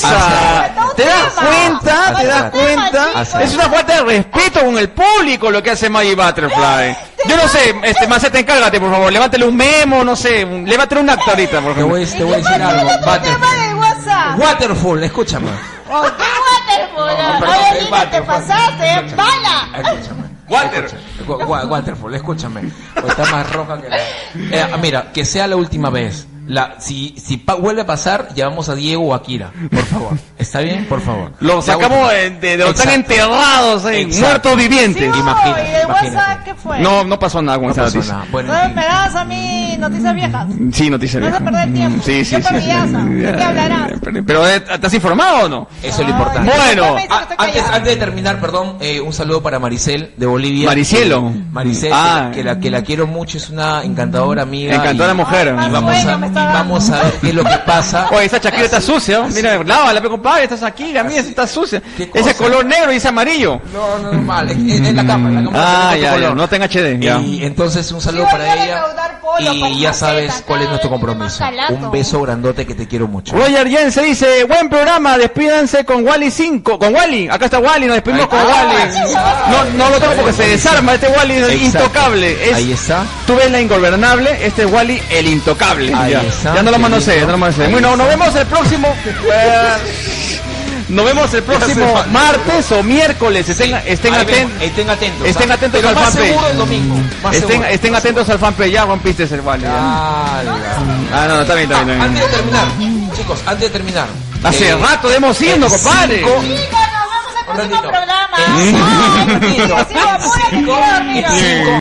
[SPEAKER 1] bosteza.
[SPEAKER 2] Hasta-
[SPEAKER 1] ¿Te das
[SPEAKER 4] Todo un
[SPEAKER 1] cuenta?
[SPEAKER 2] tema.
[SPEAKER 1] ¿Te das
[SPEAKER 2] Hasta-
[SPEAKER 1] cuenta?
[SPEAKER 2] hasta-
[SPEAKER 1] Es una falta de respeto con el público lo que hace Maggie Butterfly. Yo no sé, este, Maceta, encárgate, por favor, levántale un memo, no sé, un- levántale un acto ahorita, por
[SPEAKER 2] Te
[SPEAKER 1] favor.
[SPEAKER 2] voy, te voy a decir algo.
[SPEAKER 3] tema
[SPEAKER 2] Waterfall.
[SPEAKER 3] del WhatsApp?
[SPEAKER 2] Waterfall, escúchame.
[SPEAKER 4] Oh, qué waterfall.
[SPEAKER 2] No, perdón,
[SPEAKER 4] Oye,
[SPEAKER 2] es
[SPEAKER 4] Lina, te
[SPEAKER 2] waterfall.
[SPEAKER 4] pasaste, ¿eh?
[SPEAKER 2] Escúchame.
[SPEAKER 4] bala.
[SPEAKER 2] Escúchame.
[SPEAKER 1] Water.
[SPEAKER 2] Wa- wa- Waterfall, escúchame. O está más roja que la... Eh, mira, que sea la última vez. La, si si pa- vuelve a pasar, llamamos a Diego o a Kira. Por favor. ¿Está bien? Por favor.
[SPEAKER 1] Lo
[SPEAKER 2] La
[SPEAKER 1] sacamos
[SPEAKER 2] última.
[SPEAKER 1] de, de- de donde están
[SPEAKER 2] Exacto.
[SPEAKER 1] enterrados, ahí,
[SPEAKER 2] Exacto.
[SPEAKER 1] muertos
[SPEAKER 3] Sí, pues.
[SPEAKER 1] vivientes.
[SPEAKER 3] oh,
[SPEAKER 2] imagínate,
[SPEAKER 3] ¿Y del
[SPEAKER 2] imagínate.
[SPEAKER 3] WhatsApp qué fue?
[SPEAKER 1] No, no pasó nada con
[SPEAKER 2] No
[SPEAKER 1] esa
[SPEAKER 2] pasó
[SPEAKER 1] noticia.
[SPEAKER 2] nada. Bueno,
[SPEAKER 3] No
[SPEAKER 2] en fin.
[SPEAKER 3] esperabas a mí noticias viejas.
[SPEAKER 1] Sí, noticia
[SPEAKER 3] Vas a
[SPEAKER 1] vieja.
[SPEAKER 3] perder tiempo.
[SPEAKER 1] Sí, sí,
[SPEAKER 3] Yo
[SPEAKER 1] sí.
[SPEAKER 3] perdí asa. ¿De qué hablarás?
[SPEAKER 1] Pero, eh, ¿estás informado o no?
[SPEAKER 2] Eso es lo
[SPEAKER 3] Ay,
[SPEAKER 2] importante.
[SPEAKER 1] Bueno,
[SPEAKER 3] discúlpame si
[SPEAKER 2] Ah,
[SPEAKER 3] estoy
[SPEAKER 2] antes,
[SPEAKER 3] callada.
[SPEAKER 2] antes de terminar, perdón, eh, un saludo para Maricel de Bolivia.
[SPEAKER 1] Maricielo.
[SPEAKER 2] Maricel,
[SPEAKER 1] Ah.
[SPEAKER 2] que, la, que la quiero mucho, es una encantadora amiga.
[SPEAKER 1] Encantadora
[SPEAKER 2] y-
[SPEAKER 1] mujer.
[SPEAKER 2] Y vamos,
[SPEAKER 3] Sueño
[SPEAKER 2] a,
[SPEAKER 3] Ah, me
[SPEAKER 2] y
[SPEAKER 3] está dando.
[SPEAKER 2] vamos a ver qué es lo que pasa.
[SPEAKER 1] Oye, esa chaqueta
[SPEAKER 2] Ah,
[SPEAKER 1] está sucia. ¿no? Mira, lávala, pe, compadre, estás aquí, la mía está sucia.
[SPEAKER 2] ¿Qué
[SPEAKER 1] Ese
[SPEAKER 2] cosa?
[SPEAKER 1] color negro y ese amarillo.
[SPEAKER 2] No, no, no, mal, en, en la cama, en la cama.
[SPEAKER 1] Ah,
[SPEAKER 2] tengo
[SPEAKER 1] ya,
[SPEAKER 2] otro
[SPEAKER 1] ya,
[SPEAKER 2] color.
[SPEAKER 1] no tenga HD, ya.
[SPEAKER 2] Y entonces un saludo
[SPEAKER 3] Sí, voy
[SPEAKER 2] para
[SPEAKER 3] a
[SPEAKER 2] ella.
[SPEAKER 3] recaudar polo para
[SPEAKER 2] Y ya
[SPEAKER 3] Maricel,
[SPEAKER 2] sabes
[SPEAKER 4] acá,
[SPEAKER 2] cuál es nuestro
[SPEAKER 4] tiene más
[SPEAKER 2] compromiso.
[SPEAKER 4] calato.
[SPEAKER 2] Un beso grandote que te quiero mucho.
[SPEAKER 1] Roger Jensen dice, buen programa, despídanse con Wally 5, con Wally, acá está Wally, nos despedimos con
[SPEAKER 2] Ah,
[SPEAKER 1] Wally. No, no lo tengo porque se desarma, este Wally es
[SPEAKER 2] Exacto.
[SPEAKER 1] intocable. Es-
[SPEAKER 2] Ahí está.
[SPEAKER 1] Tú ves la ingobernable, este es Wally el intocable.
[SPEAKER 2] Ahí
[SPEAKER 1] Ya,
[SPEAKER 2] está.
[SPEAKER 1] ya no lo
[SPEAKER 2] Qué
[SPEAKER 1] manosee,
[SPEAKER 2] lindo.
[SPEAKER 1] no lo manosee.
[SPEAKER 2] Ahí
[SPEAKER 1] Bueno,
[SPEAKER 2] está.
[SPEAKER 1] nos vemos el próximo. eh, nos vemos el próximo
[SPEAKER 2] Ya se va.
[SPEAKER 1] martes o miércoles. Estén, estén
[SPEAKER 2] Ahí
[SPEAKER 1] atentos.
[SPEAKER 2] vemos, Estén atentos.
[SPEAKER 1] Estén
[SPEAKER 2] ¿ah?
[SPEAKER 1] atentos
[SPEAKER 2] Pero
[SPEAKER 1] al
[SPEAKER 2] más
[SPEAKER 1] fanpage.
[SPEAKER 2] seguro el domingo. más
[SPEAKER 1] Estén,
[SPEAKER 2] seguro.
[SPEAKER 1] estén atentos al fanpage, ya rompiste el Wally. ya.
[SPEAKER 2] Ah, la-
[SPEAKER 1] Ah, no, no, está bien, está bien, está bien.
[SPEAKER 2] Antes de terminar, chicos, antes de terminar.
[SPEAKER 1] Hace
[SPEAKER 2] eh,
[SPEAKER 1] rato debemos irnos,
[SPEAKER 2] el
[SPEAKER 1] compadre.
[SPEAKER 2] cinco-
[SPEAKER 4] Chicos, nos vemos el
[SPEAKER 2] Un
[SPEAKER 4] próximo
[SPEAKER 2] ratito.
[SPEAKER 4] programa.
[SPEAKER 2] El
[SPEAKER 4] Chao.
[SPEAKER 2] cinco-
[SPEAKER 4] Sí, apúrate,
[SPEAKER 2] el cinco-
[SPEAKER 4] quiero dormir.
[SPEAKER 2] el cinco-